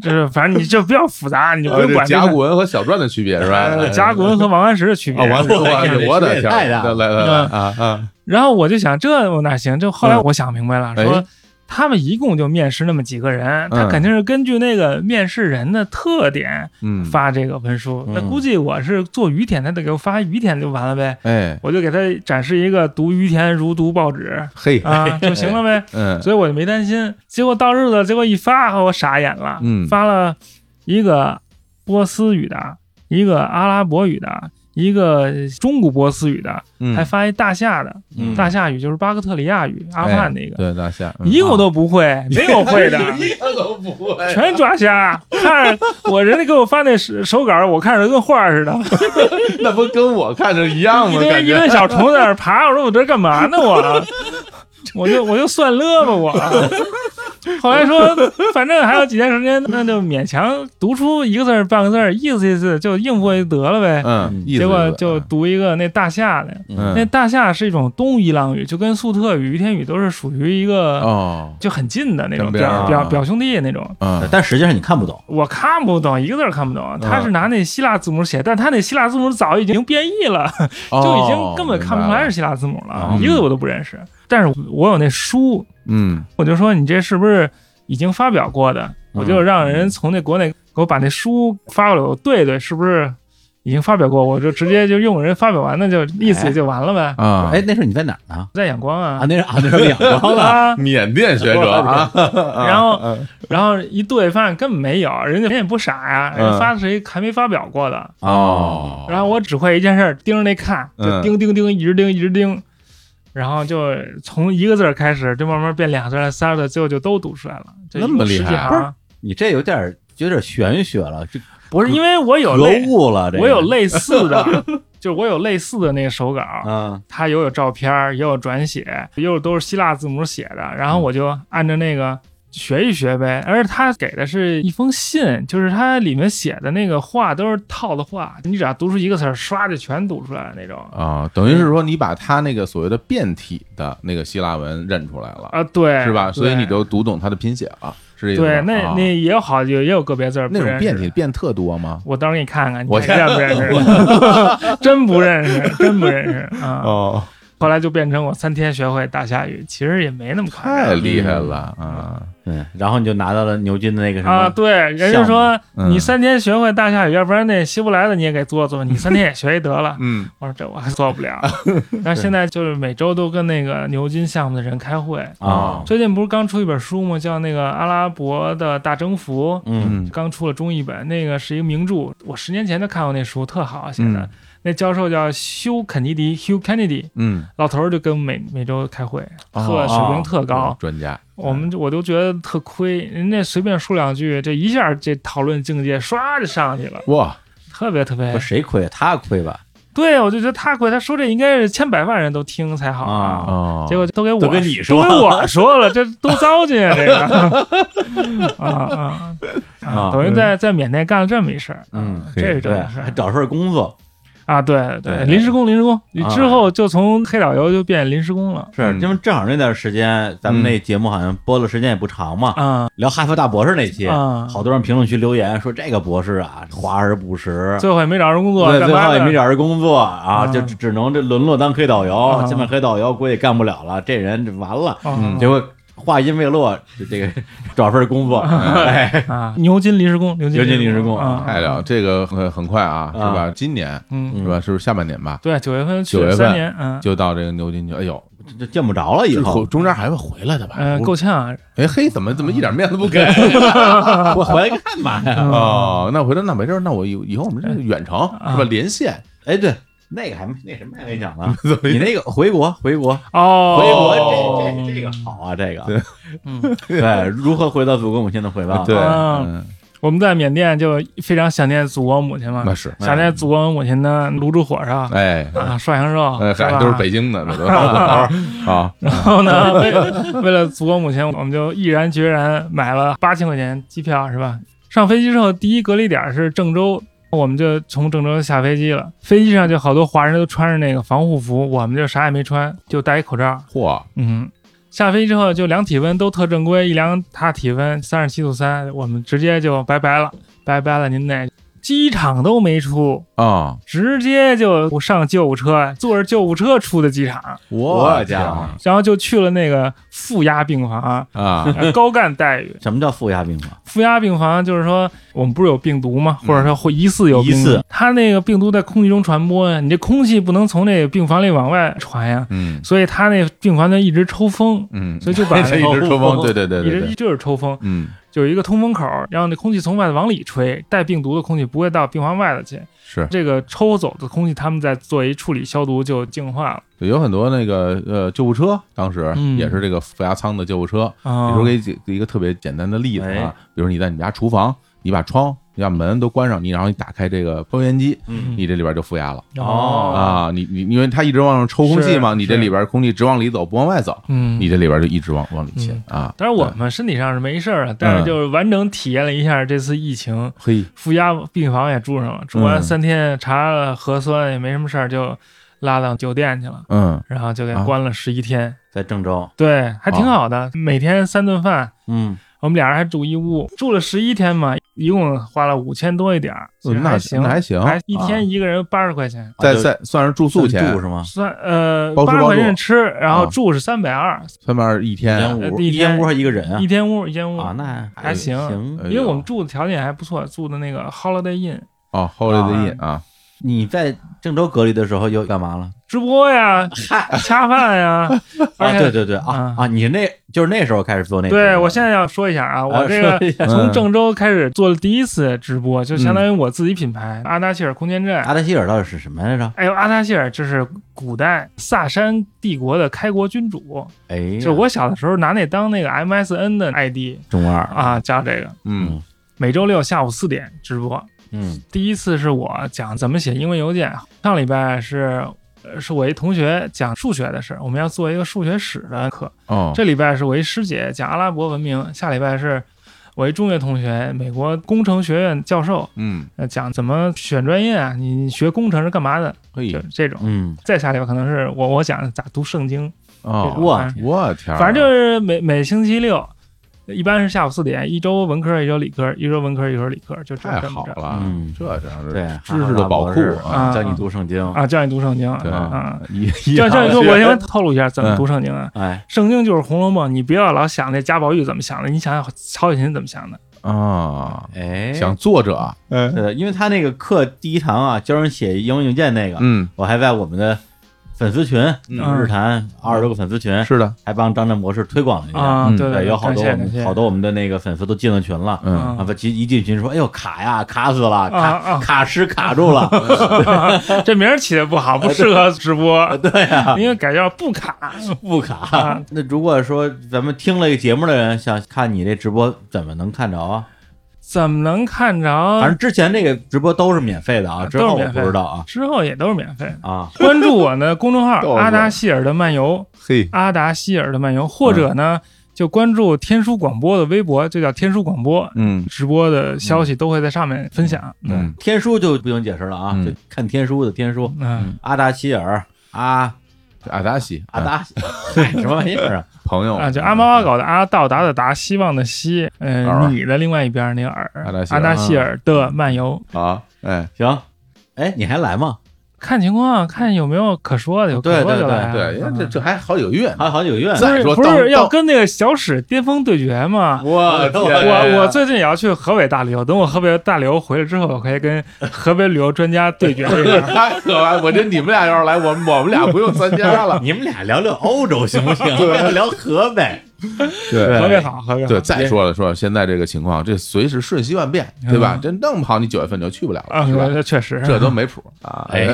S3: 就是反正你就比较复杂，你就不
S4: 呃
S3: 用
S4: 这
S3: 管这
S4: 甲
S3: 个
S4: 骨文和小篆的区别是吧？
S3: 呃，甲骨文和王安石的 <laughs> 区别。
S4: 啊，完了，
S2: 哎呀
S4: 我
S2: 这
S4: 我的
S2: 区别
S4: 天，
S2: 太大
S4: 来来来来啊啊，
S1: 嗯
S3: 然后我就想这我哪行？就后来我想明白了，
S4: 哎
S3: 说他们一共就面试那么几个人，他
S1: 嗯
S3: 肯定是根据那个面试人的特点
S1: 嗯，
S3: 发这个文书。
S1: 嗯
S3: 那估计我是做于田，他得给我发于田就完了呗，
S1: 哎
S3: 我就给他展示一个读于田如读报
S1: <laughs>
S3: 纸
S1: 嘿，
S3: 啊就行了呗。
S1: 嗯
S3: 所以我就没担心。结果到日子，结果一发，我傻眼了，
S1: 嗯
S3: 发了一个波斯语的，一个阿拉伯语的，一个中古波斯语的，
S1: 嗯，
S3: 还发一大夏的，
S2: 嗯
S3: 大夏语就是巴克特里亚语，阿富汗那个，
S1: 哎对大夏，嗯
S3: 一个我都不会，没有
S1: <laughs>
S3: 会的。
S4: 一个都不会。
S3: 全抓瞎，看着我人家给我发那手手稿，我看着跟画儿
S1: <laughs>
S3: 似的，
S4: 那不跟我看着一样
S3: 一
S4: 吗？
S3: 堆
S4: 感
S3: 一
S4: 觉，
S3: 堆小虫在那儿爬，我说我这干嘛呢
S1: <laughs>
S3: 我？我就我就算乐吧我。后来说，反正还有几天时间，那就勉强读出一个字儿半个字儿，意思意思就应付就得了呗。
S1: 嗯，意思
S3: 结果
S1: 是
S3: 就读一个那大夏的，
S1: 嗯
S3: 那大夏是一种东伊朗语，就跟粟特语、于天语都是属于一个
S1: 哦，
S3: 就很近的那种
S1: 两边儿
S3: 表表
S1: 啊
S3: 表兄弟那种。
S1: 嗯
S2: 但实际上你看不懂，
S3: 我看不懂，一个字儿看不懂。他是拿那希腊字母写，但他那希腊字母早已经变异了，
S1: 哦
S3: <laughs> 就已经根本看不出来是
S1: 是，
S3: 希腊字母了，
S1: 嗯
S3: 一个我都不认识。但是我有那书，
S1: 嗯
S3: 我就说你这是不是已经发表过的？我就让人从那国内给我把那书发过来，我对对，是不是已经发表过？我就直接就用人发表完的就意
S1: 哎
S3: 思也就完了呗。
S1: 啊，
S2: 哎，那时候你在哪儿呢？
S3: 在眼光
S2: 啊，
S3: 啊
S2: 那是啊，那时候两张了，
S3: <laughs> 啊
S4: 缅甸学者
S3: <laughs>
S4: 啊，
S3: 然后
S1: 嗯
S3: 然后一对发现根本没有，人家人也不傻呀，人家发的是一个还没发表过的。
S1: 嗯哦，
S3: 然后我只会一件事儿，盯着那看，就
S1: 嗯
S3: 盯盯盯，一直盯一直盯，然后就从一个字儿开始，就慢慢变俩字儿、仨字儿，最后就都读出来了。就
S1: 那么厉害
S3: 十几行啊
S2: 你这有点儿有点儿玄学了，这
S3: 不是因为我有
S2: 格
S3: 类，
S2: 物了，这个
S3: 我有类似的， <laughs> 就是我有类似的那个手稿，
S2: 啊，
S3: 它也有照片儿，也有转写，又都是希腊字母写的，然
S1: 嗯
S3: 后我就按照那个。学一学呗，而且他给的是一封信，就是它里面写的那个话都是套的话，你只要读出一个词儿，唰就全读出来了那种。
S1: 啊，等于是说你把他那个所谓的变体的那个希腊文认出来了，
S3: 啊，对，
S1: 是吧？所以
S3: 对
S1: 你就读懂他的拼写了，是这意思吗？
S3: 对，那
S1: 啊
S3: 那也有好，也有个别字儿不
S1: 那种
S3: 认
S1: 变
S3: 识
S1: 体，变特多吗？
S3: 我到时候给你看看，你
S1: 我
S3: 看认不认识？真不认识， <laughs> 真不认识
S1: <laughs>
S3: 啊！
S1: 哦，
S3: 后来就变成我三天学会大夏语，其实也没那么快
S1: 太厉害了啊！
S2: 对，然后你就拿到了牛津的那个什
S3: 嗯啊！
S2: 么，
S3: 对，人家说
S1: 嗯。
S3: 你三天学会大夏语，要不然那希伯来的你也给做做，你三天也学一得了
S1: 嗯，
S3: 我说这我还做不了，但是现在就是每周都跟那个牛津项目的人开会。
S2: 啊，
S3: 最近不是刚出一本书吗？叫那个《阿拉伯的大征服》。
S2: 嗯
S1: 嗯
S3: 刚出了中译本，那个是一个名著，我十年前就看过那书，特好写的。
S1: 嗯
S3: 那教授叫休肯尼迪 （Hugh Kennedy），
S1: 嗯，
S3: 老头儿就跟我每每周开会，
S1: 哦
S3: 特水平特高。
S1: 专家，
S3: 我
S2: 嗯
S3: 们我都觉得特亏，人家随便说两句，这一下这讨论境界唰就上去了，
S1: 哇，
S3: 特别特别
S2: 不。是谁亏他亏吧？
S3: 对，啊我就觉得他亏，他说这应该是千百万人都听才好
S2: 啊
S1: 哦，
S3: 结果都给我
S2: 都跟你说
S3: 都给我说了，这多糟践啊！这个
S2: <laughs>
S3: 啊啊
S2: 啊
S3: 啊！等于在在缅甸干了这么一事儿，啊
S2: 嗯，
S3: 这是
S2: 对，
S3: 真的事
S2: 还
S3: 儿
S2: 找份工作，
S3: 啊！对
S1: 对
S3: 对，临时工临时工，你
S2: 啊
S3: 之后就从黑导游就变临时工了
S2: 是
S1: 嗯
S2: 因为正好那段时间咱们
S1: 嗯
S2: 那节目好像播了时间也不长嘛，
S3: 啊！
S2: 聊哈佛大博士那期，
S3: 啊
S2: 好多人评论区留言说这个博士啊，华而不实。
S3: 最后也没找着工作，
S2: 对，
S3: 干
S2: 最
S3: 嘛
S2: 后也
S3: 呢
S2: 没找着工作啊，
S3: 啊
S2: 就只只能这沦落当黑导游。
S3: 啊
S2: 现在黑导游估计干不了了，这人这完了。
S3: 啊
S1: 嗯
S2: 结果话音未落，这这个 <laughs> 找份工作，哎，
S3: 啊！牛津临时工，牛津
S2: 牛津临时工
S3: 啊！
S1: 太了，这个很很快啊，是吧？今年
S3: 嗯，
S1: 是吧？是不是下半年吧？
S3: 对，九月份去
S1: 九月份
S3: 三年，嗯
S1: 就到这个牛津去，哎呦，
S2: 这这见不着了以后，
S1: 中间还会回来的吧？
S3: 呃，够呛
S1: 哎嘿，怎么怎么一点面子不给？
S2: 我回来干嘛呀？
S3: 啊！
S1: 哦，那回头那没事儿，那我以以后我们这个远程
S3: 啊
S1: 是吧？连线
S2: 哎，对，那个还没那什么还没讲呢，
S3: <laughs>
S2: 你那个回国回国回
S3: 哦
S2: 国，，这这这个好啊，这
S1: 对
S2: 个
S3: 嗯，
S2: 对，如何回到祖国母亲的怀抱？
S1: 对，
S3: 啊
S1: 嗯
S3: 我们在缅甸就非常想念祖国母亲嘛
S1: 那，是
S3: 想念祖国母亲的卤煮火烧
S1: 哎。
S3: 啊，涮羊肉
S1: 哎，，
S3: 是吧
S1: 还都是北京的，这都啊，
S3: 然后呢， <laughs> 为为了祖国母亲，我们就毅然决然买了八千块钱机票，是吧？上飞机之后，第一隔离点是郑州，我们就从郑州下飞机了。飞机上就好多华人都穿着那个防护服，我们就啥也没穿，就戴一口罩。
S1: 嚯，
S3: 嗯，下飞机之后就量体温都特正规，一量他体温三十七度三，我们直接就拜拜了，拜拜了您那。机场都没出，
S1: 啊，
S3: 直接就上救护车，坐着救护车出的机场，
S2: 我家伙
S3: 然后就去了那个负压病房，
S1: 天啊，
S3: 呃高干待遇。
S2: 什么叫负压病啊房？
S3: 负压病房就是说，我们不是有病毒吗？或者说会疑似有病
S2: 疑
S3: 毒
S2: 似，
S3: 它那个病毒在空气中传播呀，你这空气不能从这个病房里往外传呀，
S4: 嗯
S3: 所以它那病房就一直抽风，
S4: 嗯，
S3: 所以就
S1: <laughs>
S3: 把那
S4: 这一直抽风，对对对
S3: 一
S4: 对
S3: 直
S4: 对，
S3: 一就是抽风，
S4: 嗯，
S3: 有一个通风口，让那空气从外往里吹，带病毒的空气不会到病房外头去。
S1: 是
S3: 这个抽走的空气，他们再做一处理消毒就净化了。
S1: 有很多那个呃救护车，当时
S3: 嗯
S1: 也是这个负压舱的救护车。
S3: 啊、
S1: 比如给几一个特别简单的例子啊，
S3: 哎
S1: 比如你在你家厨房，你把窗、你把门都关上，你然后你打开这个抽烟机，
S2: 嗯
S1: 你这里边就负压了。
S2: 哦
S1: 啊，你你因为它一直往上抽空气嘛，
S3: 是
S1: 你这
S3: 是
S1: 里边空气只往里走不往外走，
S3: 嗯，
S1: 你这里边就一直往往里切
S3: 嗯
S1: 啊。
S3: 当然我们身体上是没事
S1: 嗯
S3: 儿的，啊但是就是完整体验了一下这次疫情，
S1: 嘿，
S3: 负压病房也住上
S1: 嗯
S3: 了，住完三天查了核酸也没什么事儿，就拉到酒店去了，
S1: 嗯，
S3: 然后就给关了十一天。
S2: 在郑州，
S3: 对，还挺好
S1: 哦
S3: 的，每天三顿饭，
S2: 嗯，
S3: 我们俩人还住一屋，住了十一天嘛，一共花了五千多一点儿，其实
S1: 嗯那
S3: 还行，
S1: 那还行，
S3: 还一天一个人八十块钱，
S1: 再再算是住宿
S3: 啊
S2: 算
S1: 钱
S2: 住，是吗？
S3: 算呃
S1: 包吃
S3: 八十
S1: 包
S3: 块
S1: 住
S3: 钱吃，然后
S1: 啊
S3: 住是三百二，
S1: 三百二一
S2: 一
S1: 天啊
S2: 间，屋，
S3: 呃一
S2: 一间
S3: 天
S2: 屋还一个人啊
S3: 一？天屋一间屋
S2: 啊，那
S3: 还行呃
S2: 行。
S1: 哎呦
S3: 因为我们住的条件还不错，住的那个 Holiday Inn
S1: 哦后来的印啊，
S2: 你在郑州隔离的时候又干嘛
S3: <laughs>
S2: 了？
S3: 直播呀、恰饭呀，
S2: <laughs>
S3: 而
S2: 啊，
S3: 且
S2: 对对对啊
S3: 嗯
S2: 啊！你那就是那时候开始做那个，
S3: 对我现在要说一下啊，
S2: 啊
S3: 我这
S2: 说
S3: 个
S2: 一下嗯
S3: 从郑州开始做了第一次直播，就相当于我自己品牌阿达切尔空间站。
S2: 阿达希尔到底是什么来着？
S3: 哎呦，阿达切尔就是古代萨珊帝国的开国君主，
S2: 哎呀，
S3: 就我小的时候拿那当那个 MSN 的 ID
S2: 中二，
S3: 啊，叫这个。
S1: 嗯
S3: 每周六下午四点直播，
S2: 嗯
S3: 第一次是我讲怎么写英文邮件，啊上礼拜是。呃是我一同学讲数学的事儿，我们要做一个数学史的课。
S1: 哦，
S3: 嗯这礼拜是我一师姐讲阿拉伯文明，下礼拜是我一中学同学，美国工程学院教授，
S1: 嗯，
S3: 呃，讲怎么选专业啊，你你学工程是干嘛的，
S1: 嘿
S3: 就是这种。
S2: 嗯，
S3: 再下礼拜可能是我我讲咋读圣经，
S1: 哦，
S3: 这种
S2: 我
S3: 哎
S2: 天
S1: 我天儿，
S3: 反正就是每每星期六，一般是下午四点，一周文科，一周理科，一周文科，一周理科，就这
S1: 太
S3: 这么
S1: 好
S3: 着
S1: 了，
S2: 嗯
S1: 这真是
S2: 对，
S1: 知识的宝库啊，
S3: 啊
S2: 教你读圣经，
S3: 啊！教你读圣经
S1: 对
S3: 啊，
S1: 一
S3: <laughs>
S1: 一
S3: 教教你说，
S1: 样
S3: 我先透露一下怎么读圣经啊。
S2: 哎，
S3: 圣经就是《红楼梦》，你不要老想那贾宝玉怎么想的，你想想曹雪芹怎么想的。
S1: 啊，
S2: 哎，
S1: 想啊作者，
S3: 嗯
S2: 呃，因为他那个课第一堂啊，教人写英文邮件那个，
S1: 嗯，
S2: 我还在我们的粉丝群，
S3: 嗯
S2: 日坛二十多个粉丝群，
S3: 哎
S1: 是的，
S2: 还帮张震博士推广了一下。
S3: 啊，
S1: 嗯
S3: 对
S2: 哎对，有好多我
S3: 感谢感谢
S2: 们好多我们的那个粉丝都进了群了。
S1: 嗯，
S2: 啊，不，一一进群说，哎呦卡呀，卡死了，卡、
S3: 啊啊
S2: 卡师卡住了，
S3: 这名儿起的不好，不适合直播，
S2: 啊对呀、
S3: 因为改叫不卡。
S2: 不卡
S3: 啊。
S2: <laughs> 那如果说咱们听了一个节目的人想看你这直播，怎么能看着啊？
S3: 怎么能看
S2: 反
S3: 着？
S2: 正之前这个直播都是免费的啊，之后我
S3: 嗯都是免
S2: 不
S3: 费
S2: 知道啊
S3: 之后也都是免费的。
S2: 啊，
S3: 关注我的公众
S1: 逗
S3: 号
S1: 死
S3: “
S1: 我
S3: 阿达希尔的漫游”，
S1: 嘿，
S3: 阿达希尔的漫游，或
S2: 嗯
S3: 者呢，就关注天书广播的微博，就叫天书广播，
S1: 嗯
S3: 直播的消息都会在上面分享。
S1: 嗯，
S2: 天书就不用解释了啊，
S1: 嗯
S2: 就看天书的天书，
S3: 嗯，
S2: 阿达希尔阿
S1: 阿达西，嗯
S2: 阿达希 <laughs> 嗨什么玩意儿啊？
S1: 朋友
S3: 啊，就阿猫阿狗的阿，到达的达，希望的希，
S1: 耳
S3: 嗯，你的另外一边儿那个耳，
S1: 阿达希尔
S3: 阿达希尔的漫游。
S1: 啊，哎，
S2: 行，哎，你还来吗？
S3: 看情况，看有没有可说的，有可
S2: 对
S3: 说
S2: 对
S3: 的
S2: 对
S3: 来啊。
S1: 对，因为这
S3: 嗯
S1: 这还好几个月
S2: 还
S1: 呢，
S2: 有好几个月呢。
S1: 再说
S3: 不
S1: 到
S3: 是要
S1: 到
S3: 跟那个小史巅峰对决吗？
S1: 我
S2: 我
S1: 天呀
S3: 我我
S1: <laughs>
S3: 最近也要去河北大旅游，等我河北大旅游回来之后，我可以跟河北旅游专家
S1: <laughs>
S3: 对决一下。
S1: 哎太可爱！我这你们俩要是来，我们我们俩不用参加了。
S2: <laughs> 你们俩聊聊欧洲行不行？聊河北，
S1: 对
S3: 河北好，河北好
S1: 对，再说了说了现在这个情况，这随时瞬息万变，对吧？这弄不好你九月份就去不了
S3: 嗯
S1: 了，
S3: 啊，
S1: 是吧？
S3: 这确实
S1: 这都没谱啊！
S2: 哎，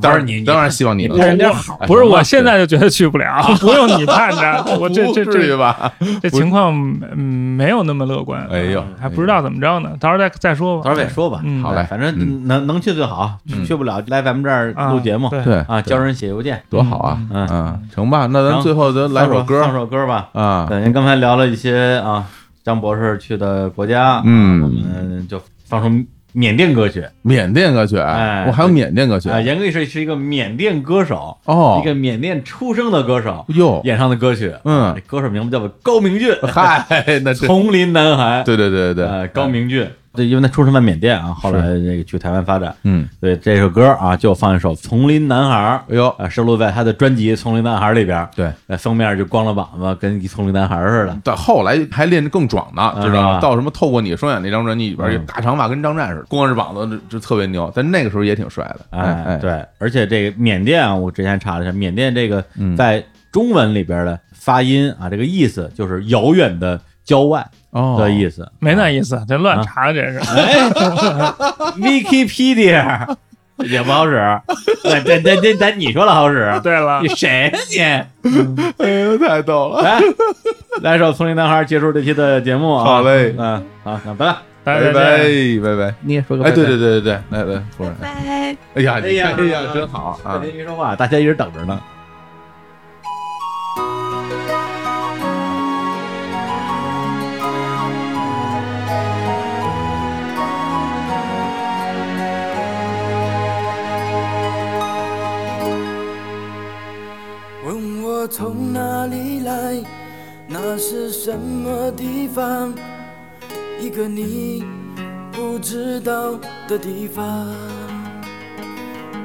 S1: 当
S2: 不是
S1: 然
S2: 你你
S1: 当然希望你能
S2: 我
S1: 去
S2: 人家
S3: 我不是，我现在就觉得去不了，不用你盼
S1: <laughs>
S3: 着，我这这
S1: 不至于
S3: 这
S1: 吧？
S3: 这情况嗯没有那么乐观，
S1: 哎呦，
S3: 还不知道怎么着呢，到时候再再说
S2: 嗯到
S3: 吧。
S2: 时候再说吧。
S3: 嗯
S1: 好嘞
S2: 反正能能去最好，去不了来咱们这儿
S3: 啊
S2: 录节目
S3: 对
S1: 哎呦，对
S2: 啊，教人写邮件。
S1: 多好啊！
S2: 嗯
S1: 嗯，成吧，那咱
S2: 行
S1: 最后咱来
S2: 放首
S1: 首歌
S2: 放首歌吧。
S1: 啊，
S2: 对，您刚才聊了一些啊，张博士去的国家，
S1: 嗯，
S2: 嗯，就放首缅甸歌曲
S1: 缅甸歌曲，
S4: 啊
S2: 哎
S1: 我还有缅甸歌曲
S2: 啊，严格意义上是一个缅甸歌手，
S1: 哦
S2: 一，个缅甸出生的歌手
S1: 哟，
S2: 演唱的歌曲。
S1: 嗯
S2: <laughs> 这歌手名字叫做高明俊，
S1: 嗨，那这
S2: 丛林男孩。
S1: 对对对对对，
S2: 呃，高明俊，对，因为他出身在缅甸啊，后来这个去台湾发展。
S4: 嗯，
S2: 对这首歌啊，就放一首《丛林男孩》，
S4: 哎呦，
S2: 啊，收录在他的专辑《丛林男孩》里边。
S4: 对，
S2: 呃，封面就光了膀子，跟一丛林男孩似的。
S4: 到后来还练得更壮呢，知道
S2: 啊
S4: 吗？到什么透过你双眼那张专辑里边，
S2: 嗯
S4: 大长发跟张战似的，光着膀子，这这特别牛。但那个时候也挺帅的，哎
S2: 哎，，对，而且这个缅甸啊，我之前查了一下，缅甸这个
S4: 嗯
S2: 在中文里边的发音啊，这个意思就是遥远的郊外
S4: 哦
S2: 的意思。
S3: 没那意思，这乱查这是。
S2: 啊哎
S4: <laughs>
S2: ，Wikipedia 也不好使，那这这这咱你说了好使，
S3: 对了
S2: 你，谁呀你？
S4: 哎呦，太逗了，
S2: 来，来一首《丛林男孩》结束这期的节目啊。
S4: 好，嘞，
S2: 嗯，好，那拜拜。
S3: 大
S4: 拜
S3: 家
S4: 拜拜拜。
S2: 你也说
S4: 哎，对对对对对，来来，夫人，
S5: 拜。
S4: 哎呀，你
S2: 哎呀
S4: 看哎呀，真好啊！
S2: 别没说话，大家一直等着呢。
S6: 问我从哪里来，那是什么地方？一个你不知道的地方。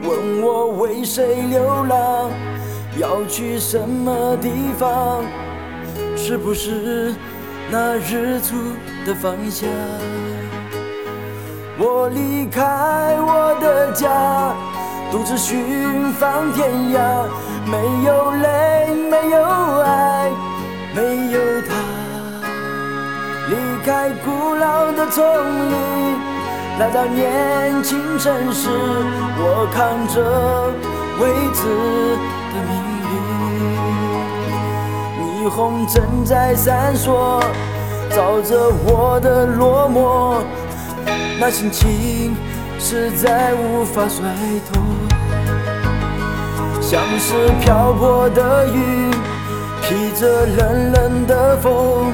S6: 问我为谁流浪，要去什么地方？是不是那日出的方向？我离开我的家，独自寻访天涯，没有泪，没有爱，没有他。离开古老的丛林，来到年轻城市，我扛着未知的命运。霓虹正在闪烁，照着我的落寞，那心情实在无法甩脱。像是漂泊的云，披着冷冷的风，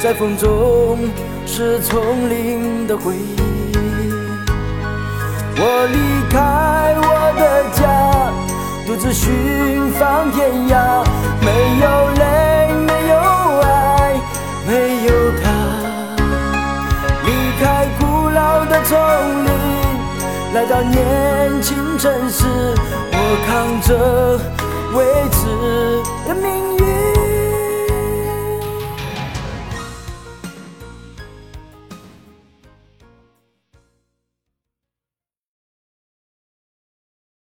S6: 在风中是丛林的回忆。我离开我的家，独自寻访天涯，没有泪，没有爱，没有他。离开古老的丛林，来到年轻城市，我扛着未知的命运。